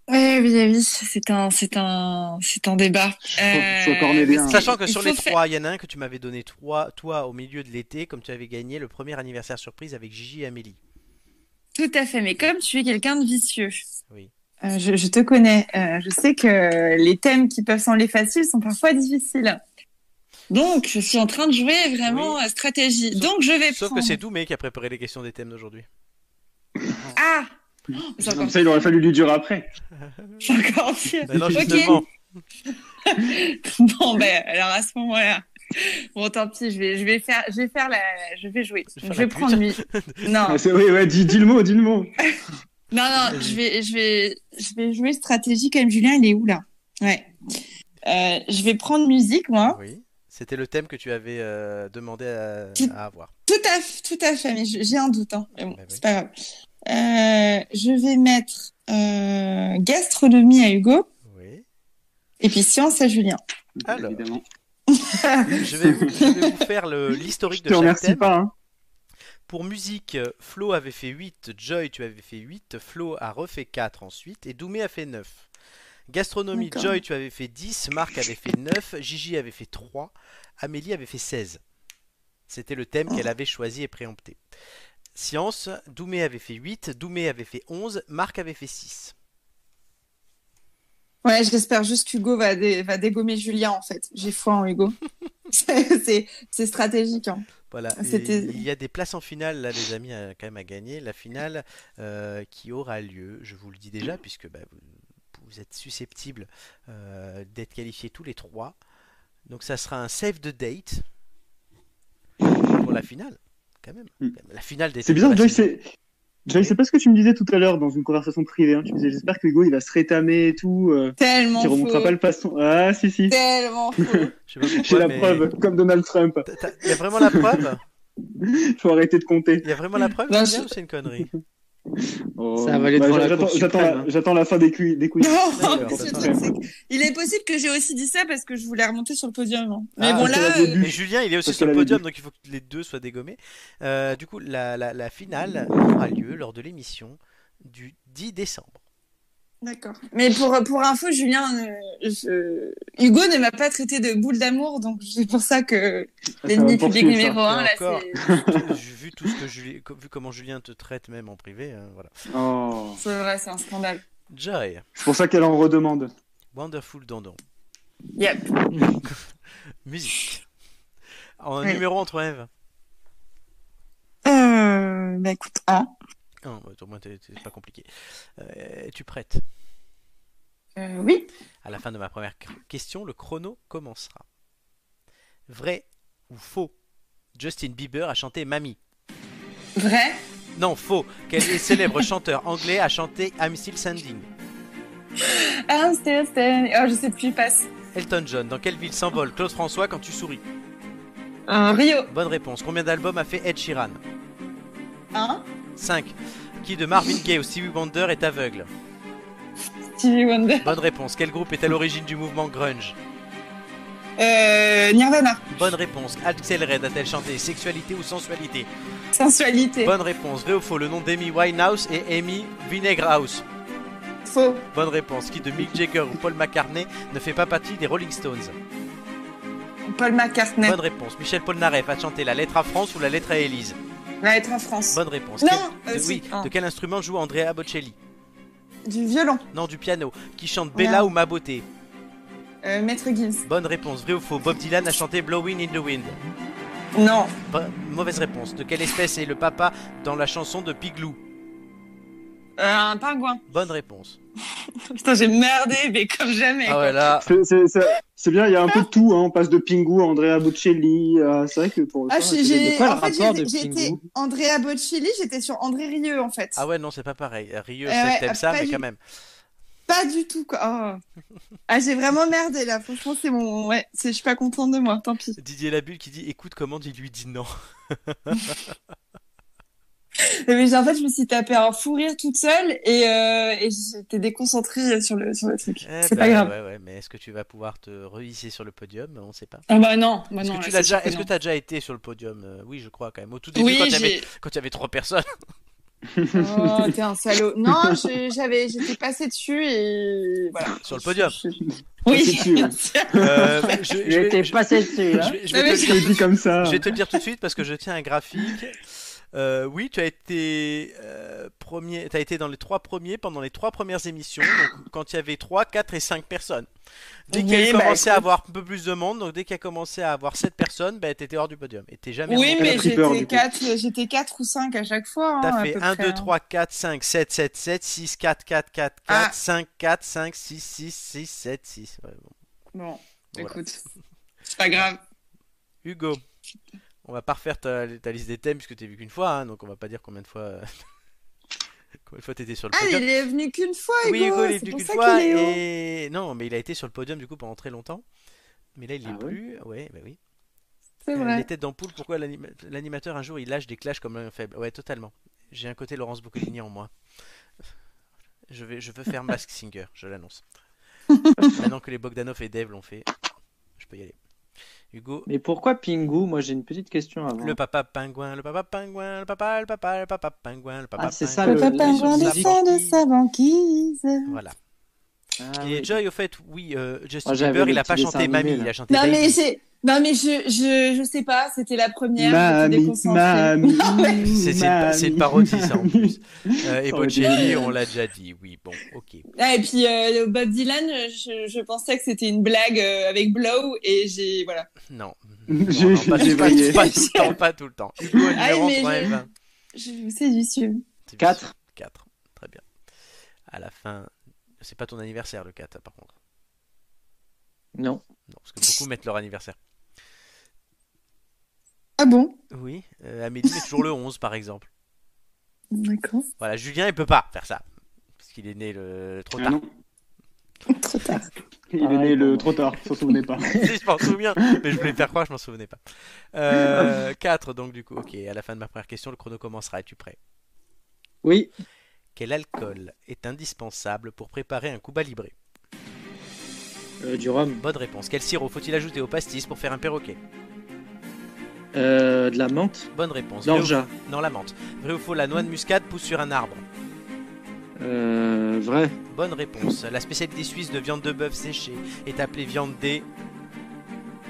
B: Oui, oui, oui, c'est un, c'est un, c'est un débat.
D: Je suis encore aidé, hein.
A: Sachant que
B: Il
A: sur
B: faut
A: les
B: faire-
A: trois, il y en a un que tu m'avais donné trois, toi au milieu de l'été, comme tu avais gagné le premier anniversaire surprise avec Gigi et Amélie.
B: Tout à fait, mais comme tu es quelqu'un de vicieux,
A: Oui.
B: Euh, je, je te connais, Euh, je sais que les thèmes qui peuvent sembler faciles sont parfois difficiles. Donc, je suis en train de jouer vraiment
A: Oui.
B: à stratégie.
A: Sauf-
B: Donc, je vais
A: Sauf que
B: prendre-
A: c'est Doumé qui a préparé les questions des thèmes d'aujourd'hui.
B: Ah C'est
D: Comme
B: encore,
D: ça, il aurait fallu lui dire après.
B: c'est
A: [laughs]
B: encore pire.
A: Bah non,
B: Ok.
A: justement.
B: Bon, ben, alors à ce moment-là. Bon, tant pis, je vais, je vais faire, je vais faire la, je vais jouer.
A: Je vais
B: Je
A: faire
B: vais,
A: la pute.
B: prendre
A: [laughs]
B: lui. Non,
D: Ah, c'est- oui, ouais, dis, dis le mot, dis le mot.
B: non, non, je vais, je vais, je vais jouer stratégie quand même. Julien, il est où là Ouais. Euh, je vais prendre musique, moi.
D: Hein
A: Oui. C'était le thème que tu avais euh, demandé à, à avoir.
B: Tout à, f- tout à fait, mais je- j'ai un doute. Hein. Mais bon,
A: Bah oui.
B: c'est pas grave. Euh, je vais mettre euh, gastronomie à Hugo
A: Oui.
B: et puis science à Julien.
A: Alors.
D: Évidemment.
A: Je vais vous, je vais vous faire le- l'historique
D: Ah. [laughs]
A: de
D: Je te
A: chaque
D: remercie
A: thème.
D: pas. Hein.
A: Pour musique, euh, Flo avait fait 8, Joy, tu avais fait 8, Flo a refait 4 ensuite, et Doumé a fait 9. Gastronomie,
B: D'accord.
A: Joy, tu avais fait 10, Marc avait fait 9, Gigi avait fait 3, Amélie avait fait 16. C'était le thème
D: Oh.
A: qu'elle avait choisi et préempté. Science, Doumé avait fait 8, Doumé avait fait 11, Marc avait fait 6.
B: Ouais, j'espère juste qu'Hugo va, dé- va dégommer Julien en fait. J'ai foi en [laughs] Hugo. C'est- c'est c'est stratégique. Hein.
A: Voilà. Et
B: C'était-
A: Il y a des places en finale, là, les amis, à- quand même à gagner. La finale euh, qui aura lieu, je vous le dis déjà, puisque bah, vous, vous êtes susceptibles euh, d'être qualifiés tous les trois. Donc, ça sera un save the date pour la finale, quand même.
D: Mm.
A: La finale des
D: C'est bizarre, Joy,
A: c'est.
D: c'est. Joy, c'est pas ce que tu me disais tout à l'heure dans une conversation privée. hein. Tu me disais, j'espère que Hugo il va se rétamer et tout, euh,
B: Tellement
D: qu'il
B: faux.
D: remontera pas le passant. Ah, si, si.
B: Tellement faux.
A: Je sais pas
D: [laughs] J'ai
A: pourquoi,
D: la
A: mais-
D: preuve, comme Donald Trump. [laughs]
A: T'as- t'as- Il y a vraiment la preuve
D: Faut arrêter de compter.
A: Il y a vraiment la preuve
B: Non,
A: Julien,
B: Bah, je-
A: ou c'est une connerie
D: Oh,
E: Ça va aller devant la
D: j'attends-
E: Cour
D: J'attends
E: suprême,
D: la-
E: hein.
D: j'attends la fin des couilles.
A: [laughs]
D: Des couilles.
B: Non,
A: D'accord,
B: ce
A: d'accord.
B: truc, c'est que- il est possible que j'ai aussi dit ça parce que je voulais remonter sur le podium. hein. Mais
A: Ah,
B: bon
A: parce
B: là,
D: qu'elle a des
B: euh,
A: Mais Julien, il est aussi
D: Parce
A: sur le
D: qu'elle avait
A: podium,
D: dit.
A: donc il faut que les deux soient dégommés. Euh, du coup, la, la- la finale aura lieu lors de l'émission du 10
D: [laughs]
A: décembre.
B: D'accord. Mais pour, pour info, Julien, euh, je- Hugo ne m'a pas traité de boule d'amour, donc c'est pour ça que
D: Ça
B: l'ennemi
D: va
B: public
D: poursuivre, ça.
B: numéro un, là,
A: Et encore.
B: c'est-
A: J'ai vu tout ce que Julien, vu comment Julien te traite même en privé, hein, voilà.
D: Oh.
B: c'est vrai, c'est un scandale.
A: Joy,
D: C'est pour ça qu'elle en redemande.
A: Wonderful Dandon,
B: Yep.
A: [laughs] musique. En un
B: Ouais.
A: numéro entre 1 et 20.
B: Euh, bah écoute, un.
A: Un, ouais, Ah, bah, au moins t'es- t'es- c'est pas compliqué. Euh, Es-tu prête
B: Euh, oui.
A: À la fin de ma première cr- question, le chrono commencera. Vrai ou faux Justin Bieber a chanté Mamie.
B: Vrai.
A: Non, faux. Quel est- célèbre chanteur anglais a chanté I'm Still Standing
B: Ah, c'était, c'était- Oh, je sais plus, passe.
A: Elton John, dans quelle ville s'envole Claude François quand tu souris
B: Un Rio.
A: Bonne réponse. Combien d'albums a fait Ed Sheeran
B: Un.
A: 5. Qui de Marvin Gaye ou Stevie Wonder est aveugle
B: Stevie Wonder.
A: Bonne réponse. Quel groupe est à l'origine du mouvement grunge
B: Euh, Nirvana.
A: Bonne réponse. Axel Red a-t-elle chanté Sexualité ou sensualité
B: Sensualité.
A: Bonne réponse. Vrai ou faux Le nom d'Amy Winehouse et Amy Winehouse
B: Faux.
A: Bonne réponse. Qui de Mick Jagger ou Paul McCartney ne fait pas partie des Rolling Stones
B: Paul McCartney.
A: Bonne réponse. Michel Polnareff a chanté la lettre à France ou la lettre à Élise
B: La lettre en France.
A: Bonne réponse.
B: Non,
A: Quel-
B: euh,
A: de-
B: si,
A: oui,
B: ah.
A: de quel instrument joue Andrea Bocelli
B: Du violon.
A: Non, du piano. Qui chante Bella
B: Non.
A: ou Ma beauté
B: Euh, Maître Gims.
A: Bonne réponse. Vrai ou faux Bob Dylan a chanté Blowing in the Wind
B: Non.
A: Pas- Mauvaise réponse. De quelle espèce est le papa dans la chanson de Piglou
B: Euh, un pingouin.
A: Bonne
B: [laughs]
A: réponse.
B: Putain, j'ai merdé, mais comme jamais.
A: Ah ouais, là.
D: C'est- c'est- c'est- C'est bien, il y a un peu de tout. Hein. On passe de Pingu à Andrea Bocelli. à- C'est vrai que pour le
B: Ah,
D: temps,
B: j'ai,
D: c'est-
B: j'ai-
E: de quoi le
B: en fait,
E: rapport
B: j'ai-
E: de
B: j'ai
E: Pingu
B: été Andrea Bocelli, j'étais sur André Rieu, en fait.
A: Ah ouais, non, c'est pas pareil. Rieux,
B: Eh
A: c'est
B: ouais,
A: t'aimes ça,
B: après,
A: mais
B: j'ai-
A: quand même.
B: Pas du tout, quoi. Oh. ah, j'ai vraiment merdé, là. Franchement, c'est mon, ouais, c'est, je suis pas contente de moi, tant pis.
A: Didier Labulle qui dit écoute comment il lui dit non.
B: Mais j'ai- Eh en fait, je me suis tapé un fou rire toute seule et, euh, et j'étais déconcentrée sur le, sur le truc.
A: Eh
B: c'est
A: ben,
B: pas grave.
A: Ouais, ouais, mais est-ce que tu vas pouvoir te rehisser sur le podium On sait pas.
B: Ah bah non, bah
A: Est-ce
B: non.
A: que tu
B: là,
A: l'as
B: c'est
A: déjà, est-ce
B: sûr
A: que
B: non.
A: t'as déjà été sur le podium Euh, Oui, je crois quand même. Au tout début,
B: Oui,
A: quand il y avait-
B: j'ai-
A: quand il y avait trois personnes.
B: [laughs] Oh, t'es un salaud. Non, je- j'avais, j'étais passée dessus et voilà.
A: [laughs] Sur le podium.
B: Je- [laughs] Oui,
D: Passée dessus, ouais.
B: bien sûr.
A: Euh, [laughs] je, je vais-
E: J'étais
A: je-
E: passé
A: [laughs]
E: dessus.
A: je
E: Hein.
A: vais- je
B: Non,
A: vais
B: mais
A: te-
D: Je le dis comme ça.
A: je vais te le dire tout de suite parce que je tiens un graphique. Euh, oui, tu as été euh, premier, tu as été dans les trois premiers pendant les trois premières émissions, donc, quand il y avait trois, quatre et cinq personnes. Dès qu'il y a
B: Oui,
A: eu
B: bah,
A: commencé à avoir un peu plus de monde, donc dès qu'il y a commencé à avoir sept personnes, bah, t'étais hors du podium. Et t'es jamais
B: Oui,
A: remonté.
B: mais
D: Elle a pris peur,
B: j'étais
D: du coup.
B: 4, j'étais quatre ou 5 à chaque fois. hein,
A: T'as
B: à
A: fait
B: peu
A: 1,
B: près,
A: 2,
B: hein.
A: 3, 4, 5, 7, 7, 7, 6, 4, 4, 4, 4,
B: Ah.
A: 5, 4, 5, 6, 6, 6, 7, 6. Ouais, bon.
B: Bon,
A: Voilà.
B: écoute, c'est pas grave.
A: Hugo, on va pas refaire ta, ta liste des thèmes puisque t'es vu qu'une fois, hein, donc on va pas dire combien de fois. euh, [laughs] combien de fois t'étais sur le
B: Ah, mais
A: podium.
B: il est venu qu'une fois, Hugo.
A: oui, Hugo, il est
B: c'est
A: venu
B: pour
A: qu'une
B: ça
A: fois.
B: qu'il est haut.
A: Et... Non, mais il a été sur le podium du coup pendant très longtemps. Mais là, il l'est
E: Ah ouais
A: plus. Ouais, bah oui.
B: C'est
A: Euh, les
B: vrai.
A: têtes d'ampoule, pourquoi l'anima- l'animateur un jour il lâche des clashs comme l'homme faible Ouais, totalement. J'ai un côté Laurence Boccolini en moi. Je, vais, je veux faire Mask Singer,
E: [laughs]
A: je l'annonce. Maintenant que les Bogdanov et Dave l'ont fait, je peux y aller. Hugo,
E: Mais pourquoi Pingu Moi j'ai une petite question avant.
A: le papa pingouin, le papa pingouin, le papa, le papa, le papa pingouin, le papa.
E: Ah, c'est
A: pingouin.
E: ça, Le papa
A: le- le-
B: descend
A: le-
B: banquise.
A: Voilà.
E: Ah,
A: et
E: oui.
A: Joy, au fait, oui, euh, Justin
E: Moi, j'avais
A: Bieber,
E: le
A: il a
E: petit
A: pas
E: dessin
A: chanté
E: animé,
A: Mamie,
E: là.
A: il a chanté
B: Non, mais
A: Baby.
B: c'est. Non, mais je, je, je sais pas, c'était la première. j'étais
D: Mamie,
A: [laughs]
B: déconcentrée.
D: mamie.
A: C'est- C'est une, c'est une parodie, ça, en plus.
D: [laughs]
A: Euh, et
D: Oh,
A: Bocelli,
D: Dieu.
A: on l'a déjà dit, oui, bon, ok.
B: Ah, et puis euh, Bob Dylan, je, je pensais que c'était une blague euh, avec Blow et j'ai voilà.
A: Non.
D: J'ai-
A: Non, non, pas,
D: j'ai
A: pas-
D: vrillé.
A: pas tout le temps, pas tout le temps. [laughs] Hugo, numéro
B: Ah, mais
A: entre un et
B: je-
A: vingt.
B: Je vous séduis.
A: C'est bien
E: Quatre.
A: sûr. Quatre. Très bien. À la fin, c'est pas ton anniversaire le 4 par contre.
E: Non.
A: Non, parce que beaucoup mettent leur anniversaire.
B: Ah bon
A: Oui, euh, Amélie met toujours le 11 par exemple.
B: D'accord. [laughs]
A: Voilà, Julien il peut pas faire ça. Parce qu'il est né le trop
D: Ah
A: tard.
D: non,
B: Trop tard.
D: Ah, il est né le trop tard, s'en souvenait [laughs] pas.
A: [laughs] si, je m'en souviens, mais je voulais faire croire, je m'en souvenais pas. Euh, 4 donc du coup, ok, à la fin de ma première question, le chrono commencera, es-tu prêt
E: Oui.
A: Quel alcool est indispensable pour préparer un Cuba Libre
E: Euh, du rhum.
A: Bonne réponse. Quel sirop faut-il ajouter au pastis pour faire un perroquet
E: Euh, de la menthe.
A: Bonne réponse. Vrai ou-
E: L'orgeat.
A: Non, la menthe. Vrai ou faux, la noix de muscade pousse sur un arbre
E: Euh, vrai.
A: Bonne réponse. La spécialité suisse de viande de bœuf séchée est appelée viande des.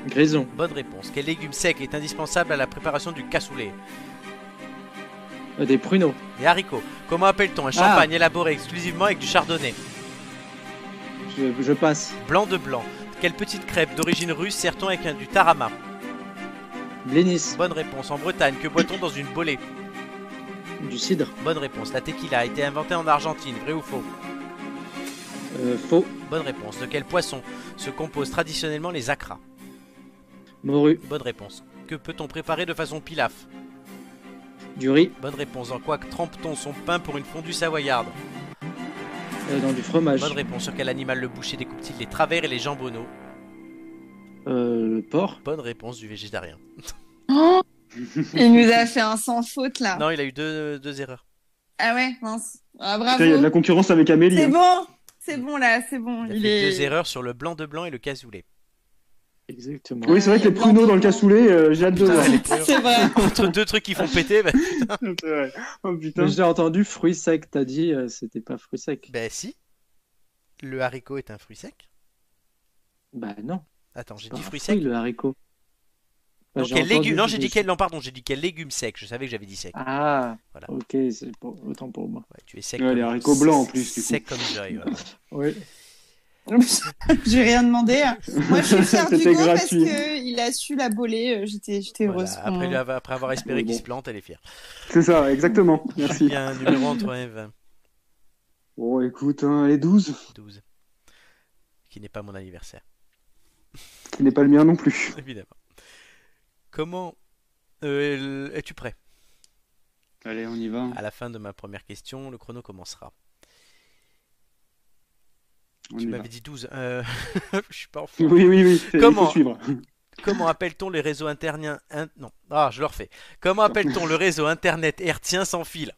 E: Grison.
A: Bonne réponse. Quel légume sec est indispensable à la préparation du cassoulet
E: Euh, des pruneaux.
A: Les haricots. Comment appelle-t-on un champagne élaboré exclusivement avec du chardonnay
E: Je, je passe.
A: Blanc de blanc. Quelle petite crêpe d'origine russe sert-on avec un, du tarama
E: Blénis.
A: Bonne réponse. En Bretagne, que boit-on dans une bolée
E: Du cidre.
A: Bonne réponse. La tequila a été inventée en Argentine. Vrai ou faux
E: Euh, faux.
A: Bonne réponse. De quel poisson se composent traditionnellement les acras
E: Morue.
A: Bonne réponse. Que peut-on préparer de façon pilaf
E: Du riz.
A: Bonne réponse. Dans quoi trempe-t-on son pain pour une fondue savoyarde
E: Euh, dans du fromage.
A: Bonne réponse. Sur quel animal le boucher découpe-t-il les travers et les jambonneaux
E: Euh, le porc.
A: Bonne réponse du végétarien.
B: Oh il nous
D: [laughs]
B: a fait un sans faute
D: Ah.
B: là.
A: Non, il a eu deux, deux erreurs.
B: Ah ouais, mince. Ah bravo.
D: Putain, il y a de la concurrence avec Amélie.
B: C'est
D: hein.
B: bon, c'est bon là, c'est bon.
A: Il a
B: Il
A: fait
B: est.
A: deux
B: [laughs]
A: erreurs sur le blanc de blanc et le cassoulet. [laughs]
E: Exactement.
D: Oui, c'est vrai que les pruneaux dans le cassoulet, euh, j'ai hâte de
A: Putain,
D: voir.
A: elle est
B: C'est
A: dure.
B: vrai.
A: Entre deux trucs qui font péter,
D: [laughs]
A: bah,
D: C'est vrai. Oh putain.
E: Mais J'ai entendu fruits secs. T'as dit euh, c'était pas fruits secs.
A: bah si. Le haricot est un fruit sec.
E: Bah non.
A: Attends, j'ai
E: c'est pas
A: Ben, dit
E: un
A: fruit
D: Ah,
E: fruit,
A: sec.
E: Le haricot.
A: Non,
E: j'ai
A: quel
E: entendu
A: légume... non
E: que
A: j'ai
E: je
A: dit
E: suis-
A: quel... Non, pardon, j'ai dit quel légume sec. Je savais que j'avais dit sec.
E: Ah,
A: Voilà.
E: ok, c'est pour... autant pour moi.
A: Ouais, tu es sec.
D: Ouais,
A: comme-
D: les haricots blancs, en plus, du coup.
A: Sec comme Joy.
D: [laughs]
A: voilà.
E: Oui.
B: [laughs] J'ai rien demandé. hein. Moi,
D: [laughs]
B: je suis fière
D: C'était
B: d'Hugo parce
D: gratuit.
B: qu'il a su la boler. euh, J'étais j'étais
A: Voilà,
B: heureuse. pour
A: Après,
B: moi.
A: lui avoir- après avoir espéré
D: Oui,
A: qu'il
D: bon.
A: se plante, elle est fière.
D: C'est ça, exactement. Merci.
A: Il y a un numéro entre 1 et 20,
D: Bon, écoute, hein, les 12,
A: 12. Qui n'est pas mon anniversaire, [laughs]
D: qui n'est pas le mien non plus.
A: évidemment. Comment. Euh, Es-tu prêt
D: Allez, on y va.
A: À la fin de ma première question, le chrono commencera.
D: On
A: Tu
D: y va. [laughs]
A: m'avais dit 12. euh, [laughs] Je suis pas en forme.
D: Oui, oui, oui. c'est-
A: Comment
D: il faut suivre.
A: Comment appelle-t-on les réseaux interniens in- Non, ah, je le refais. Comment appelle-t-on le réseau internet hertzien sans fil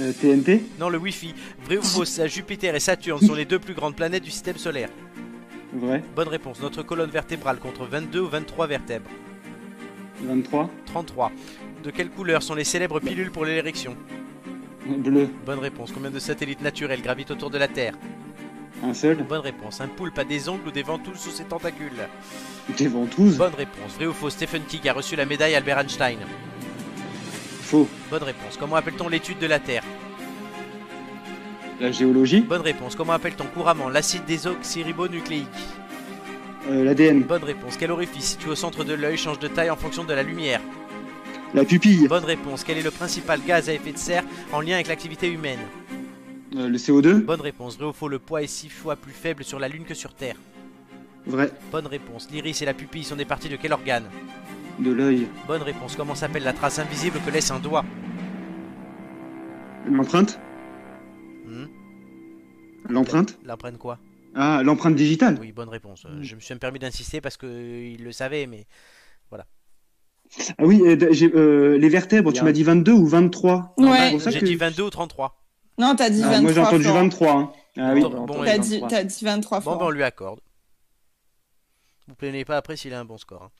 D: Euh, TNT
A: Non, le Wi-Fi. Vrai ou faux ça, Jupiter et Saturne sont les deux plus grandes planètes du système solaire.
D: Vrai.
A: Bonne réponse. Notre colonne vertébrale contre 22 ou 23 vertèbres.
D: 23
A: 33. De quelle couleur sont les célèbres pilules pour l'érection
D: Bleu.
A: Bonne réponse. Combien de satellites naturels gravitent autour de la Terre
D: Un seul
A: Bonne réponse. Un poulpe a des ongles ou des ventouses sous ses tentacules
D: Des ventouses
A: Bonne réponse. Vrai ou faux Stephen King a reçu la médaille Albert Einstein
D: Faux.
A: Bonne réponse. Comment appelle-t-on l'étude de la Terre
D: La géologie
A: Bonne réponse. Comment appelle-t-on couramment l'acide désoxyribonucléique
D: Euh, L'ADN
A: Bonne réponse. Quel orifice situé au centre de l'œil change de taille en fonction de la lumière
D: La pupille
A: Bonne réponse. Quel est le principal gaz à effet de serre en lien avec l'activité humaine
D: Euh, Le CO2
A: Bonne réponse. Vrai ou faux, le poids est 6 fois plus faible sur la Lune que sur Terre
D: Vrai.
A: Bonne réponse. L'iris et la pupille sont des parties de quel organe
D: De l'œil.
A: Bonne réponse. Comment s'appelle la trace invisible que laisse un doigt
D: L'empreinte
A: Hmm
D: L'empreinte
A: L'empreinte quoi
D: Ah, l'empreinte digitale
A: Oui, bonne réponse. Euh, Je me suis permis d'insister parce que euh, il le savait, mais
D: Ah oui, euh, d- j'ai, euh, les vertèbres, tu
E: Bien.
D: m'as dit 22 ou 23
B: Ouais.
D: c'est pour ça
A: j'ai
D: que-
A: dit 22 ou 33.
B: Non, t'as dit
D: Ah,
B: 23.
D: moi j'ai entendu
B: Florent.
D: 23. hein. Ah oui.
A: Attends, bon,
B: T'as
A: ouais.
B: dit, t'as dit 23
A: Bon,
B: fois.
A: ben, on lui accorde. Vous plaignez pas après s'il a un bon score. hein.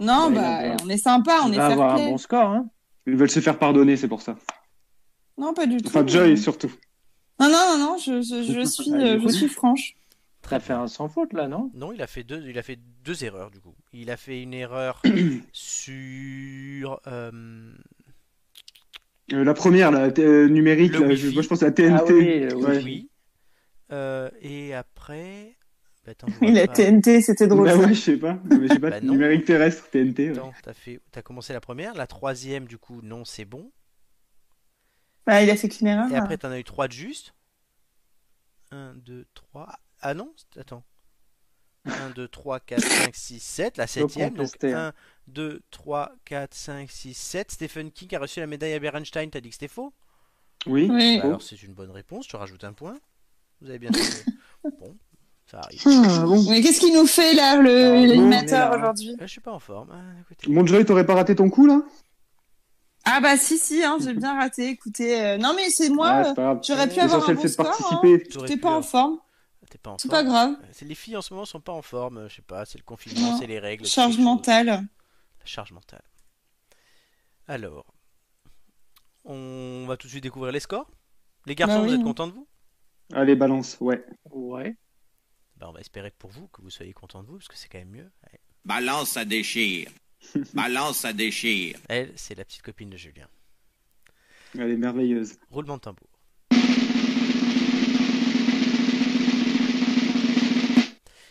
B: non,
E: Ouais,
B: bah,
E: il a-
B: on est sympa, on
E: Il
B: est
E: va
B: fair
E: avoir
B: play.
E: un bon score, hein.
D: Ils veulent se faire pardonner, c'est pour ça.
B: Non, pas du tout.
D: Enfin, Joy surtout.
B: Non, non, non, non, je, je, je suis,
D: Ah, il
B: euh,
D: est
B: je suis franche.
E: T'as fait un sans faute, là, non
A: Non, il a fait deux, il a fait deux erreurs du coup. Il a fait une
D: [coughs]
A: erreur sur euh,
D: Euh, la première, la euh, numérique,
A: Le
D: là, je,
A: Wi-Fi.
D: moi je pense à TNT.
E: Ah oui, euh, oui.
D: Ouais.
A: oui. Euh, et après, bah, attends, je vois
B: Il a
A: pas.
B: TNT, c'était drôle.
D: Bah
B: ça.
D: ouais, je sais pas. Mais je sais
A: [laughs]
D: pas,
A: Bah non.
D: numérique terrestre, TNT. ouais.
A: Attends, t'as fait, t'as commencé la première, la troisième du coup, non, c'est bon.
B: Bah, il a fait qu'une erreur.
A: Et après, t'en as eu trois de juste. 1, 2, 3. Ah non, c'est- attends. 1, 2, 3, 4, 5, 6, 7. La septième. Donc
E: contester, hein.
A: 1, 2, 3, 4, 5, 6, 7. Stephen King a reçu la médaille à Bernstein. T'as dit que c'était faux
D: Oui.
B: Oui.
A: Bah Alors c'est une bonne réponse. Je te rajoute un point. Vous avez bien
B: [laughs]
A: trouvé. bon, ça arrive.
B: Hmm.
D: Ah, bon.
B: Mais qu'est-ce qu'il nous fait là,
E: Ah,
B: le-
E: bon,
B: l'animateur
E: on est
A: euh,
E: là.
B: aujourd'hui
A: Là, je suis pas en forme. Ah, écoutez.
D: Mon Joy, t'aurais pas raté ton coup là
B: Ah bah si, si, hein, j'ai bien raté. Écoutez, euh, non mais c'est moi,
D: Ah, c'est pas grave.
B: euh, j'aurais pu avoir un
D: L'essentiel,
B: bon
D: c'est de
B: score. hein.
D: participer.
A: T'aurais
B: J'étais
A: pu,
B: pas
A: euh,
B: en forme,
A: T'es pas en
B: c'est
A: forme.
B: pas grave.
A: Euh, c'est- Les filles en ce moment sont pas en forme. euh, Je sais pas. C'est le confinement,
B: Non.
A: c'est les règles. c'est
B: Charge
A: les choses.
B: mentale.
A: La charge mentale. Alors, on va tout de suite découvrir les scores. Les garçons,
B: Bah oui.
A: vous êtes contents de vous
B: hein.
D: Allez, balance, ouais.
E: Ouais.
A: bah, On va espérer pour vous que vous soyez contents de vous, parce que c'est quand même mieux. Ouais.
F: Balance, ça [laughs] déchire. Balance, ça déchire.
A: Elle, c'est la petite copine de Julien.
D: Elle est merveilleuse.
A: Roulement de tambour.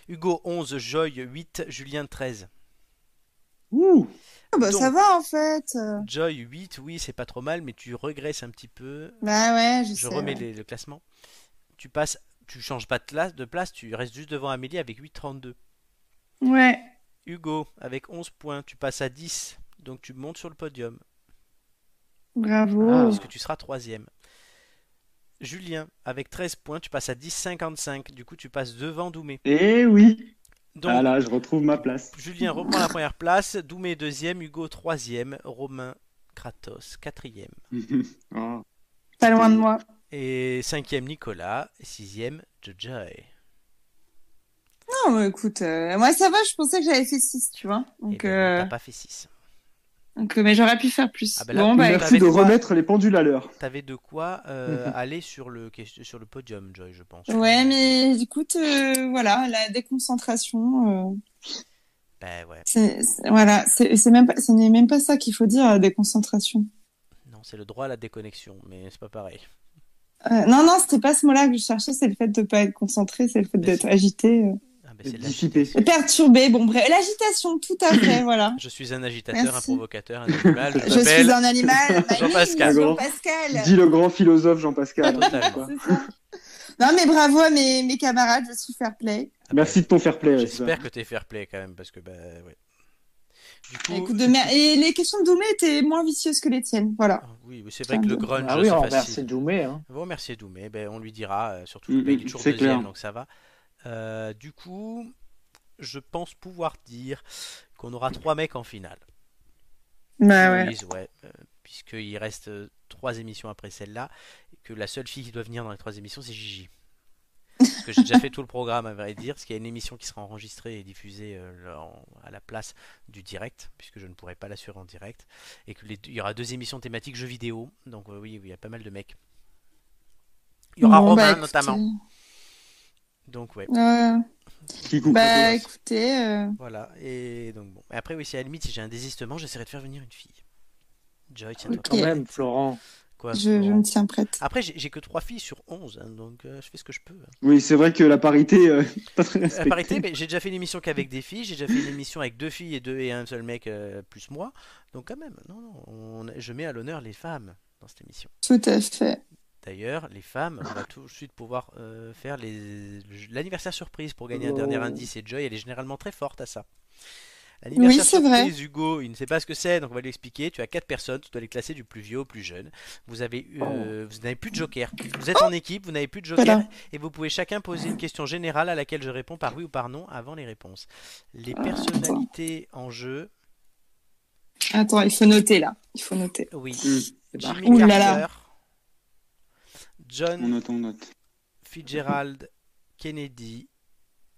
A: Hugo 11, Joy 8, Julien 13.
D: Ouh
B: Ah bah
A: Donc-
B: ça va en fait. euh,
A: Joy 8, oui, c'est pas trop mal, mais tu regresses un petit peu.
B: Bah ouais, je,
A: Je
B: sais.
A: remets
B: ouais.
A: les- le classement. Tu passes, tu changes pas de, classe, de place, tu restes juste devant Amélie avec 8,32.
B: Ouais.
A: Hugo, avec 11 points, tu passes à 10, donc tu montes sur le podium,
B: Bravo.
E: Ah,
A: puisque tu seras troisième. Julien, avec 13 points, tu passes à 10,55, du coup tu passes devant Doumé.
D: Eh oui
A: Donc,
D: Ah là, je retrouve ma place. [laughs]
A: Julien reprend la première place, Doumé deuxième, Hugo troisième, Romain Kratos quatrième.
D: Ah.
B: Pas loin de moi.
A: Et cinquième Nicolas, et sixième Jojoy.
B: Non, mais écoute, euh, moi ça va, je pensais que j'avais fait 6, tu vois.
A: Et
B: Donc,
A: ben,
B: euh,
A: t'as pas fait 6.
B: donc, euh, mais j'aurais pu faire plus.
A: Ah bah là,
B: bon, bah,
A: une-
B: écoute,
D: Merci de
A: t'avais quoi
D: remettre les pendules à l'heure.
A: T'avais de quoi euh,
B: [laughs]
A: aller sur le, ques- sur le podium, Joy, je pense.
B: ouais, mais écoute, euh, voilà, la déconcentration. euh,
A: Ben ouais.
B: C'est- c'est- voilà, c'est c'est même pas, ce n'est même pas ça qu'il faut dire euh, des concentrations.
A: Non, c'est le droit à la déconnexion, mais c'est pas pareil.
B: Euh, non, non, c'était pas ce mot-là que je cherchais, c'est le fait de pas être concentré, c'est le fait d'être agité, euh,
A: Ah, ben, c'est de
D: Dissipé.
A: l'agitation.
B: perturbé. Bon, bref, l'agitation, tout à
A: [coughs]
B: fait, voilà.
A: Je suis un agitateur,
B: Merci.
A: un provocateur, un
D: [laughs]
A: animal. Je
B: Je suis
A: m'appelle [laughs]
B: un animal. Maïli,
A: Jean-Pascal.
B: Jean-Pascal.
D: Dit le grand philosophe
B: [laughs]
D: Jean-Pascal.
A: Totalement.
B: C'est ça. Non, mais bravo à mes, mes camarades, je suis fair play.
D: Merci de ton fair play. ouais, c'est ça.
A: J'espère que t'es fair play quand même, parce que ben ouais. Du coup,
B: Écoute de mer- Et les questions de Doumé étaient moins vicieuses que les tiennes, voilà.
A: Ah oui, oui, c'est vrai que le grunge,
E: Ah oui, on
A: c'est
E: remercie
A: facile.
E: Doumé. Hein.
A: Vous remerciez Doumé, ben, on lui dira, euh, surtout
D: Mm,
A: ben, il est
D: mm,
A: toujours
D: c'est
A: deuxième,
D: clair.
A: donc ça va. Euh, du coup, je pense pouvoir dire qu'on aura trois mecs en finale.
B: Bah ouais.
A: Louise, ouais, euh, puisqu'il reste euh, trois émissions après celle-là, et que la seule fille qui doit venir dans les trois émissions, c'est Gigi. Parce que j'ai déjà fait tout le programme, à vrai dire, parce qu'il y a une émission qui sera enregistrée et diffusée euh, là, en- à la place du direct, puisque je ne pourrai pas l'assurer en direct, et que les deux- il y aura deux émissions thématiques jeux vidéo, donc euh, oui, oui, il y a pas mal de mecs. Il y aura
B: Bon, bah,
A: Romain,
B: écoutez,
A: notamment. Donc ouais,
B: euh,
D: Qui coupe
B: bah
D: le dos.
B: écoutez, euh,
A: voilà. Et donc bon. Et après, oui, si à la limite, si j'ai un désistement, j'essaierai de faire venir une fille. Joy, tiens-toi
B: Ok.
E: Quand
A: prête.
E: même, Florent.
A: Quoi,
B: je, je
A: Florent
B: me tiens prête.
A: Après, j'ai j'ai que 3 filles sur 11, hein, donc euh, je fais ce que je peux. hein.
D: [laughs] Oui, c'est vrai que la parité, euh, pas très
A: La
D: respectée.
A: parité, mais j'ai déjà fait une émission qu'avec des filles, j'ai déjà fait une émission avec deux filles et deux et un seul mec euh, plus moi. Donc quand même, non, non, on- je mets à l'honneur les femmes dans cette émission.
B: Tout à fait.
A: D'ailleurs, les femmes, on va tout de suite pouvoir euh, faire les- l'anniversaire surprise pour
B: Oh.
A: gagner un dernier indice. Et Joy, elle est généralement très forte à ça. L'anniversaire
B: Oui, c'est vrai.
A: surprise, Hugo, il ne sait pas ce que c'est, donc on va lui expliquer. Tu as quatre personnes, tu dois les classer du plus vieux au plus jeune. Vous avez, euh, vous n'avez plus de joker. Vous êtes en équipe, vous n'avez plus de joker,
B: Oh. Voilà.
A: et vous pouvez chacun poser une question générale à laquelle je réponds par oui ou par non avant les réponses.
B: Ah.
A: Les personnalités en jeu,
B: Attends, il faut noter là. Il faut noter.
A: oui.
D: Mm.
A: Jimmy
B: Hmm, Ouh là là.
A: Carter, John
D: On note, on note.
A: Fitzgerald, Kennedy,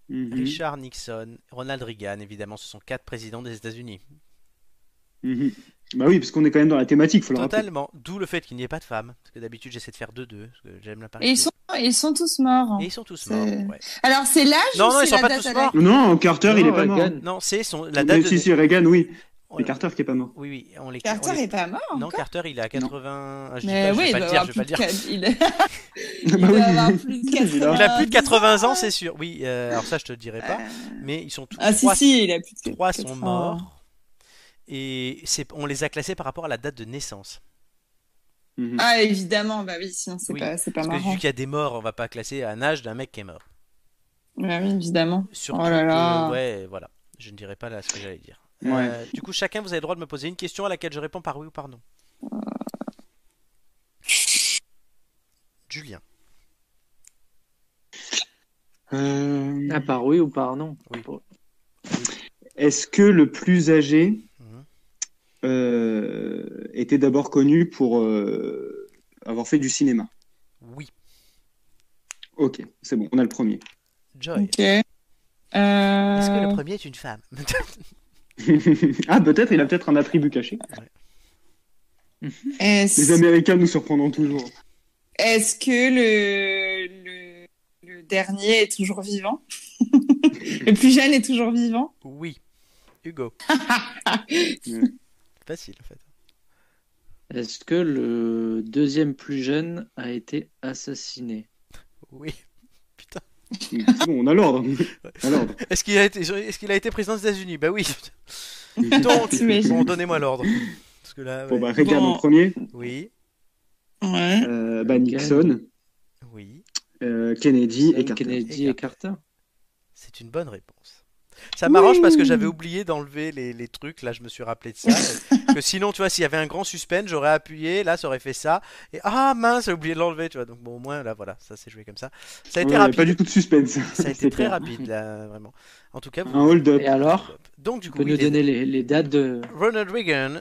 D: Mhm,
A: Richard Nixon, Ronald Reagan, évidemment, ce sont quatre présidents des États-Unis.
D: mhm. Bah oui, parce qu'on est quand même dans la thématique, faut le rappeler.
A: Totalement. D'où le fait qu'il n'y ait pas de femmes. Parce que d'habitude, j'essaie de faire deux deux. Parce que j'aime la parité.
B: Et ils sont, ils sont tous morts.
A: Ah, Et ils sont tous morts.
B: C'est-
A: ouais.
B: Alors c'est l'âge
A: Non,
B: ou
A: non,
B: c'est
A: ils sont
B: la
A: pas
B: date
A: tous
B: à
A: morts.
D: Non, Carter, il est
E: Non,
D: pas mort.
E: Reagan.
A: Non, c'est son... la
D: Mais
A: date de.
D: Si, si, Reagan, oui.
A: on-
D: Mais Carter qui est pas mort.
A: Oui, oui. On les...
B: Carter
A: on les-
B: est pas mort.
A: Non,
B: encore
A: Carter, il est à 80. Ah, je dis
B: Mais
A: pas, je
B: oui,
A: vais
B: il
A: pas
B: doit
A: le dire,
B: avoir
A: je vais pas
B: plus
A: le
B: de
A: dire. Ah
B: quatre-
A: [laughs]
B: il-
D: Bah [laughs]
B: il doit
D: oui.
B: avoir plus de
D: Il a-
A: Il a plus de 80 ans,
B: ans.
A: c'est sûr. Oui, euh, alors ça, je te le dirai pas. Mais ils sont tous.
B: Ah si,
A: trois-
B: si, il a plus de
A: Trois
B: 3
A: sont morts. Et c'est- on les a classés par rapport à la date de naissance.
D: Mhm.
B: Ah évidemment, bah oui, sinon c'est
A: Oui,
B: pas, c'est pas
A: Parce que
B: marrant.
A: vu qu'il y a des morts, on va pas classer un âge d'un mec qui est mort.
B: Bah oui, évidemment.
A: Surtout
B: Oh là
A: que-
B: là.
A: euh, ouais, voilà. Je ne dirai pas là ce que j'allais dire.
D: Ah. Ouais.
A: Euh, du coup, chacun, vous avez le droit de me poser une question à laquelle je réponds par oui ou par non.
D: Euh.
A: Julien.
D: Euh,
E: Ah, par oui ou par non
A: Oui.
E: Pour-
D: Est-ce que le plus âgé
A: Mhm.
D: euh, était d'abord connu pour euh, avoir fait du cinéma
A: Oui.
D: Ok, c'est bon, on a le premier. [laughs]
A: Joy.
B: Ok. Euh...
D: Euh.
A: Est-ce que le premier est une femme [laughs]
D: ah, peut-être, il a peut-être un attribut caché. Les
B: Est-ce
D: Américains nous surprendront toujours.
B: est-ce que le... le le dernier est toujours vivant [laughs] Le plus jeune est toujours vivant
A: Oui.
D: [laughs]
A: Hugo. Facile, en fait.
E: Est-ce que le deuxième plus jeune a été assassiné
A: Oui. Putain.
D: C'est bon, on a l'ordre. On a l'ordre.
A: Est-ce qu'il a été, est-ce qu'il a été président des États-Unis Bah oui.
D: [laughs]
A: Donc,
B: T'imagines.
A: bon, donnez-moi l'ordre. Parce que là,
D: Bon,
A: ouais.
D: bah, Reagan
B: Bon.
D: en premier,
A: oui,
B: Ouais.
D: euh, bah, Nixon,
A: oui.
D: euh, Kennedy et
E: John
D: Carter.
E: Kennedy
A: Et
E: et Carter
A: C'est une bonne réponse. Ça m'arrange parce que j'avais oublié d'enlever les, les trucs, là je me suis rappelé de ça. parce que sinon, tu vois, s'il y avait un grand suspense, j'aurais appuyé, là ça aurait fait ça. Et ah mince, j'ai oublié de l'enlever, tu vois. Donc bon, au moins, là voilà, ça s'est joué comme ça. Ça a été
D: Ouais,
A: rapide.
D: Pas du tout de suspense. [laughs]
A: Ça a été
D: C'est
A: très
D: clair.
A: rapide, là, vraiment. En tout cas, vous...
D: Un hold-up.
E: Et alors
A: Donc du
E: Tu
A: coup,
E: peux
A: oui,
E: nous
A: les-
E: donner les, les dates de.
A: Ronald Reagan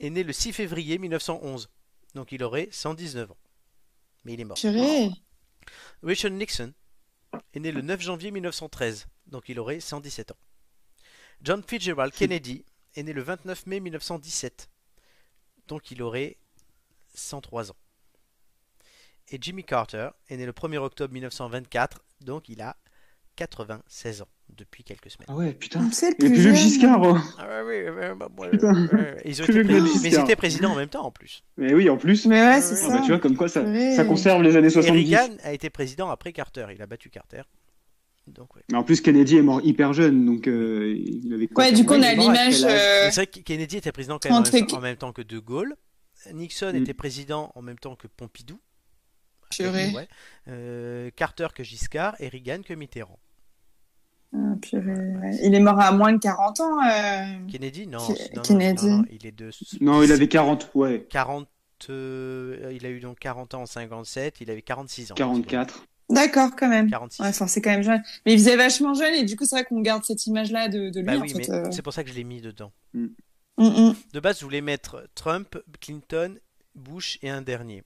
A: est né le 6 février 1911. Donc il aurait 119 ans. Mais il est mort.
B: Purée.
A: Richard Nixon est né le 9 janvier 1913, donc il aurait 117 ans. John Fitzgerald
D: Hmm.
A: Kennedy est né le 29 mai 1917, donc il aurait 103 ans. Et Jimmy Carter est né le 1er octobre 1924, donc il a 96 ans depuis quelques semaines.
D: Ah ouais, putain.
B: C'est le
D: Et
B: plus
D: puis le
B: jeune.
D: Giscard. oh.
A: Ah ouais, ouais, ouais, bah, moi,
D: Putain.
A: ouais, ouais. Ils ont
D: Plus
A: été
D: vieux que
A: présidents,
D: Giscard.
A: mais ils étaient présidents en même temps en plus.
D: Mais oui, en plus.
B: Mais ouais, c'est
A: Ah
D: Ah
B: ça.
D: bah, tu vois, comme quoi ça,
B: Ouais.
D: ça conserve les années 70.
A: Et Reagan a été président après Carter. Il a battu Carter. Donc, ouais.
D: Mais en plus, Kennedy est mort hyper jeune, donc euh, il avait quoi
B: Ouais, du coup, on a l'image. euh,
A: Mais C'est vrai que Kennedy était président quand même en
B: Entre-
A: même, temps, en même temps que De Gaulle. Nixon
D: Mm.
A: était président en même temps que Pompidou.
B: Purée.
A: Ouais. Euh, Carter que Giscard et Reagan que Mitterrand.
B: ah, purée, ouais. Il est mort à moins de 40 ans. euh.
A: Kennedy non,
B: Ke-
A: non, non,
B: Kennedy.
A: non, non, il est de
D: Non, il avait 40, ouais,
A: 40 euh, il a eu donc 40 ans en 57, il avait 46 ans.
D: 44.
B: D'accord, quand même.
A: 46.
B: Ouais, enfin, c'est quand même jeune. Mais il faisait vachement jeune et du coup, c'est vrai qu'on garde cette image-là de, de lui,
A: Bah
B: en
A: oui,
B: fait.
A: mais
B: euh.
A: c'est pour ça que je l'ai mis dedans.
B: Mm, mm.
A: De base, je voulais mettre Trump, Clinton, Bush et un dernier.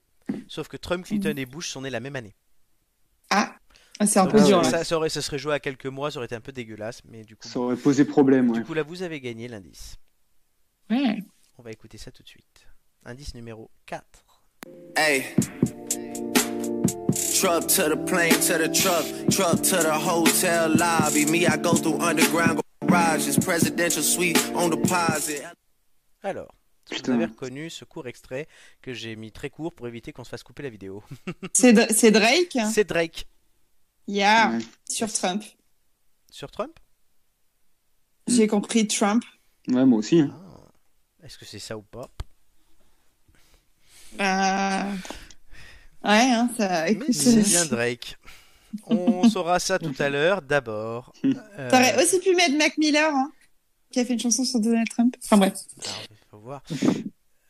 A: Sauf que Trump, Clinton
B: Mm.
A: et Bush sont nés la même année.
B: Ah, Ah, c'est un
A: Donc,
B: peu
D: Ah
B: dur.
D: ouais.
B: ouais.
A: ça, ça aurait, ça serait joué à quelques mois, ça aurait été un peu dégueulasse, mais du coup,
D: Ça aurait posé problème, ouais.
A: du coup là, vous avez gagné l'indice.
B: Ouais.
A: On va écouter ça tout de suite. Indice numéro 4.
F: Hey. Truck to the plane, to the truck, truck to the hotel lobby. Me, I go through underground garages, presidential suite on deposit.
A: Alors, est-ce que vous
D: Putain.
A: avez reconnu ce court extrait que j'ai mis très court pour éviter qu'on se fasse couper la vidéo.
B: C'est Dra- c'est Drake,
A: C'est Drake
B: yeah,
D: Ouais.
B: sur Trump.
A: sur Trump
B: J'ai compris Trump.
D: Ouais, moi aussi. hein.
A: Ah. Est-ce que c'est ça ou pas
B: Euh, Ouais, hein, ça.
A: Mais
B: Écoute,
A: c'est bien
B: [laughs]
A: Drake. On saura ça tout à l'heure. D'abord. euh,
B: T'aurais aussi pu mettre Mac Miller, hein, qui a fait une chanson sur Donald Trump. Enfin bref.
A: alors, faut
D: [laughs]
A: voir.
E: On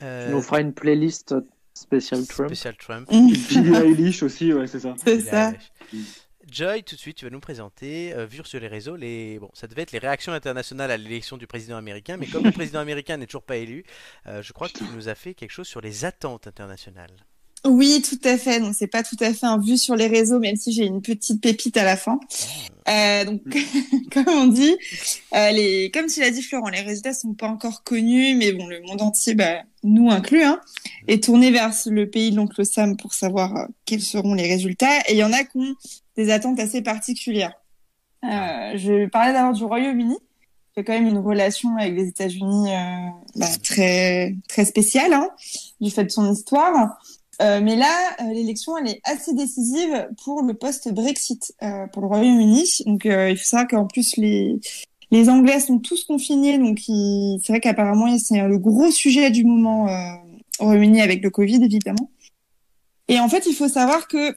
A: Euh,
E: nous fera une playlist spéciale Trump.
A: spécial Trump.
B: Mm,
D: Billie Eilish aussi, ouais, c'est ça.
B: C'est
A: Il a-
B: ça.
A: Joy, tout de suite, tu vas nous présenter, euh, vu sur les réseaux, les... Bon, ça devait être les réactions internationales à l'élection du président américain, mais
B: [laughs]
A: comme le président américain n'est toujours pas élu, euh, je crois que tu nous as fait quelque chose sur les attentes internationales.
B: Oui, tout à fait. Donc c'est pas tout à fait un vu sur les réseaux, même si j'ai une petite pépite à la fin. Euh, donc [laughs] comme on dit, euh, les, comme tu l'as dit Florent, les résultats sont pas encore connus, mais bon, le monde entier, bah, nous inclus, hein, est tourné vers le pays de l'oncle Sam pour savoir euh, quels seront les résultats. Et il y en a qui ont des attentes assez particulières. Euh, je parlais d'abord du Royaume-Uni. qui a quand même une relation avec les États-Unis euh, bah, très très spéciale hein, du fait de son histoire. Euh, mais là, euh, l'élection, elle est assez décisive pour le post-Brexit, euh, pour le Royaume-Uni. Donc, euh, il faut savoir qu'en plus, les, les Anglais sont tous confinés. Donc, ils- c'est vrai qu'apparemment, c'est le gros sujet du moment euh, au Royaume-Uni avec le Covid, évidemment. Et en fait, il faut savoir que,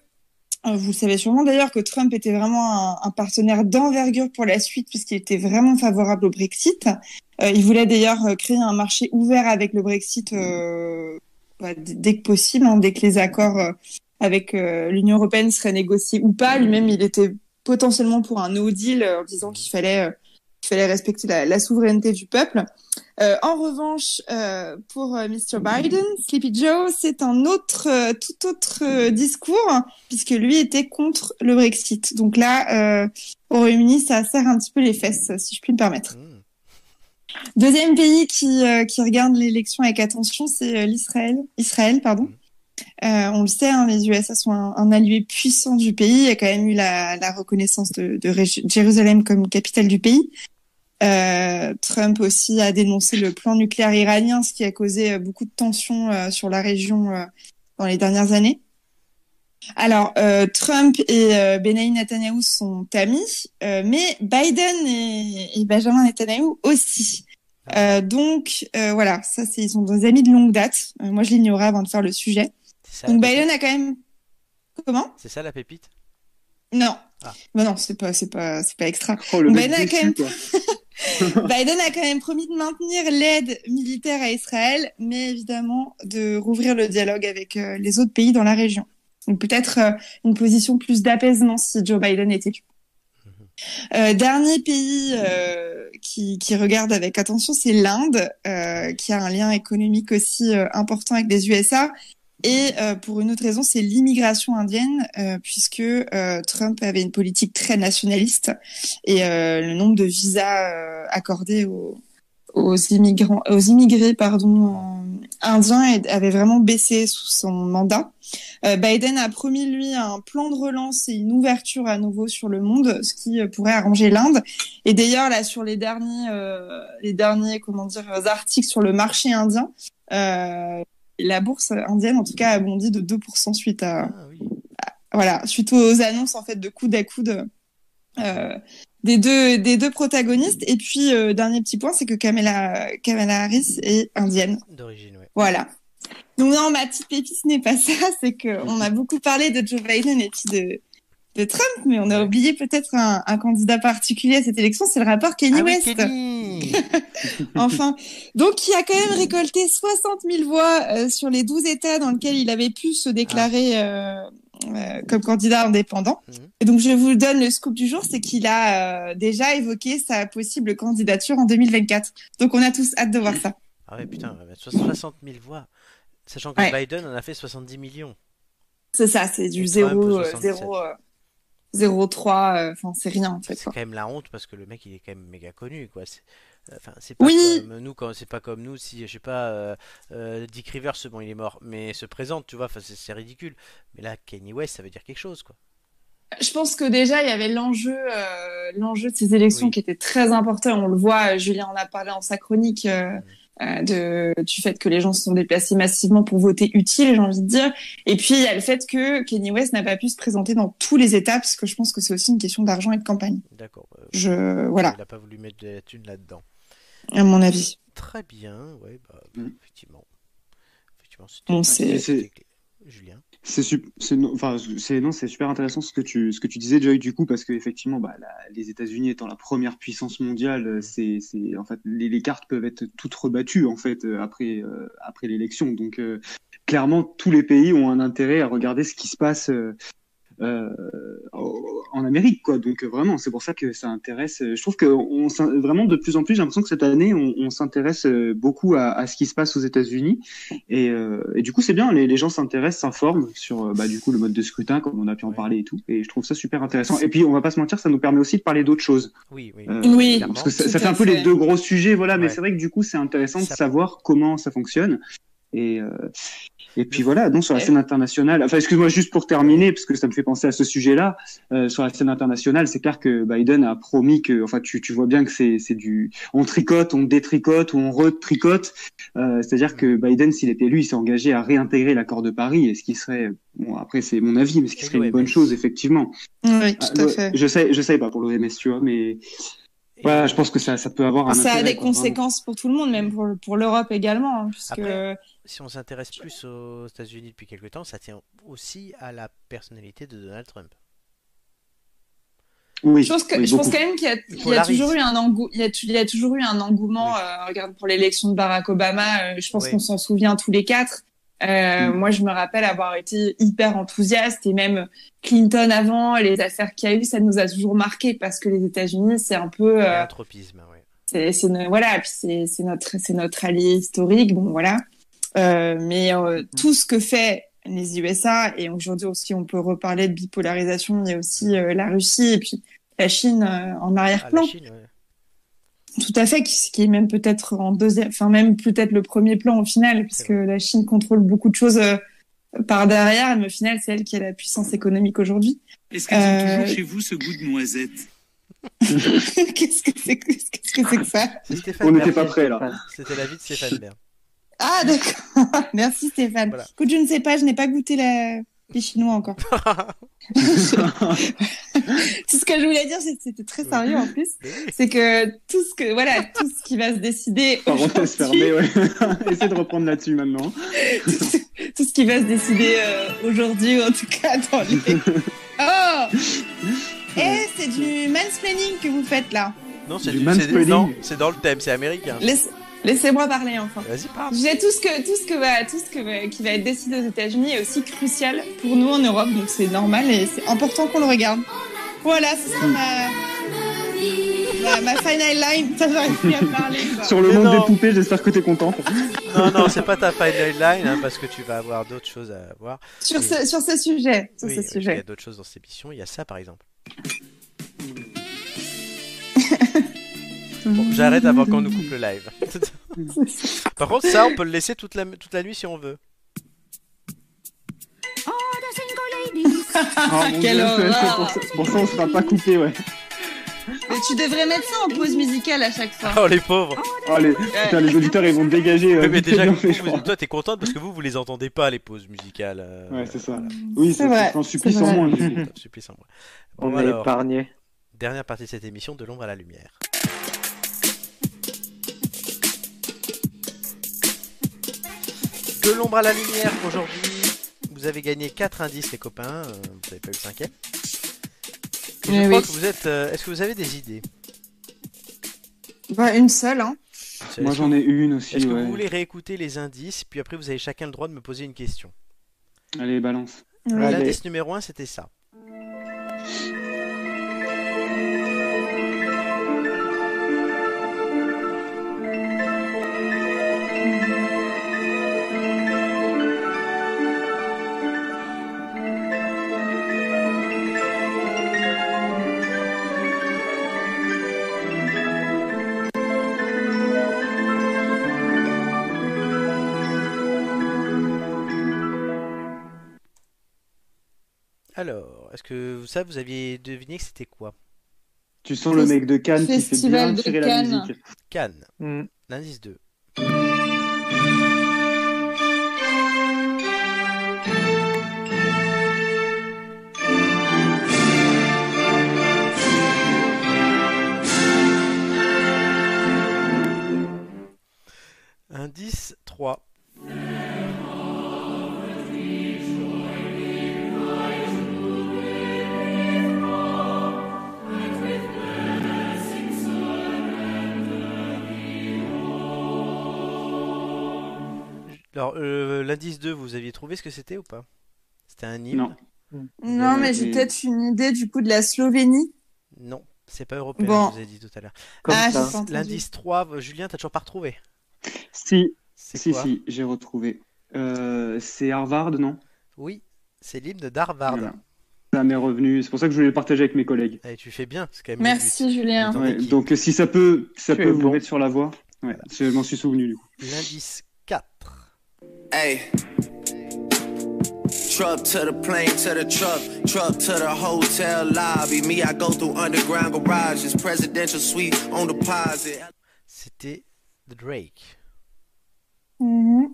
B: euh, vous le savez sûrement d'ailleurs, que Trump était vraiment un, un partenaire d'envergure pour la suite, puisqu'il était vraiment favorable au Brexit. Euh, il voulait d'ailleurs euh, créer un marché ouvert avec le Brexit euh, bah, d- dès que possible, hein, dès que les accords euh, avec euh, l'Union européenne seraient négociés ou pas. Lui-même, il était potentiellement pour un no deal euh, en disant qu'il fallait, euh, qu'il fallait respecter la, la souveraineté du peuple. Euh, en revanche, euh, pour euh, Mr. Biden, Sleepy Joe, c'est un autre, euh, tout autre euh, discours, hein, puisque lui était contre le Brexit. Donc là, euh, au Royaume-Uni, ça serre un petit peu les fesses, si je puis me permettre.
A: Hmm.
B: Deuxième pays qui, euh, qui regarde l'élection avec attention, c'est euh, l'Israël. Israël, pardon. Euh, on le sait, hein, les USA sont un, un allié puissant du pays. Il y a quand même eu la, la reconnaissance de, de Ré- Jérusalem comme capitale du pays. Euh, Trump aussi a dénoncé le plan nucléaire iranien, ce qui a causé euh, beaucoup de tensions euh, sur la région euh, dans les dernières années. Alors, euh, Trump et euh, Benjamin Netanyahu sont amis, euh, mais Biden et, et Benjamin Netanyahu aussi. Euh, donc, euh, voilà, ça, c'est, ils sont des amis de longue date. Euh, moi, je l'ignorais avant de faire le sujet.
A: C'est ça, la
B: Donc,
A: pépite
B: Biden a quand même... Comment
A: C'est ça la pépite
B: Non.
A: Ah.
B: Bah non, c'est pas, c'est pas, c'est pas extra.
D: Oh, le
B: Ben
D: mec
B: a quand
D: déçu,
B: même-
D: quoi.
B: Biden a quand même promis de maintenir l'aide militaire à Israël, mais évidemment de rouvrir le dialogue avec euh, les autres pays dans la région. Donc peut-être euh, une position plus d'apaisement si Joe Biden est élu. Euh, dernier pays euh, qui, qui regarde avec attention, c'est l'Inde, euh, qui a un lien économique aussi euh, important avec les USA. Et euh, pour une autre raison, c'est l'immigration indienne, euh, puisque euh, Trump avait une politique très nationaliste et euh, le nombre de visas euh, accordés aux, aux immigrants, aux immigrés pardon, euh, indien est- avait vraiment baissé sous son mandat. Euh, Biden a promis, lui, un plan de relance et une ouverture à nouveau sur le monde, ce qui euh, pourrait arranger l'Inde. Et d'ailleurs, là, sur les derniers, euh, les derniers, comment dire, articles sur le marché indien, euh, la bourse indienne, en tout cas, a bondi de 2% suite à,
A: Ah oui.
B: voilà, suite aux annonces en fait de coude à coude euh, des deux des deux protagonistes. Et puis euh, dernier petit point, c'est que Kamala Kamala Harris est indienne.
A: D'origine, ouais.
B: Voilà. Donc non, ma petite pépite ce n'est pas ça. [laughs] C'est que on a beaucoup parlé de Joe Biden et puis de de Trump, mais on a oublié peut-être un, un candidat particulier à cette élection, c'est le rapport Kenny
A: Ah oui,
B: West.
A: Kenny
B: Enfin, donc qui a quand même récolté 60 000 voix euh, sur les 12 États dans lesquels il avait pu se déclarer euh, euh, comme candidat indépendant.
A: Mhm.
B: Et donc je vous donne le scoop du jour, c'est qu'il a euh, déjà évoqué sa possible candidature en 2024. Donc on a tous hâte de voir ça.
A: Ah ouais, putain, on va mettre soix- 60 000 voix. Sachant que
B: Ouais.
A: Biden en a fait 70 millions.
B: C'est ça, c'est du
A: C'est quand même
B: 0,
A: plus
B: euh,
A: 77.
B: 0, euh, 0,3, euh, enfin c'est rien en fait.
A: C'est
B: quoi.
A: quand même la honte parce que le mec il est quand même méga connu quoi. C'est- euh, Enfin, c'est pas
B: Oui.
A: comme nous quand c'est pas comme nous si je sais pas euh, euh, Dick Rivers bon il est mort mais se présente tu vois enfin, c'est c'est ridicule mais là Kenny West ça veut dire quelque chose quoi
B: Je pense que déjà il y avait l'enjeu, euh, l'enjeu de ces élections
A: Oui.
B: qui était très important. On le voit, euh, Julien en a parlé en sa chronique euh, euh, de, du fait que les gens se sont déplacés massivement pour voter utile, j'ai envie de dire. Et puis il y a le fait que Kenny West n'a pas pu se présenter dans tous les États parce que je pense que c'est aussi une question d'argent et de campagne.
A: d'accord euh,
B: Je voilà,
A: il a pas voulu mettre de la thune là dedans
B: à mon avis.
A: très bien ouais bah,
D: Mm.
A: effectivement effectivement c'était
B: On
A: c'était-
D: sait.
A: c'était clé. Julien
D: C'est sup- c'est no- enfin c'est non c'est super intéressant ce que tu ce que tu disais Joy du coup parce que effectivement bah la- les États-Unis étant la première puissance mondiale euh, c'est c'est en fait les, les cartes peuvent être toutes rebattues en fait euh, après euh, après l'élection donc euh, clairement tous les pays ont un intérêt à regarder ce qui se passe euh, euh, en en Amérique quoi donc euh, vraiment c'est pour ça que ça intéresse euh, je trouve que on s'in- vraiment de plus en plus j'ai l'impression que cette année on, on s'intéresse euh, beaucoup à, à ce qui se passe aux États-Unis et, euh, et du coup, c'est bien, les, les gens s'intéressent, s'informent sur euh, bah, du coup le mode de scrutin, comme on a pu en
A: Ouais.
D: parler et tout. Et je trouve ça super intéressant. Et puis, on va pas se mentir, ça nous permet aussi de parler d'autres choses.
A: oui oui
D: Euh,
B: Oui.
A: clairement.
D: Parce que ça,
B: Tout
D: ça fait
B: à
D: un peu
B: fait.
D: les deux gros sujets, voilà. Mais
A: Ouais.
D: c'est vrai que du coup, c'est intéressant de
A: Ça-
D: savoir comment ça fonctionne. Et, euh, et puis
A: Mais-
D: voilà, donc sur la
B: Eh.
D: scène internationale, enfin excuse-moi juste pour terminer, parce que ça me fait penser à ce sujet-là, euh, sur la scène internationale, c'est clair que Biden a promis que, enfin tu, tu vois bien que c'est c'est du, on tricote, on détricote, on retricote, euh, c'est-à-dire que Biden, s'il était élu, il s'est engagé à réintégrer l'accord de Paris, et ce qui serait, bon après c'est mon avis, mais ce qui
A: Et
D: serait une
A: l'OMS.
D: bonne chose, effectivement.
B: Oui, tout
D: Ah,
B: à
D: le-
B: fait.
D: Je sais, je sais pas pour l'OMS, tu vois, mais
A: Et-
D: voilà, je pense que ça, ça peut avoir un
B: Ça a
D: intérêt,
B: des
D: quoi, vraiment.
B: conséquences pour tout le monde, même pour, pour l'Europe également, hein, puisque
A: Après- si on s'intéresse plus aux États-Unis depuis quelque temps, ça tient aussi à la personnalité de Donald Trump.
D: Oui,
B: Je pense, que,
D: oui,
B: je pense
D: beaucoup.
B: quand même qu'il y a, il y a
A: polarise.
B: toujours eu un engou- il y a, tu- il y a toujours eu un engouement.
A: Oui.
B: euh, regarde pour l'élection de Barack Obama, euh, je pense
A: Oui.
B: qu'on s'en souvient tous les quatre. Euh,
D: Mm.
B: Moi, je me rappelle avoir été hyper enthousiaste et même Clinton avant et les affaires qu'il y a eu, ça nous a toujours marqué parce que les États-Unis, c'est un peu,
A: Il y
B: euh,
A: a un tropisme, ouais.
B: c'est, c'est no- voilà, puis c'est, c'est notre, c'est notre allié historique, bon voilà. Euh, mais
A: Mm.
B: euh, tout ce que fait les USA et aujourd'hui aussi, on peut reparler de bipolarisation. Il y a aussi euh, la Russie et puis la Chine euh, en
A: Ah,
B: arrière-plan.
A: la Chine, ouais.
B: Tout à fait, qui, qui est même peut-être en deuxième, enfin même peut-être le premier plan au final,
A: C'est
B: puisque la Chine contrôle beaucoup de choses euh, par derrière, mais au final, c'est elle qui a la puissance économique aujourd'hui. [laughs]
G: Est-ce qu'elles ont
B: Euh,
G: toujours chez vous ce goût de noisette
B: qu'est-ce que c'est que, qu'est-ce que, c'est que ça
A: C'est Stéphane
D: On n'était
A: Bern.
D: pas prêts là.
A: C'était l'avis de Stéphane Bern.
B: Ah d'accord, [laughs] merci Stéphane.
A: Voilà.
B: Écoute, je ne sais pas, je n'ai pas goûté la... les Chinois encore. [laughs] tout ce que je voulais dire, c'est que c'était très sérieux en plus, c'est que tout ce que voilà, tout ce qui va se décider
D: Parenthèse
B: aujourd'hui,
D: fermée, ouais. [laughs] Essaye de reprendre là-dessus maintenant.
B: tout, ce- [laughs] tout ce qui va se décider euh, aujourd'hui, en tout cas dans les. Oh Eh, c'est du mansplaining que vous faites là.
A: Non, c'est
D: Du
A: du- c'est
D: mansplaining.
A: non, c'est dans le thème, c'est américain.
B: Laisse- Laissez-moi parler enfin.
A: Vas-y, parle.
B: J'ai tout ce que tout ce que va tout ce que va- qui va être décidé aux États-Unis est aussi crucial pour nous en Europe, donc c'est normal et c'est important qu'on le regarde. Voilà, c'est ça ma, ma ma final line. Ça j'arrive plus à parler. quoi.
D: Sur le
A: Mais
D: monde
A: non.
D: des poupées, j'espère que
B: [laughs]
D: t'es content.
A: Non, non, c'est pas ta final line [laughs] hein, parce que tu vas avoir d'autres choses à voir.
B: Sur ce sur ce sujet, sur
A: Oui, oui, il y
B: ce
A: a
B: sujet.
A: d'autres choses dans cette émission. Il y a ça, par exemple. Bon, J'arrête avant qu'on nous coupe le live.
B: [laughs]
A: Par contre, ça, on peut le laisser toute la, toute la nuit si on veut.
D: Ah, mon
B: Quelle
D: Dieu,
B: horreur.
D: pour, ça, pour ça, on sera pas coupé, ouais.
B: Mais tu devrais mettre ça en pause musicale à chaque fois.
A: Oh, les pauvres
D: Oh, les, putain, les auditeurs, ils vont dégager. euh,
A: Oui, mais
D: vite
A: déjà,
D: fait, bien
A: vous,
D: fait, je
A: vous-
D: crois.
A: toi, t'es contente parce que vous, vous les entendez pas, les pauses musicales. euh,
D: Ouais, c'est ça.
A: voilà.
D: Oui,
B: C'est
D: c'est
B: vrai,
D: c'est un supplice
B: c'est
D: en
B: vrai.
D: moins.
A: Putain, supplice en moi. Bon,
E: On est
A: alors,
E: épargné.
A: dernière partie de cette émission, de l'ombre à la lumière. De l'ombre à la lumière, aujourd'hui, vous avez gagné 4 indices, les copains. euh, vous n'avez pas eu le cinquième. Et je
B: Eh
A: crois
B: oui.
A: que vous êtes. euh, Est-ce que vous avez des idées
B: Bah, une seule, hein.
A: C'est-
D: Moi,
A: est-ce
D: j'en ai une aussi.
A: Est-ce que
D: ouais.
A: vous voulez réécouter les indices Puis après, vous avez chacun le droit de me poser une question.
D: Allez, balance.
B: Ouais.
E: Allez.
A: L'indice numéro 1, c'était ça. Alors, est-ce que ça, vous aviez deviné que c'était quoi
D: Tu sens le mec de Cannes qui fait
B: Festival
D: bien
B: de
D: tirer la
B: Cannes.
D: musique.
A: Cannes,
E: Mm.
A: l'indice 2. Indice 3. Alors, euh, l'indice 2, vous aviez trouvé ce que c'était ou pas C'était un hymne
D: Non.
B: Non, mais j'ai
D: Et-
B: peut-être une idée du coup de la Slovénie.
A: Non, c'est pas européen,
B: Bon.
A: je vous ai dit tout à l'heure.
E: Comme ça.
B: ah, j'ai pas entendu.
A: L'indice 3, euh, Julien, t'as toujours pas retrouvé
D: Si,
A: C'est
D: si,
A: quoi
D: si, j'ai retrouvé. Euh, c'est Harvard, non
A: Oui, c'est l'hymne d'Harvard.
D: Voilà. Ça m'est revenu. C'est pour ça que je voulais le partager avec mes collègues.
A: Et tu fais bien, c'est quand même le
B: Merci, Julien.
A: Dans
D: Ouais,
A: l'équipe.
D: donc, si ça peut, ça
E: Tu
D: peut
E: es
D: vous
E: bon.
D: mettre sur la voie. Ouais, je m'en suis souvenu du coup.
A: but. L'indice 4.
F: Hey. Truck to the plane, to the truck, truck to the hotel lobby. Me, I go through underground garages, presidential suite on deposit.
A: C'était The Drake.
B: Mhm.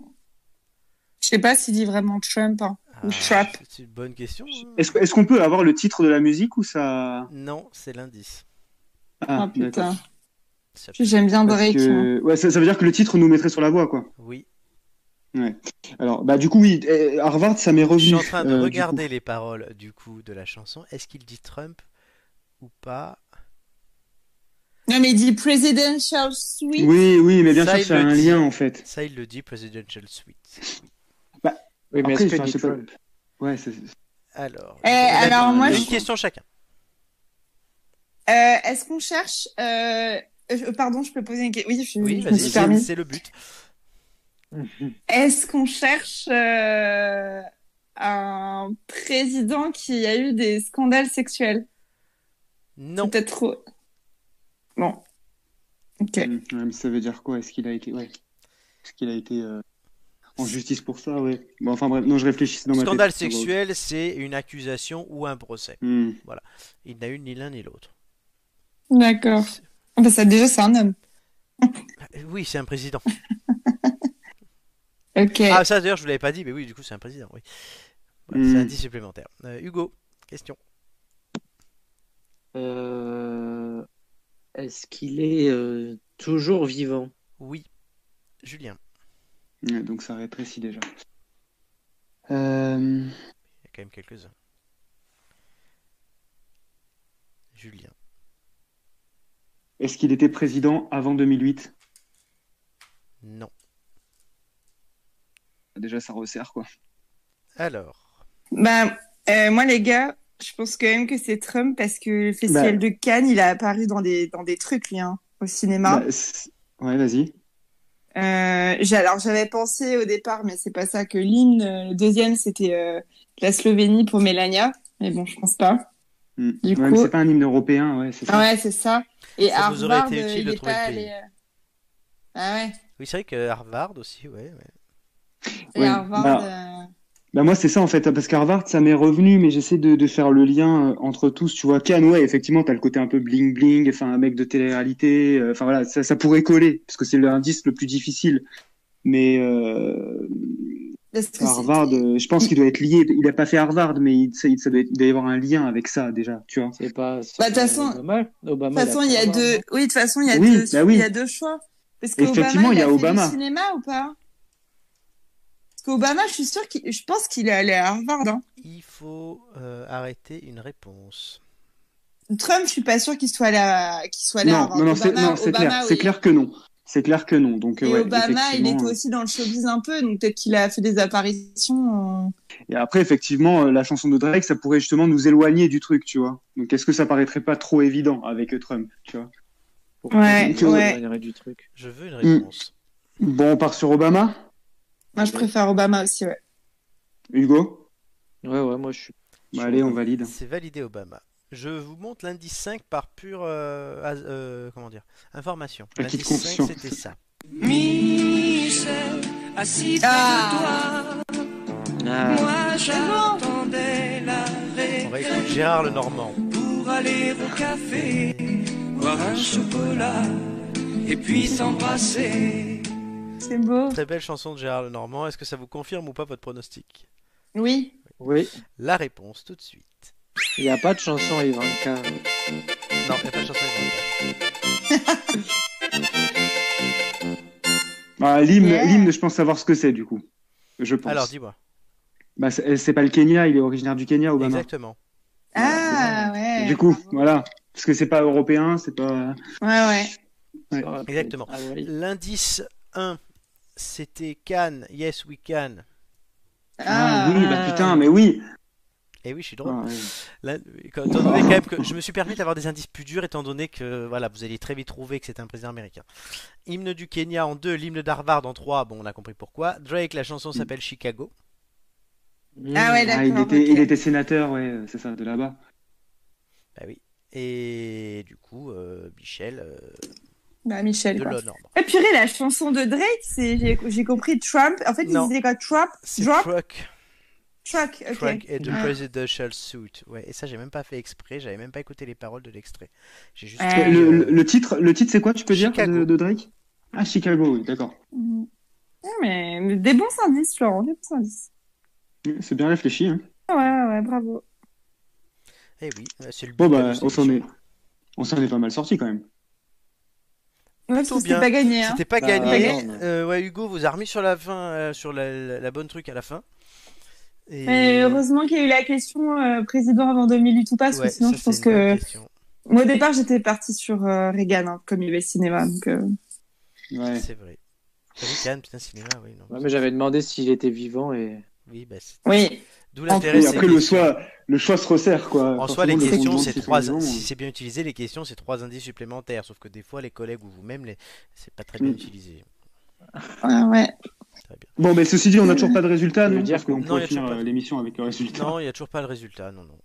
B: Je sais pas s'il dit vraiment Trump. hein. Ou Trap.
A: Ah, c'est- C'est une bonne question. hein.
D: Est-ce que- est-ce qu'on peut avoir le titre de la musique ou ça
A: Non, c'est l'indice.
B: Ah,
D: Ah, d'accord.
B: putain.
A: Ça-
B: J'aime bien
D: Parce
B: Drake. hein.
D: que... ouais, ça, ça veut dire que le titre nous mettrait sur la voie, quoi.
A: Oui,
D: Alors, bah, du coup, oui, eh, Harvard, ça m'est
A: je
D: revenu.
A: suis en train de
D: euh, du
A: regarder les paroles du coup de la chanson. Est-ce qu'il dit Trump ou pas
B: Non, mais il dit Presidential
D: coup.
B: Suite.
D: Oui, oui, mais bien
A: Ça,
D: sûr,
A: il
D: c'est
A: le
D: un
A: dit.
D: lien en fait.
A: Ça, il le dit, Presidential Suite.
E: Oui, mais
D: Après,
E: est-ce que
D: enfin,
E: dit
D: je sais pas.
E: Trump
D: Ouais, c'est-
A: Alors,
B: Eh, alors, moi,
A: une
B: je-
A: question chacun.
B: Euh, Est-ce qu'on cherche. euh, euh, Pardon, je peux poser une question. Oui, je,
A: Oui,
B: je me
A: vas-y,
B: suis
A: c'est
B: permis.
A: c'est le but.
B: Est-ce qu'on cherche euh, un président qui a eu des scandales sexuels
A: Non,
B: Peut-être trop. Bon. Ok.
D: Mm, ouais, mais ça veut dire quoi Est-ce qu'il a été, ouais. Est-ce qu'il a été euh, en justice pour ça, ouais. Bon, enfin bref, non, je réfléchissais dans ma tête.
A: scandale
D: Ça va.
A: sexuel, c'est une accusation ou un procès.
D: Mm.
A: Il n'a eu ni l'un ni l'autre.
B: D'accord. Ah bah ça, déjà, c'est un homme.
A: Ah, Oui, c'est un président.
B: Ok.
A: Ah, ça d'ailleurs, je vous l'avais pas dit, mais oui, du coup, c'est un président. Oui. Voilà,
D: Hmm.
A: C'est un indice supplémentaire. Euh, Hugo, question.
E: Euh, Est-ce qu'il est euh, toujours vivant
A: Oui. Julien,
D: Ouais, donc ça rétrécit déjà. Euh,
A: il y a quand même quelques-uns. Julien.
D: Est-ce qu'il était président avant 2008
A: Non.
D: Déjà, ça resserre quoi.
A: Alors,
B: Bah, euh, moi, les gars, je pense quand même que c'est Trump parce que le festival de
D: Bah.
B: Cannes, il a apparu dans des, dans des trucs, lui, hein, au cinéma.
D: Bah, c'est- ouais, vas-y.
B: Euh, j'ai- alors, j'avais pensé au départ, mais c'est pas ça, que l'hymne, euh, le deuxième, c'était euh, la Slovénie pour Mélania. Mais bon, je pense pas.
D: Mm.
B: Du
D: Ouais, mais
B: coup-
D: c'est pas un hymne européen, ouais, c'est ça.
B: Ah ouais, c'est ça. Et
A: Ça vous aurait
B: Harvard,
A: été
B: euh,
A: utile
B: il
A: de
B: est
A: trouver
B: pas
A: le pays.
B: allé, euh, Ah ouais.
A: Oui, c'est vrai que Harvard aussi, ouais. ouais.
B: Et
D: Ouais,
B: Harvard, euh,
D: Bah moi c'est ça en fait, parce qu'Harvard ça m'est revenu, mais j'essaie de, de faire le lien euh, entre tous. Tu vois, Can, ouais, effectivement, t'as le côté un peu bling bling, enfin un mec de télé-réalité, euh, enfin voilà, ça, ça pourrait coller, parce que c'est l'indice le plus difficile. Mais euh,
B: est-ce que
D: Harvard,
B: c'était-
D: euh, je pense qu'il doit être lié. Il a pas fait Harvard, mais il, ça, il- ça doit, être- il doit y avoir un lien avec ça déjà, tu vois.
E: C'est pas. c'est
B: Bah, de toute
E: pas
B: façon-
E: Obama.
B: De
E: Obama,
B: toute façon,
E: a
B: il y a
E: fait Harvard,
B: deux.
E: non
B: Oui, de toute façon, il y a
D: Oui,
B: deux.
D: bah oui.
B: Il y a deux choix. Parce que
D: Effectivement,
B: Obama,
D: il y a
B: fait
D: Obama.
B: du cinéma ou pas Parce qu'Obama, je suis sûre qu'il. Je pense qu'il est allé à Harvard. hein.
A: Il faut euh, arrêter une réponse.
B: Trump, je suis pas sûre qu'il soit allé à, qu'il soit allé à
D: Non,
B: Harvard.
D: non, non, c'est
B: Obama-
D: non, c'est
B: Obama,
D: clair, c'est
B: oui.
D: clair que non, c'est clair que non. Donc
B: Et
D: ouais,
B: Obama, il était
D: effectivement, euh,
B: aussi dans le showbiz un peu, donc peut-être qu'il a fait des apparitions. euh,
D: Et après, effectivement, euh, la chanson de Drake, ça pourrait justement nous éloigner du truc, tu vois. Donc, est-ce que ça paraîtrait pas trop évident avec euh, Trump, tu vois
E: Pour
B: Ouais,
E: que-
B: ouais.
E: euh, il y aurait du truc.
A: Je veux une
D: Hmm.
A: réponse.
D: Bon, on part sur Obama,
B: Moi, je préfère Obama aussi, ouais.
D: Hugo.
E: Ouais, ouais, moi je suis.
D: Bah, allez, on valide.
A: C'est validé Obama. Je vous montre l'indice 5 par pure euh, as- euh, comment dire information.
D: Acquis de
A: L'indice 5,
D: conscience.
A: c'était ça.
H: Michel, assis
B: Ah.
H: près de
D: Ah.
H: toi, moi j'attendais la
A: On va
H: récré
A: écouter Gérard le Normand.
H: pour aller au café, boire un chocolat et puis s'embrasser.
B: C'est beau.
A: [laughs] Très belle chanson de Gérard le Normand. Est-ce que ça vous confirme ou pas votre pronostic
B: Oui.
E: Oui,
A: La réponse tout de suite.
E: il n'y a pas de chanson Ivanka. euh,
A: Non, il n'y a pas de chanson. avec
D: Bah, l'hymne,
B: Yeah.
D: l'hymne, je pense savoir ce que c'est, du coup. Je
A: moi.
D: pense.
A: Alors dis-moi.
D: Bah, c'est c'est pas le Kenya, il est originaire du Kenya, Obama.
A: Exactement.
B: Ah, ouais.
D: Du coup, voilà. Parce que c'est pas européen, c'est pas.
B: Ouais, ouais.
D: Ouais.
E: Ça aurait pu
A: Exactement.
E: être Hawaï.
A: L'indice 1, c'était Can. Yes, we can.
D: Ah, oui, bah putain, mais oui.
A: Et Eh oui, je suis drôle.
D: Ah, ouais.
A: Là, quand- étant donné quand même que je me suis permis d'avoir des indices plus durs, étant donné que voilà, vous allez très vite trouver que c'est un président américain. Hymne du Kenya en 2, l'hymne d'Harvard en 3, bon on a compris pourquoi. Drake, la chanson s'appelle Chicago.
B: Ah ouais,
D: Ah, il
B: d'accord,
D: était,
B: ok.
D: il était sénateur, ouais, euh, c'est ça, de là-bas.
A: Bah oui. Et du coup, euh, Michel euh,
B: Bah, Michel,
A: de
B: quoi.
A: l'Onorbe.
B: Et purée, la chanson de Drake, c'est j'ai j'ai compris Trump. En fait,
A: Non.
B: il disait quoi Trump,
A: C'est
B: drop,
A: Truck,
B: truck. Ok.
A: Truck et The
D: Ah.
B: Ouais.
A: Presidential Suit. Ouais, et ça j'ai même pas fait exprès, j'avais même pas écouté les paroles de l'extrait. J'ai juste.
B: Ouais.
A: pris,
D: Ah. Le,
A: euh,
D: le- le titre, le titre, c'est quoi, tu peux
A: Chicago.
D: dire, de, de Drake Ah, Chicago, oui, d'accord.
B: Mm. Ouais, mais, mais des bons indices, Florent, des bons indices.
D: C'est bien réfléchi, hein.
B: Ouais, ouais, ouais, bravo.
A: Eh oui, c'est le
D: Bon,
A: but de
D: bah,
A: nos
D: on s'en est,
A: émissions.
D: on s'en est pas mal sorti quand même.
B: Ouais, parce que
A: Plutôt bien.
B: c'était pas gagné. Hein.
A: C'était pas
E: Bah,
A: gagné.
E: non, non.
A: Euh, ouais, Hugo vous a remis sur la fin, euh, sur la, la- la bonne truc à la fin. Et-
B: Mais heureusement qu'il y a eu la question euh, président avant 2008 ou pas, parce
A: Ouais,
B: que sinon
A: ça,
B: je
A: c'est
B: pense
A: une bonne
B: que.
A: question.
B: Moi, au départ, j'étais partie sur euh, Reagan, hein, comme il y avait le cinéma. Donc, euh,
D: Ouais.
A: C'est vrai. Reagan, putain, cinéma, oui, non.
E: Ouais, mais j'avais demandé s'il était vivant et.
A: Oui, bah, c'est-
B: Oui.
A: D'où l'intérêt.
D: Et
A: de ces
D: après, le
A: questions.
D: choix, le choix se resserre, quoi.
A: En
D: Forcément,
A: soi, les
D: le
A: questions,
D: fondement
A: c'est
D: de ces
A: trois.
D: saisons,
A: Si c'est bien utilisé, les questions, c'est trois indices supplémentaires. Sauf que des fois, les collègues ou vous-même, les... c'est pas très bien
D: Mm.
A: utilisé.
B: Ouais, ouais.
D: Bon, mais ceci dit, on n'a toujours pas de résultat,
E: Je veux
D: non
E: dire
D: Parce qu'on
A: non, y a
D: pourrait
A: toujours
D: finir
A: pas de-
D: euh, l'émission avec le résultat.
A: Non, il n'y a toujours pas le résultat. Non, non.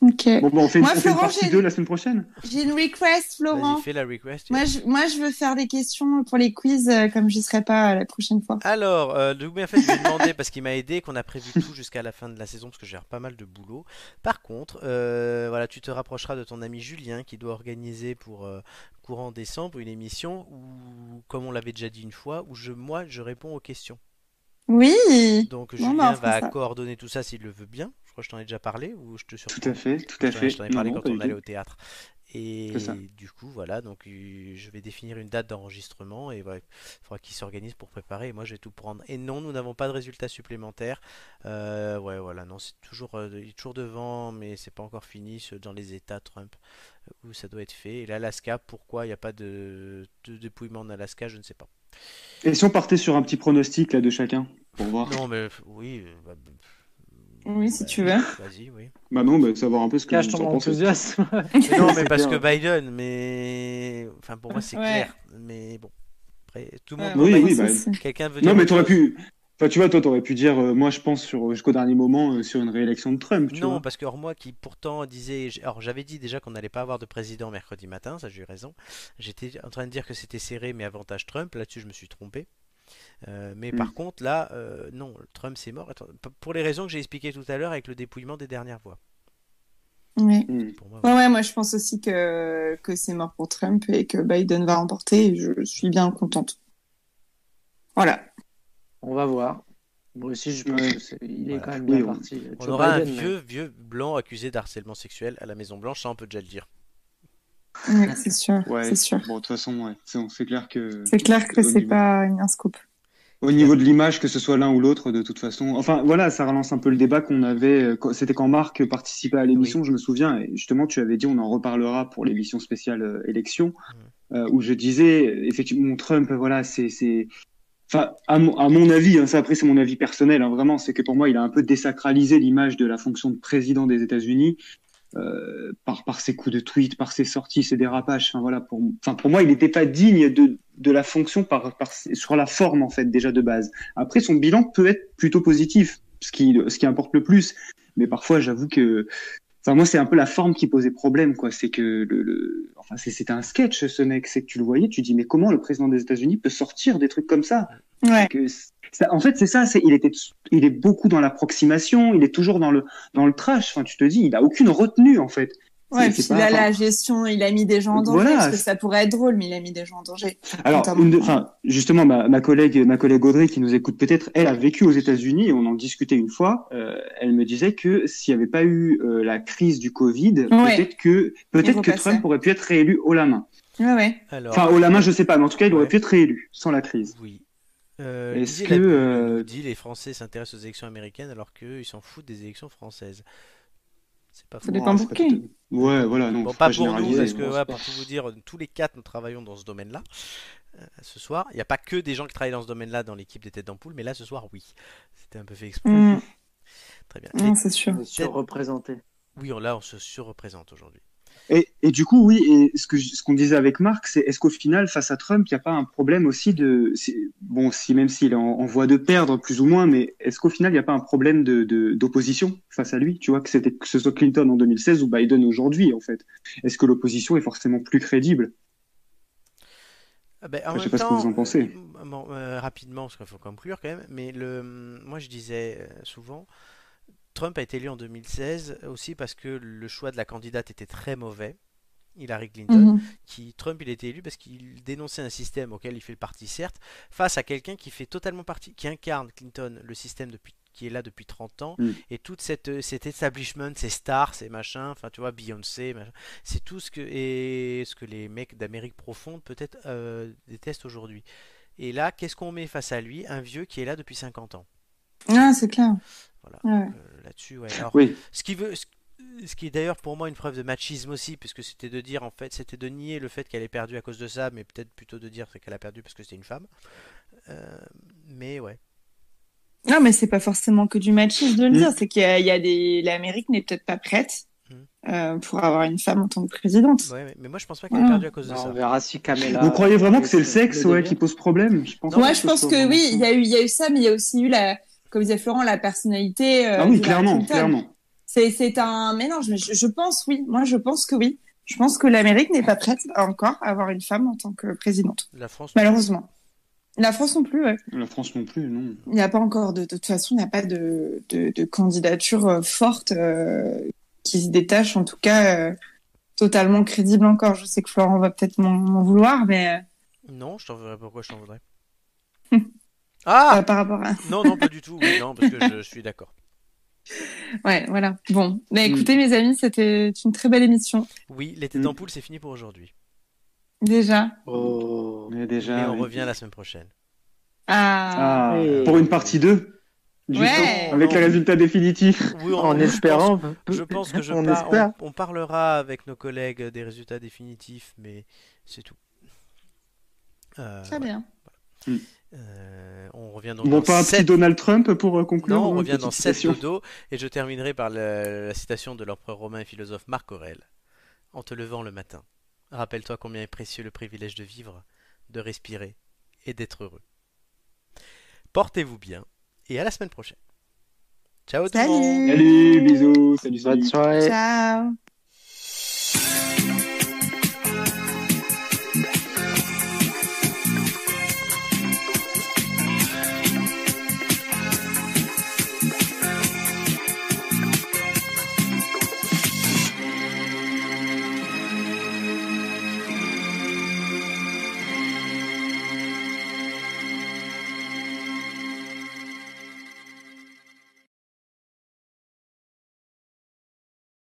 B: Ok.
D: Bon, bah, on fait,
B: Moi,
D: on fait une
B: Florent,
D: partie
B: j'ai-
D: 2 la semaine prochaine
B: J'ai une request, Florent.
A: Vas-y, fais la request.
B: Moi je, moi, je veux faire des questions pour les quiz, euh, comme je serai pas euh, la prochaine fois.
A: Alors, euh, Doug Murphy, je lui ai demandé parce qu'il m'a aidé, qu'on a prévu tout jusqu'à la fin de la saison parce que j'ai pas mal de boulot. Par contre, euh, voilà, tu te rapprocheras de ton ami Julien qui doit organiser pour euh, courant décembre une émission où, comme on l'avait déjà dit une fois, où je, moi, je réponds aux questions.
B: Oui.
A: Donc
B: Bon,
A: Julien
B: bah, on fera
A: va
B: ça.
A: coordonner tout ça s'il le veut bien. Je crois que je t'en ai déjà parlé ou je te surprends.
D: Tout à fait, tout à
A: Je t'en ai-
D: fait.
A: Je t'en ai parlé
D: Non, non,
A: quand on
D: pas du
A: allait
D: tout.
A: au théâtre. Et
D: C'est ça.
A: du coup, voilà, donc euh, je vais définir une date d'enregistrement et voilà, il faudra qu'ils s'organisent pour préparer et moi je vais tout prendre. Et non, nous n'avons pas de résultats supplémentaires. Euh, ouais, voilà, non, c'est toujours, euh, il est toujours devant, mais c'est pas encore fini ce- dans les États Trump euh, où ça doit être fait. Et l'Alaska, pourquoi il n'y a pas de, de dépouillement en Alaska, je ne sais pas.
D: Et si on partait sur un petit pronostic là de chacun Pour voir
A: Non, mais pff, oui. euh, bah,
B: Oui, si
A: bah,
B: tu veux.
A: Vas-y, oui.
D: Bah non, bah, savoir un peu ce que
E: Cache
D: vous
E: ton
D: en pensez. [laughs]
E: enthousiasme.
A: Mais non, mais
D: C'est
A: parce
D: clair.
A: que Biden, mais. Enfin, pour moi, c'est
B: Ouais.
A: clair. Mais bon. Après, tout le monde.
B: Ouais,
D: Oui,
B: Euh, ouais,
D: oui,
B: ça,
D: bah,
B: c'est-
A: Quelqu'un veut dire.
D: Non, mais
A: autre
D: t'aurais pu, Enfin, tu vois, toi, t'aurais pu dire, euh, moi, je pense sur jusqu'au dernier moment euh, sur une réélection de Trump. Tu
A: non,
D: vois.
A: parce que alors, moi qui pourtant disais, j- alors j'avais dit déjà qu'on n'allait pas avoir de président mercredi matin, ça j'ai eu raison. J'étais en train de dire que c'était serré, mais avantage Trump. Là-dessus, je me suis trompé. Euh, mais
D: Mm.
A: par contre, là, euh, non, Trump c'est mort. Attends, p- pour les raisons que j'ai expliquées tout à l'heure avec le dépouillement des dernières voix.
B: Ouais.
D: Hmm.
A: Pour moi,
B: Ouais, ouais, moi je pense aussi que, que c'est mort pour Trump et que Biden va remporter. et je suis bien contente. Voilà.
E: On va voir. Moi aussi, je pense
D: Ouais.
E: que c'est- il est
A: Voilà.
E: quand même
D: Oui,
E: bien
D: on-
E: parti.
A: On
E: Joe
A: aura
E: Biden,
A: un vieux, vieux blanc accusé d'harcèlement sexuel à la Maison Blanche, ça on peut déjà le dire.
B: Ouais, c'est sûr.
D: Ouais.
B: C'est sûr.
D: Bon, de toute façon, ouais. C'est c'est clair que
B: C'est clair que
D: Au
B: c'est
D: niveau-
B: pas une- un scoop.
D: au niveau de l'image, que ce soit l'un ou l'autre, de toute façon. Enfin, voilà, ça relance un peu le débat qu'on avait. euh, quand- C'était quand Marc participait à l'émission, je me souviens. Et justement, tu avais dit, on en reparlera pour l'émission spéciale euh, élection, euh, où je disais, euh, effectivement, Trump, voilà, c'est, c'est, enfin, à mon, à mon avis, hein, ça après c'est mon avis personnel, hein, vraiment, c'est que pour moi, il a un peu désacralisé l'image de la fonction de président des États-Unis. euh, par, par ses coups de tweet, par ses sorties, ses dérapages. Enfin, voilà, pour, enfin, pour moi, il n'était pas digne de, de la fonction par, par, sur la forme, en fait, déjà de base. Après, son bilan peut être plutôt positif, ce qui, ce qui importe le plus. Mais parfois, j'avoue que. Enfin, moi, c'est un peu la forme qui posait problème, quoi. C'est que le. le- Enfin, c'est- c'était un sketch, ce mec. C'est que tu le voyais, tu dis, mais comment le président des États-Unis peut sortir des trucs comme ça
B: Ouais.
D: que c- ça- en fait, c'est ça. C'est, il était, il est beaucoup dans l'approximation. Il est toujours dans le, dans le trash. Enfin, tu te dis, il a aucune retenue en fait.
B: Ouais,
D: c'est
B: puis
D: pas-
B: là, la gestion, il a mis des gens en danger.
D: Voilà.
B: Parce que ça pourrait être drôle, mais il a mis des gens en danger.
D: Alors,
B: Notamment.
D: une de- enfin, justement, ma, ma collègue, ma collègue Audrey, qui nous écoute peut-être, elle a vécu aux États-Unis. et On en discutait une fois. euh, elle me disait que s'il n'y avait pas eu euh, la crise du Covid,
B: Ouais.
D: peut-être que,
B: Il
D: peut-être que
B: repassait.
D: Trump aurait pu être réélu haut la main.
B: Ouais, ouais.
A: Alors,
D: Enfin, haut la main, je sais pas, mais en tout cas, il aurait
A: Ouais.
D: pu être réélu sans la crise.
A: oui. Euh,
D: Est-ce
A: Didier Labulle
D: que, euh,
A: nous dit les Français s'intéressent aux élections américaines alors qu'eux ils s'en foutent des élections françaises. C'est pas faux.
B: Ça dépend
D: Ouais, c'est
B: pour
D: pas
B: qui.
D: tout- Ouais, voilà, non.
A: Bon,
D: Ah, faut
A: pas pour nous,
D: généraliser.
A: parce que
E: on se
A: ouais,
E: parle.
A: pour tout vous dire, tous les quatre nous travaillons dans ce domaine-là. euh, ce soir, il n'y a pas que des gens qui travaillent dans ce domaine-là dans l'équipe des têtes d'ampoule, mais là ce soir, oui. C'était un peu fait exprès.
B: Mm.
A: Très bien.
B: Non,
A: Et-
B: c'est sûr.
E: mais surreprésenté.
A: oui, on, là on se surreprésente aujourd'hui.
D: Et, et du coup, oui, et ce que je- ce qu'on disait avec Marc, c'est est-ce qu'au final, face à Trump, il n'y a pas un problème aussi de c'est- bon, si même s'il est en, en voie de perdre plus ou moins, mais est-ce qu'au final, il n'y a pas un problème de de- d'opposition face à lui Tu vois que c'était que ce soit Clinton en 2016 ou Biden aujourd'hui, en fait. Est-ce que l'opposition est forcément plus crédible
A: Ah ben, en
D: Je sais
A: même
D: pas ce que
A: temps,
D: vous en pensez.
A: euh, bon, euh, rapidement, parce qu'il faut conclure quand même, mais le, moi je disais euh, souvent, Trump a été élu en 2016 aussi parce que le choix de la candidate était très mauvais, Hillary Clinton,
B: Mhm.
A: qui Trump il a été élu parce qu'il dénonçait un système auquel il fait partie certes, face à quelqu'un qui fait totalement partie, qui incarne Clinton, le système depuis qui est là depuis 30 ans,
D: Mm.
A: et toute cette euh, cet establishment, ces stars, ces machins, enfin tu vois Beyoncé, machin, c'est tout ce que et ce que les mecs d'Amérique profonde peut-être euh, détestent aujourd'hui. Et là, qu'est-ce qu'on met face à lui Un vieux qui est là depuis 50 ans.
B: Ah, c'est clair.
A: Voilà.
B: Ouais.
A: Euh, Là-dessus, ouais. Alors,
D: Oui,
A: ce qui veut, ce, ce qui est d'ailleurs pour moi une preuve de machisme aussi, puisque c'était de dire en fait, c'était de nier le fait qu'elle ait perdu à cause de ça, mais peut-être plutôt de dire qu'elle a perdu parce que c'était une femme. Euh, mais ouais.
B: Non, mais c'est pas forcément que du machisme de le
D: Mm.
B: dire. C'est qu'il y, a- il y a des. L'Amérique n'est peut-être pas prête
A: Mm.
B: euh, pour avoir une femme en tant que présidente.
A: ouais, mais- mais moi je pense pas qu'elle ait
B: Ouais.
A: perdu à cause de
E: Bah,
A: ça.
E: on verra si Kamala.
D: vous croyez vraiment que c'est le
E: Le
D: sexe, ouais,
E: délire.
D: qui pose problème Je pense.
A: Non,
B: ouais, je pense que oui, il y a eu, il y a eu ça, mais il y a aussi eu la, comme disait Florent, la personnalité. euh,
D: Ah
B: de
D: oui,
B: Hillary
D: clairement,
B: Clinton.
D: clairement.
B: C'est, c'est un mélange. mais Je, je pense oui. Moi, je pense que oui. Je pense que l'Amérique n'est pas prête à encore à avoir une femme en tant que présidente,
A: La France.
B: malheureusement. La France non plus. Ouais.
D: La France non plus, non.
B: Il n'y a pas encore de, de toute façon, il n'y a pas de, de, de candidature euh, forte euh, qui se détache, en tout cas euh, totalement crédible encore. Je sais que Florent va peut-être m'en, m'en vouloir, mais euh,
A: Non, je t'en voudrais. Pourquoi je t'en voudrais
B: Hum.
A: Ah
B: par rapport à [laughs]
A: non, non, pas du tout. Oui, non, parce que je, je suis d'accord.
B: Ouais, voilà. Bon, bah,
D: Mm.
B: écoutez mes amis, c'était une très belle émission
A: Oui, l'été
D: Mm.
A: d'ampoule, c'est fini pour aujourd'hui.
B: déjà.
E: Mmh. Oh.
D: Mais
A: Et
D: déjà.
A: on
D: oui.
A: revient la semaine prochaine.
B: Ah,
D: Ah,
E: Et-
D: pour une partie 2
B: Ouais.
D: avec les résultats définitifs.
A: Oui, on-
E: En
A: je pense-
E: espérant.
A: Je
B: Mmh,
A: pense que je
E: on
A: par-
E: espère.
A: on- on parlera avec nos collègues des résultats définitifs, mais c'est tout. Euh,
B: très
A: ouais.
B: bien.
A: Euh, on revient donc
D: Bon,
A: dans
D: pas un petit
A: sept-
D: Donald Trump pour euh, conclure
A: Non, on
D: hein,
A: revient
D: petite
A: dans 7
D: citation.
A: dodo et je terminerai par la, la citation de l'empereur romain et philosophe Marc Aurèle. En te levant le matin, rappelle-toi combien est précieux le privilège de vivre, de respirer et d'être heureux. Portez-vous bien et à la semaine prochaine. Ciao tout le monde
B: Salut.
D: Salut, bisous, salut, salut.
E: Bonne soirée.
B: Ciao.